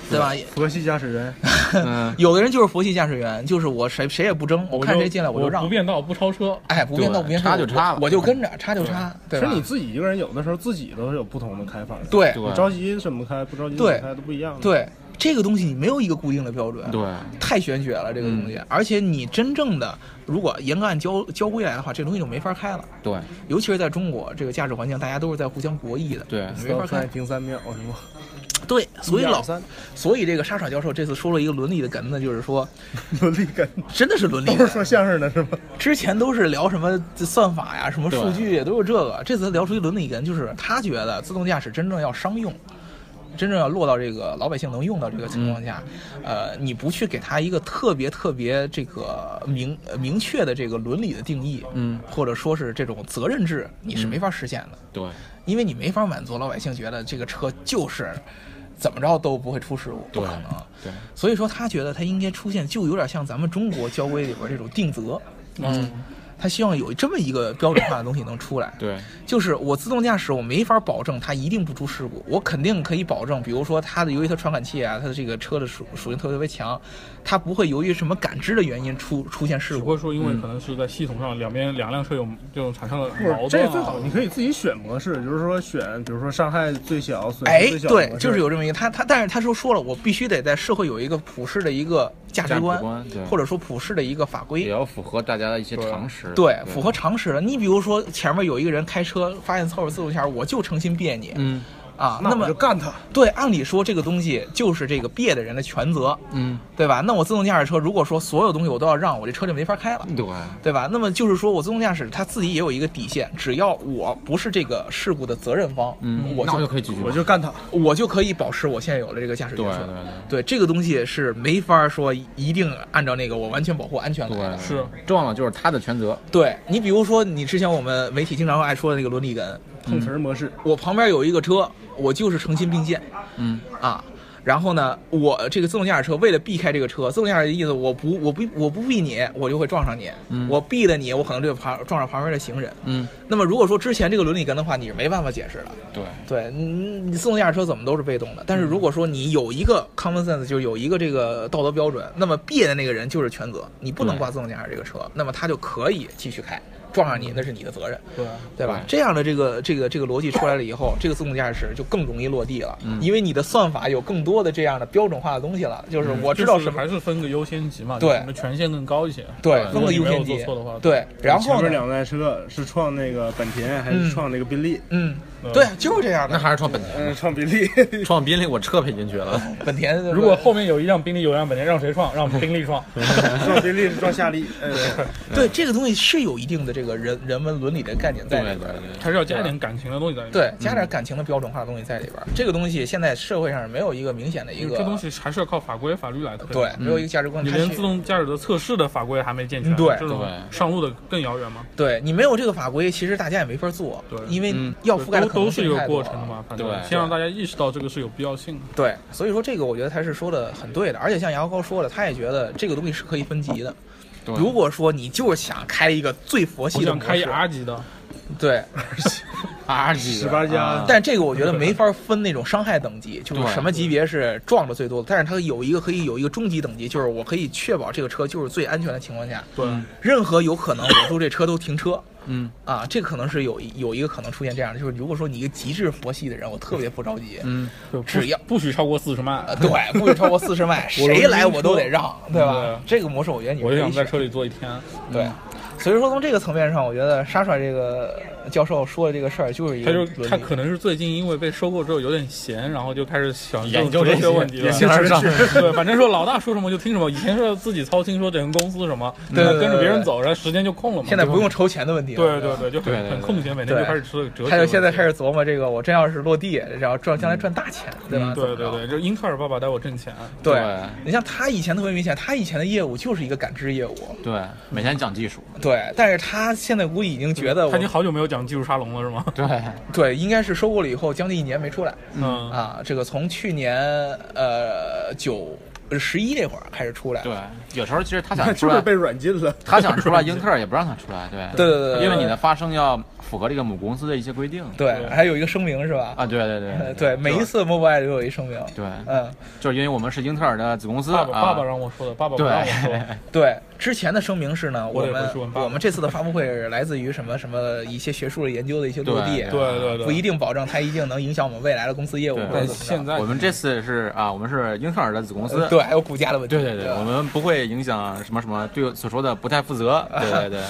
Speaker 1: 对吧？
Speaker 4: 佛系驾驶员，
Speaker 3: 嗯，
Speaker 1: 有的人就是佛系驾驶员，就是我谁谁也不争，我看谁进来
Speaker 2: 我
Speaker 1: 我就
Speaker 2: 不
Speaker 1: 让。
Speaker 2: 变道不超车，
Speaker 1: 哎，不变道
Speaker 3: 对
Speaker 1: 不变
Speaker 3: 插就插了
Speaker 1: 我就跟着插就插，
Speaker 4: 其
Speaker 1: 对
Speaker 4: 实
Speaker 1: 吧
Speaker 4: 你？自己一个人有的时候自己都是有不同的开法的，
Speaker 1: 对
Speaker 3: 对
Speaker 4: 你着急怎么开，不着急怎
Speaker 1: 对
Speaker 4: 么开都不一样的。
Speaker 1: 对，这个东西你没有一个固定的标准，
Speaker 3: 对
Speaker 1: 太玄学了这个东西。而且你真正的如果严格按交交规来的话，这东西就没法开了。
Speaker 3: 对
Speaker 1: 尤其是在中国这个价值环境，大家都是在互相博弈的，
Speaker 3: 对
Speaker 1: 没法
Speaker 4: Stop
Speaker 1: 开
Speaker 4: sign。停三秒是吗？
Speaker 1: 对， [LAUGHS] 所以
Speaker 4: 一二
Speaker 1: 老
Speaker 4: 三
Speaker 1: 所以这个沙场教授这次说了一个伦理的梗呢，就是说
Speaker 4: 伦理
Speaker 1: [LAUGHS]
Speaker 4: 感
Speaker 1: 真的是伦理
Speaker 4: 都是
Speaker 1: [LAUGHS] 梗。
Speaker 4: 说相声的是吗？
Speaker 1: 之前都是聊什么算法呀、什么数
Speaker 3: 对
Speaker 1: 据，都是这个。这次他聊出一伦理根，就是他觉得自动驾驶真正要商用，真正要落到这个老百姓能用到这个情况下，
Speaker 3: 嗯
Speaker 1: 呃，你不去给他一个特别特别这个明呃明确的这个伦理的定义，
Speaker 3: 嗯，
Speaker 1: 或者说是这种责任制，你是没法实现的，
Speaker 3: 对
Speaker 1: 因为你没法满足老百姓觉得这个车就是怎么着都不会出事故，不
Speaker 3: 对
Speaker 1: 可能。
Speaker 3: 对，
Speaker 1: 所以说他觉得他应该出现，就有点像咱们中国交规里边这种定责，啊
Speaker 3: 嗯，
Speaker 1: 他希望有这么一个标准化的东西能出来。
Speaker 3: 对
Speaker 1: 就是我自动驾驶，我没法保证它一定不出事故，我肯定可以保证，比如说它的由于它传感器啊，它的这个车的属属性特别特别强，它不会由于什么感知的原因出 [LAUGHS] 出现事
Speaker 2: 只不
Speaker 1: 故。
Speaker 2: 过说因为可能是在系统上两边两辆车有这种产生了
Speaker 4: 不是，
Speaker 2: 矛盾
Speaker 4: 这
Speaker 2: 啊，
Speaker 4: 最好你可以自己选模式，就是说选，比如说伤害最小、损
Speaker 1: 哎
Speaker 4: 失最，小模式。
Speaker 1: 对，就是有这么一个他他，但是他说说了，我必须得在社会有一个普世的一个价值观，
Speaker 3: 价值观对
Speaker 1: 或者说普世的一个法规
Speaker 3: 也，要符合大家的一些常识，
Speaker 1: 对，符合常识的。你比如说前面有一个人开车发现凑合自动驾驶，我就诚心别你，
Speaker 3: 嗯
Speaker 1: 啊，
Speaker 4: 那
Speaker 1: 么
Speaker 4: 我就干他。
Speaker 1: 对，按理说这个东西就是这个别的人的全责，
Speaker 3: 嗯，
Speaker 1: 对吧？那我自动驾驶车如果说所有东西我都要让，我这车就没法开了。
Speaker 3: 对
Speaker 1: 对吧？那么就是说，我自动驾驶它自己也有一个底线，只要我不是这个事故的责任方，
Speaker 3: 嗯，
Speaker 1: 我
Speaker 3: 那我
Speaker 1: 就
Speaker 3: 就可以继续玩，
Speaker 4: 我就干他，
Speaker 1: 我就可以保持我现在有的这个驾驶决
Speaker 3: 对
Speaker 1: 策。
Speaker 3: 对对
Speaker 1: 对这个东西是没法说一定按照那个我完全保护安全来的
Speaker 3: 对，。
Speaker 2: 是
Speaker 3: 重要的就是他的全责，
Speaker 1: 对你比如说，你之前我们媒体经常爱说的那个伦理梗，
Speaker 4: 碰瓷儿模式。
Speaker 1: 我旁边有一个车，我就是诚心并线
Speaker 3: 嗯
Speaker 1: 啊。然后呢，我这个自动驾驶车为了避开这个车，自动驾驶的意思，我不，我不，我不避你，我就会撞上你。我避了你，我可能就旁撞上旁边的行人。
Speaker 3: 嗯，
Speaker 1: 那么如果说之前这个伦理根的话，你是没办法解释的。
Speaker 3: 对
Speaker 1: 对，你你自动驾驶车怎么都是被动的。但是如果说你有一个 common sense，就是有一个这个道德标准，那么别的那个人就是全责，你不能
Speaker 3: 对
Speaker 1: 挂自动驾驶这个车，那么他就可以继续开，撞上你那是你的责任。
Speaker 2: 对，
Speaker 1: 对吧
Speaker 3: 对？
Speaker 1: 这样的这个这个这个逻辑出来了以后，这个自动驾驶就更容易落地了，
Speaker 2: 嗯
Speaker 1: 因为你的算法有更多的这样的标准化的东西了，就是我知道
Speaker 2: 就是
Speaker 1: 什么
Speaker 2: 还是分个优先级嘛，
Speaker 1: 对
Speaker 2: 就是你的权限更高一些，
Speaker 1: 对
Speaker 2: 嗯如
Speaker 1: 分
Speaker 2: 果
Speaker 1: 个
Speaker 2: 你
Speaker 1: 优
Speaker 2: 没有
Speaker 1: 先级
Speaker 2: 做错的话，，
Speaker 1: 对，然
Speaker 4: 前
Speaker 1: 后
Speaker 4: 面
Speaker 1: 呢，
Speaker 4: 两台车是创那个本田还是
Speaker 1: 嗯
Speaker 4: 创那个宾利？
Speaker 1: 嗯，对，就是这样
Speaker 5: 那
Speaker 1: 的。
Speaker 5: 还是创本田，
Speaker 4: 嗯，创比 [LAUGHS] 例，
Speaker 5: 创宾利我彻配进去了。
Speaker 1: 本田
Speaker 2: 如果后面有一辆宾利，有一辆本田，让谁创？让宾利
Speaker 1: [LAUGHS]
Speaker 2: 创。
Speaker 4: 撞比例是撞夏利，嗯，
Speaker 1: 对这个东西是有一定的这个人人文伦理的概念在里
Speaker 5: 对
Speaker 1: 边
Speaker 5: 对
Speaker 1: 的。
Speaker 5: 对，
Speaker 2: 还是要加一点感情的东西在里面。
Speaker 1: 对，加点感情的标准化的东西在里边儿。这个东西现在社会上没有一个明显的一
Speaker 2: 因
Speaker 1: 个
Speaker 2: 为这东西还是要靠法规法律来推。
Speaker 1: 对，，没有一个价值观。
Speaker 2: 你
Speaker 1: 它
Speaker 2: 连
Speaker 1: 是
Speaker 2: 自动驾驶的测试的法规还没健全，
Speaker 1: 嗯对
Speaker 2: 这种
Speaker 5: 对
Speaker 2: 上路的更遥远嘛。
Speaker 1: 对你没有这个法规，其实大家也没法做，
Speaker 2: 对
Speaker 1: 因为
Speaker 5: 嗯
Speaker 1: 要覆盖的
Speaker 2: 都
Speaker 1: 可能
Speaker 2: 都是
Speaker 1: 性
Speaker 2: 有
Speaker 1: 太多
Speaker 2: 过
Speaker 1: 了
Speaker 2: 程的嘛，反正
Speaker 5: 对
Speaker 2: 先让大家意识到这个是有必要性的。
Speaker 1: 对，所以说这个我觉得他是说的很对的，而且像牙膏说的，他也觉得这个东西是可以分级的。
Speaker 5: 对
Speaker 1: 如果说你就是想开一个最佛
Speaker 2: 我
Speaker 1: 系的
Speaker 2: 想
Speaker 1: 模
Speaker 2: 开一
Speaker 1: 式，
Speaker 2: R 啊级的，
Speaker 1: 对，
Speaker 5: 八级
Speaker 4: 十八加
Speaker 1: 但这个我觉得没法分那种伤害等级，就是
Speaker 5: 对
Speaker 1: 什么级别是撞的最多的，但是它有一个可以有一个终极等级，就是我可以确保这个车就是最安全的情况下，
Speaker 2: 对，
Speaker 1: 任何有可能我说这车都停车。
Speaker 5: 嗯
Speaker 1: 啊，这可能是有一有一个可能出现这样的，就是如果说你一个极致佛系的人，我特别不着急，
Speaker 5: 嗯，
Speaker 2: 就不
Speaker 1: 只要
Speaker 2: 不许超过四十迈
Speaker 1: 呃，，对，不许超过四十迈，
Speaker 2: [LAUGHS] 我容易
Speaker 1: 谁来我都得让，对吧
Speaker 2: 对？
Speaker 1: 这个模式我觉得你
Speaker 2: 我
Speaker 1: 可
Speaker 2: 就
Speaker 1: 以
Speaker 2: 想在
Speaker 1: 选
Speaker 2: 车嗯里坐一天。啊
Speaker 1: 对，所以说从这个层面上，我觉得沙帅这个教授说的这个事儿就是一
Speaker 2: 他
Speaker 1: 个
Speaker 2: 就
Speaker 1: 伦理
Speaker 2: 他可能是最近因为被收购之后有点闲，然后就开始想
Speaker 5: 研究这
Speaker 2: 这些
Speaker 5: 些
Speaker 2: 问题了
Speaker 5: 也。形而
Speaker 3: [LAUGHS]
Speaker 5: 上，
Speaker 2: [LAUGHS] 对，反正说老大说什么就听什么。以前是自己操心，说整个公司什么，
Speaker 1: 对对对
Speaker 2: 跟着别人
Speaker 1: 对
Speaker 2: 走，然后时间就空了嘛。
Speaker 1: 现在不用筹钱的问题了，
Speaker 2: 对
Speaker 1: 吧
Speaker 2: 对对，就
Speaker 5: 对
Speaker 2: 很
Speaker 5: 对
Speaker 2: 很
Speaker 5: 对
Speaker 2: 空闲，每天
Speaker 1: 对
Speaker 2: 就开始折折。
Speaker 1: 他就现在开始。琢磨这个，我真要是落地，然后赚将来赚大钱，对吧？
Speaker 2: 嗯对
Speaker 1: 怎
Speaker 2: 对
Speaker 1: 么着
Speaker 2: 对，就英特尔爸爸带我
Speaker 1: [LAUGHS]
Speaker 2: 挣钱，
Speaker 1: 对。你像他以前特别明显，他以前的业务就是一个感知业务，
Speaker 5: 对，每天讲技术，
Speaker 1: 对。但是他现在估计已经觉
Speaker 5: 嗯
Speaker 1: 得我
Speaker 2: 他已经好久没有讲技术沙龙了，是吗？
Speaker 5: 对，
Speaker 1: 对，应该是收购了以后将近一年没出来
Speaker 2: 嗯，
Speaker 1: 啊。这个从去年呃九十一那会儿开始出来，
Speaker 5: 对，有时候其实他想出
Speaker 4: [LAUGHS] 就是
Speaker 5: 来
Speaker 4: 被，软禁了。
Speaker 5: 他想出来，英特尔也不让他出来，对，
Speaker 1: 对对对对对
Speaker 5: 因为你的发声要符合这个母公司的一些规定。
Speaker 1: 对，还有一个声明是吧？
Speaker 5: 啊，对对
Speaker 1: 呃
Speaker 5: 对
Speaker 1: 对，每一次 Mobile 都有一声明。
Speaker 5: 对，
Speaker 1: 嗯，
Speaker 5: 就是因为我们是英特尔的子公司
Speaker 2: 爸爸爸爸
Speaker 5: 啊，
Speaker 2: 让我说的，爸爸不让我说。
Speaker 5: 对，
Speaker 1: 对，之前的声明是呢，我
Speaker 2: 我得回
Speaker 1: 们
Speaker 2: 去问爸爸
Speaker 1: 我们这次的发布会是来自于什么什么一些学术的研究的一些落地，
Speaker 5: 对
Speaker 2: 对对对，
Speaker 1: 不一定保证它一定能影响我们未来的公司业务
Speaker 5: 对
Speaker 1: 或者
Speaker 2: 但
Speaker 1: 怎么
Speaker 2: 现
Speaker 1: 着。
Speaker 2: 在
Speaker 5: 我们这次是啊，我们是英特尔的子公司
Speaker 1: 呃。对，还有股价的问题。
Speaker 5: 对对对，我们不会影响什么什么对所说的不太负责。对对对，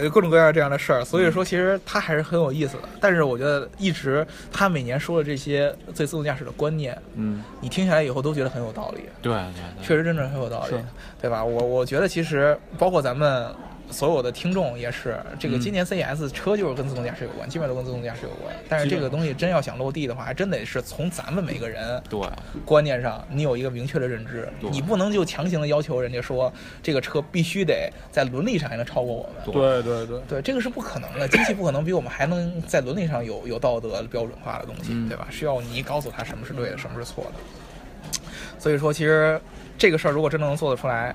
Speaker 1: 对各种各样这样的事儿，所以说其实它还是很有意思的。但是我觉得一直他每年说的这些对自动驾驶的观念，
Speaker 5: 嗯，
Speaker 1: 你听下来以后都觉得很有道理，
Speaker 5: 对对
Speaker 1: 确实真的很有道理
Speaker 2: 是，
Speaker 1: 对吧？我我觉得其实包括咱们。所有的听众也是，这个
Speaker 5: 嗯
Speaker 1: 今年 CES 车就是跟自动驾驶有关，基本都跟自动驾驶有关。但是
Speaker 2: 基
Speaker 1: 这
Speaker 2: 本
Speaker 1: 个东西真要想落地的话，还真得是从咱们每个人
Speaker 5: 对对，
Speaker 1: 观念上，你有一个明确的认知，
Speaker 5: 对
Speaker 1: 你不能就强行的要求人家说这个车必须得在伦理上还能超过我们。
Speaker 2: 对对对，
Speaker 1: 对，这个是不可能的，机器不可能比我们还能在伦理上有有道德标准化的东西，
Speaker 5: 嗯
Speaker 1: 对吧？需要你告诉他什么是对的，什么是错的。所以说，其实这个事儿如果真的能做得出来，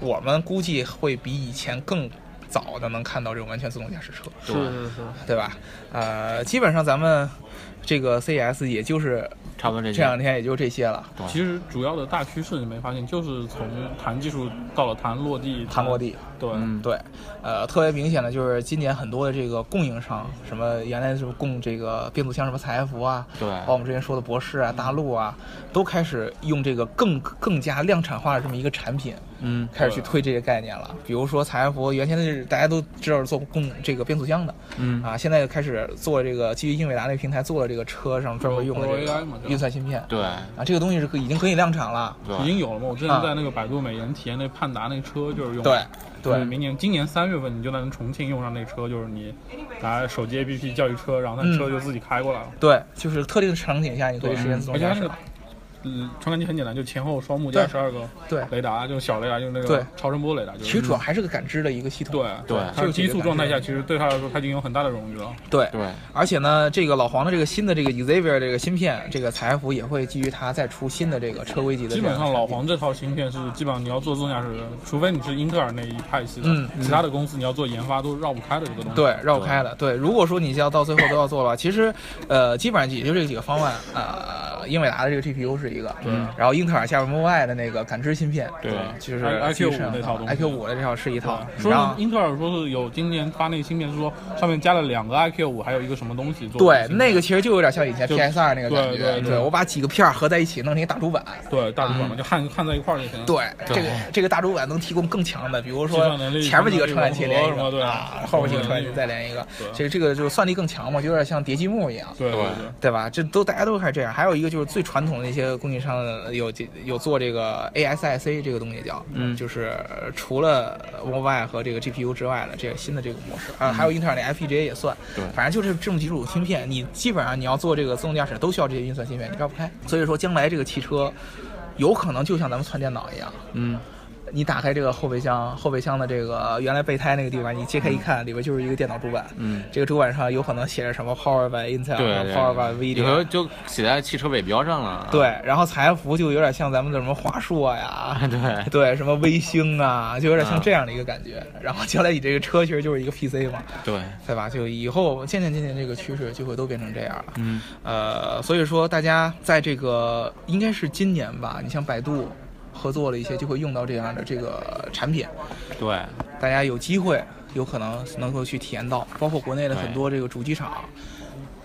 Speaker 1: 我们估计会比以前更早的能看到这种完全自动驾驶车，
Speaker 2: 是
Speaker 5: 对
Speaker 2: 是是，
Speaker 1: 对吧？呃，基本上咱们这个 CES 也就是
Speaker 5: 差不多这
Speaker 1: 这
Speaker 5: 些。
Speaker 1: 两天也就这些了。
Speaker 5: 对
Speaker 2: 其实主要的大趋势你没发现，就是从谈技术到了谈落地，
Speaker 5: 啊
Speaker 1: 谈落地，
Speaker 2: 对，
Speaker 5: 嗯，
Speaker 1: 对，呃，特别明显的就是今年很多的这个供应商，什么原来是供这个变速箱什么采埃孚啊，
Speaker 5: 对
Speaker 1: 包括我们之前说的博世啊、大陆啊，都开始用这个更更加量产化的这么一个产品，
Speaker 5: 嗯，
Speaker 1: 开始去推这些概念了。比如说采埃孚，原先是大家都知道是做供这个变速箱的，
Speaker 5: 嗯
Speaker 1: 啊，现在开始做这个基于英伟达那个平台做了这个车上专门用的这
Speaker 2: Pro AI
Speaker 1: 个
Speaker 2: 嘛对吧
Speaker 1: 运算芯片，
Speaker 5: 对
Speaker 1: 啊，这个东西是可以已经可以量产了，
Speaker 5: 对，
Speaker 2: 已经有了嘛。我之前在那个百度美颜体验那盼达那车就是用的
Speaker 1: 对对。
Speaker 2: 就是明年今年三月份你就能重庆用上那车，就是你拿手机 APP 叫一车，然后
Speaker 1: 嗯
Speaker 2: 那车就自己开过来了。
Speaker 1: 对，就是特定场景下你可以实现自动
Speaker 2: 而且
Speaker 1: 驾
Speaker 2: 它
Speaker 1: 驶
Speaker 2: 那个
Speaker 1: 了。
Speaker 2: 嗯，传感器很简单，就前后双目加十二个
Speaker 1: 对
Speaker 2: 雷达，就是小雷达，就是那
Speaker 1: 对
Speaker 2: 个超声波雷达，就
Speaker 1: 其实
Speaker 2: 是
Speaker 1: 主要还是个感知的一个系统。
Speaker 2: 对
Speaker 5: 对
Speaker 2: 它是低速状态下，其实对它来说，它已经有很大的荣誉了。
Speaker 1: 对
Speaker 5: 对
Speaker 1: 而且呢，这个老黄的这个新的这个 Xavier 这个芯片，这个采埃孚也会基于它再出新的这个车规级的。
Speaker 2: 基本上老，黄这套芯片是基本上你要做自动驾驶，除非你是英特尔那一派系的，
Speaker 1: 嗯
Speaker 2: 其他的公司你要做研发都绕不开的这个东西。
Speaker 1: 对，绕不开了。对，如果说你要到最后都要做了，其实，呃，基本上也就这几个方案。呃，英伟达的这个 GPU 是一个，然后英特尔下面 Mobi 的那个感知芯片，啊
Speaker 2: 对
Speaker 1: 就是
Speaker 2: I- IQ5 那套东西
Speaker 1: IQ 五的这套是一套，
Speaker 2: 说
Speaker 1: 然后
Speaker 2: 是英特尔说是有今年发那个芯片，是说上面加了两个 IQ 五，还有一个什么东西做
Speaker 1: 对
Speaker 2: 的芯片。
Speaker 1: 那个其实就有点像以前
Speaker 2: 就
Speaker 1: PS 二那个
Speaker 2: 对
Speaker 1: 感觉，
Speaker 2: 对对
Speaker 1: 我把几个片儿合在一起弄成一个大主板，
Speaker 2: 对大主管嘛，就焊焊在一块儿就行了。
Speaker 1: 嗯对，这个这个大主板能提供更强的，比如
Speaker 2: 计
Speaker 1: 说
Speaker 2: 算能力
Speaker 1: 前面几个传感器连一
Speaker 2: 什么
Speaker 1: 个
Speaker 2: 对嗯
Speaker 1: 啊，后面几个传感器再连一个，这这个就算力更强嘛，就有点像叠积木一样。
Speaker 2: 对对
Speaker 5: 对
Speaker 2: 对，
Speaker 1: 对吧？这都大家都开始这样。还有一个就是最传统的那些供应商有这有做这个 ASIC 这个东西叫，嗯，就是除了 Mobi 和这个 GPU 之外的这个新的这个模式啊，还有英特尔的 FPGA 也算。
Speaker 5: 对
Speaker 1: 反正就是这种几种芯片，你基本上你要做这个自动驾驶都需要这些运算芯片，你绕不开。所以说，将来这个汽车有可能就像咱们窜电脑一样，
Speaker 5: 嗯，
Speaker 1: 你打开这个后备箱，后备箱的这个原来备胎那个地方，你揭开一看，里边就是一个电脑主板。
Speaker 5: 嗯，
Speaker 1: 这个主板上有可能写着什么 Power by Intel、啊
Speaker 5: 对对
Speaker 1: Power by
Speaker 5: 以后
Speaker 1: VIDIO。
Speaker 5: 就写在汽车尾标上了啊。
Speaker 1: 对，然后财富就有点像咱们的什么华硕呀，
Speaker 5: [LAUGHS] 对
Speaker 1: 对，什么微星啊，就有点像
Speaker 5: 嗯
Speaker 1: 这样的一个感觉。然后将来你这个车其实就是一个 PC 嘛，
Speaker 5: 对，
Speaker 1: 对吧？就以后渐渐渐渐这个趋势就会都变成这样了。
Speaker 5: 嗯，
Speaker 1: 呃，所以说大家在这个应该是今年吧，你像百度合作了一些，就会用到这样的这个产品。
Speaker 5: 对，
Speaker 1: 大家有机会有可能能够去体验到，包括国内的很多这个主机厂，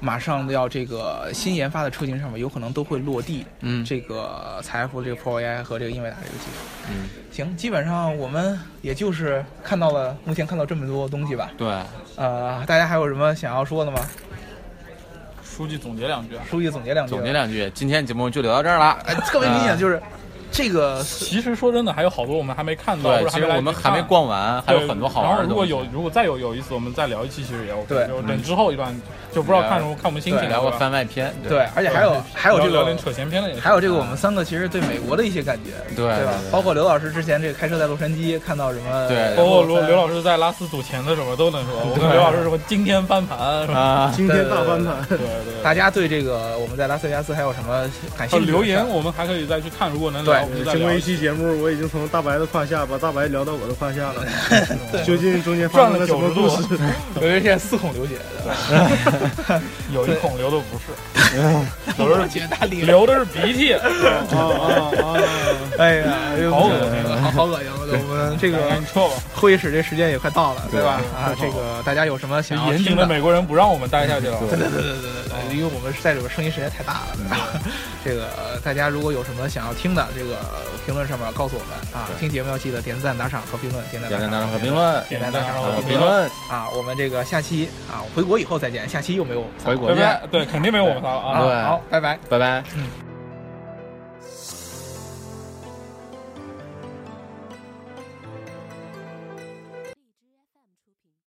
Speaker 1: 马上要这个新研发的车型上面有可能都会落地，
Speaker 5: 嗯
Speaker 1: 这个采埃孚这个 Pro AI 和这个英伟达这个技术。
Speaker 5: 嗯，
Speaker 1: 行，基本上我们也就是看到了目前看到这么多东西吧。
Speaker 5: 对，
Speaker 1: 呃，大家还有什么想要说的吗？
Speaker 2: 书记总结两句啊，
Speaker 1: 书记总结两句。
Speaker 5: 总结。两句，今天节目就聊到这儿了。
Speaker 1: 哎，特别明
Speaker 3: 啊
Speaker 1: 显
Speaker 5: 嗯
Speaker 1: 就是这个
Speaker 2: 其实说真的，还有好多我们还没看到，或
Speaker 5: 对，
Speaker 2: 者
Speaker 5: 其
Speaker 2: 还
Speaker 5: 实
Speaker 2: 来
Speaker 5: 我们
Speaker 2: 得及
Speaker 5: 还没
Speaker 2: 看
Speaker 5: 逛完，还有
Speaker 2: 对
Speaker 5: 很多好
Speaker 2: 然
Speaker 5: 玩
Speaker 2: 后
Speaker 5: 的
Speaker 2: 如
Speaker 5: 东
Speaker 2: 果
Speaker 5: 西。
Speaker 2: 有如果再有有一次，我们再聊一期，其实也 OK。
Speaker 1: 对
Speaker 2: 就
Speaker 5: 嗯
Speaker 2: 等之后一段就不知道看什么，看我们心情
Speaker 1: 对
Speaker 5: 聊个
Speaker 2: 对吧
Speaker 5: 番外篇，
Speaker 1: 对，而且还有还有这
Speaker 2: 聊聊
Speaker 1: 个
Speaker 2: 点扯闲篇的也是。
Speaker 1: 还有这个，我们三个其实对美国的一些感觉，
Speaker 5: 对
Speaker 1: 对吧
Speaker 5: 对对？
Speaker 1: 包括刘老师之前这个开车在洛杉矶看到什么，
Speaker 5: 对
Speaker 2: 包括
Speaker 1: 洛
Speaker 2: 刘
Speaker 1: 杉
Speaker 2: 刘老师在拉丝赌钱的时候都能说，我跟刘老师说今天翻盘是吧？
Speaker 5: 啊，
Speaker 4: [LAUGHS] 今天大翻盘，
Speaker 2: 对对。
Speaker 1: 大家对这个我们在拉斯维加斯还有什么感
Speaker 2: 还
Speaker 1: 兴
Speaker 2: 有
Speaker 1: 趣的事儿？
Speaker 2: 留言，我们还可以再去看，如果能聊，
Speaker 1: 对
Speaker 2: 我们再
Speaker 4: 经
Speaker 2: 聊
Speaker 4: 过。一期节目，我已经从大白的胯下把大白聊到我的胯下了。究竟中间发生了什么故事？
Speaker 1: 我觉得现在四孔流血的，
Speaker 2: 有一孔流的不是，
Speaker 1: [LAUGHS]
Speaker 2: 流
Speaker 1: 我
Speaker 2: 的
Speaker 1: 觉得大力
Speaker 2: 是流的是鼻涕。
Speaker 4: 啊啊啊！
Speaker 1: 哎呀，好
Speaker 2: 好恶心
Speaker 1: 好好恶心！我们这个
Speaker 2: 赶紧撤吧，
Speaker 1: 会议室这时间也快到了，对吧
Speaker 2: 对？
Speaker 1: 啊，这个大家有什么想要
Speaker 2: 严
Speaker 1: 听
Speaker 2: 谨的美国人不让我们待下去了。
Speaker 1: 对对对对对，对，因为我们在里边声音实在太大了，对吧？这个呃大家如果有什么想要听的，这个评论上面告诉我们啊。听节目要记得点赞、打赏和评论，点赞、
Speaker 5: 点赞、打赏和
Speaker 1: 评
Speaker 5: 评论，呃
Speaker 1: 点
Speaker 2: 点
Speaker 1: 赞
Speaker 2: 赞
Speaker 1: 打
Speaker 2: 打
Speaker 1: 赏
Speaker 2: 赏
Speaker 1: 和
Speaker 2: 和
Speaker 1: 评
Speaker 2: 评
Speaker 5: 论，
Speaker 1: 啊。我们这个下期啊回国以后再见，下期又没有
Speaker 5: 回国
Speaker 2: 拜
Speaker 5: 见，
Speaker 2: 拜。对，肯定没有我们仨了啊。
Speaker 1: 啊。好，拜拜。
Speaker 5: 拜拜。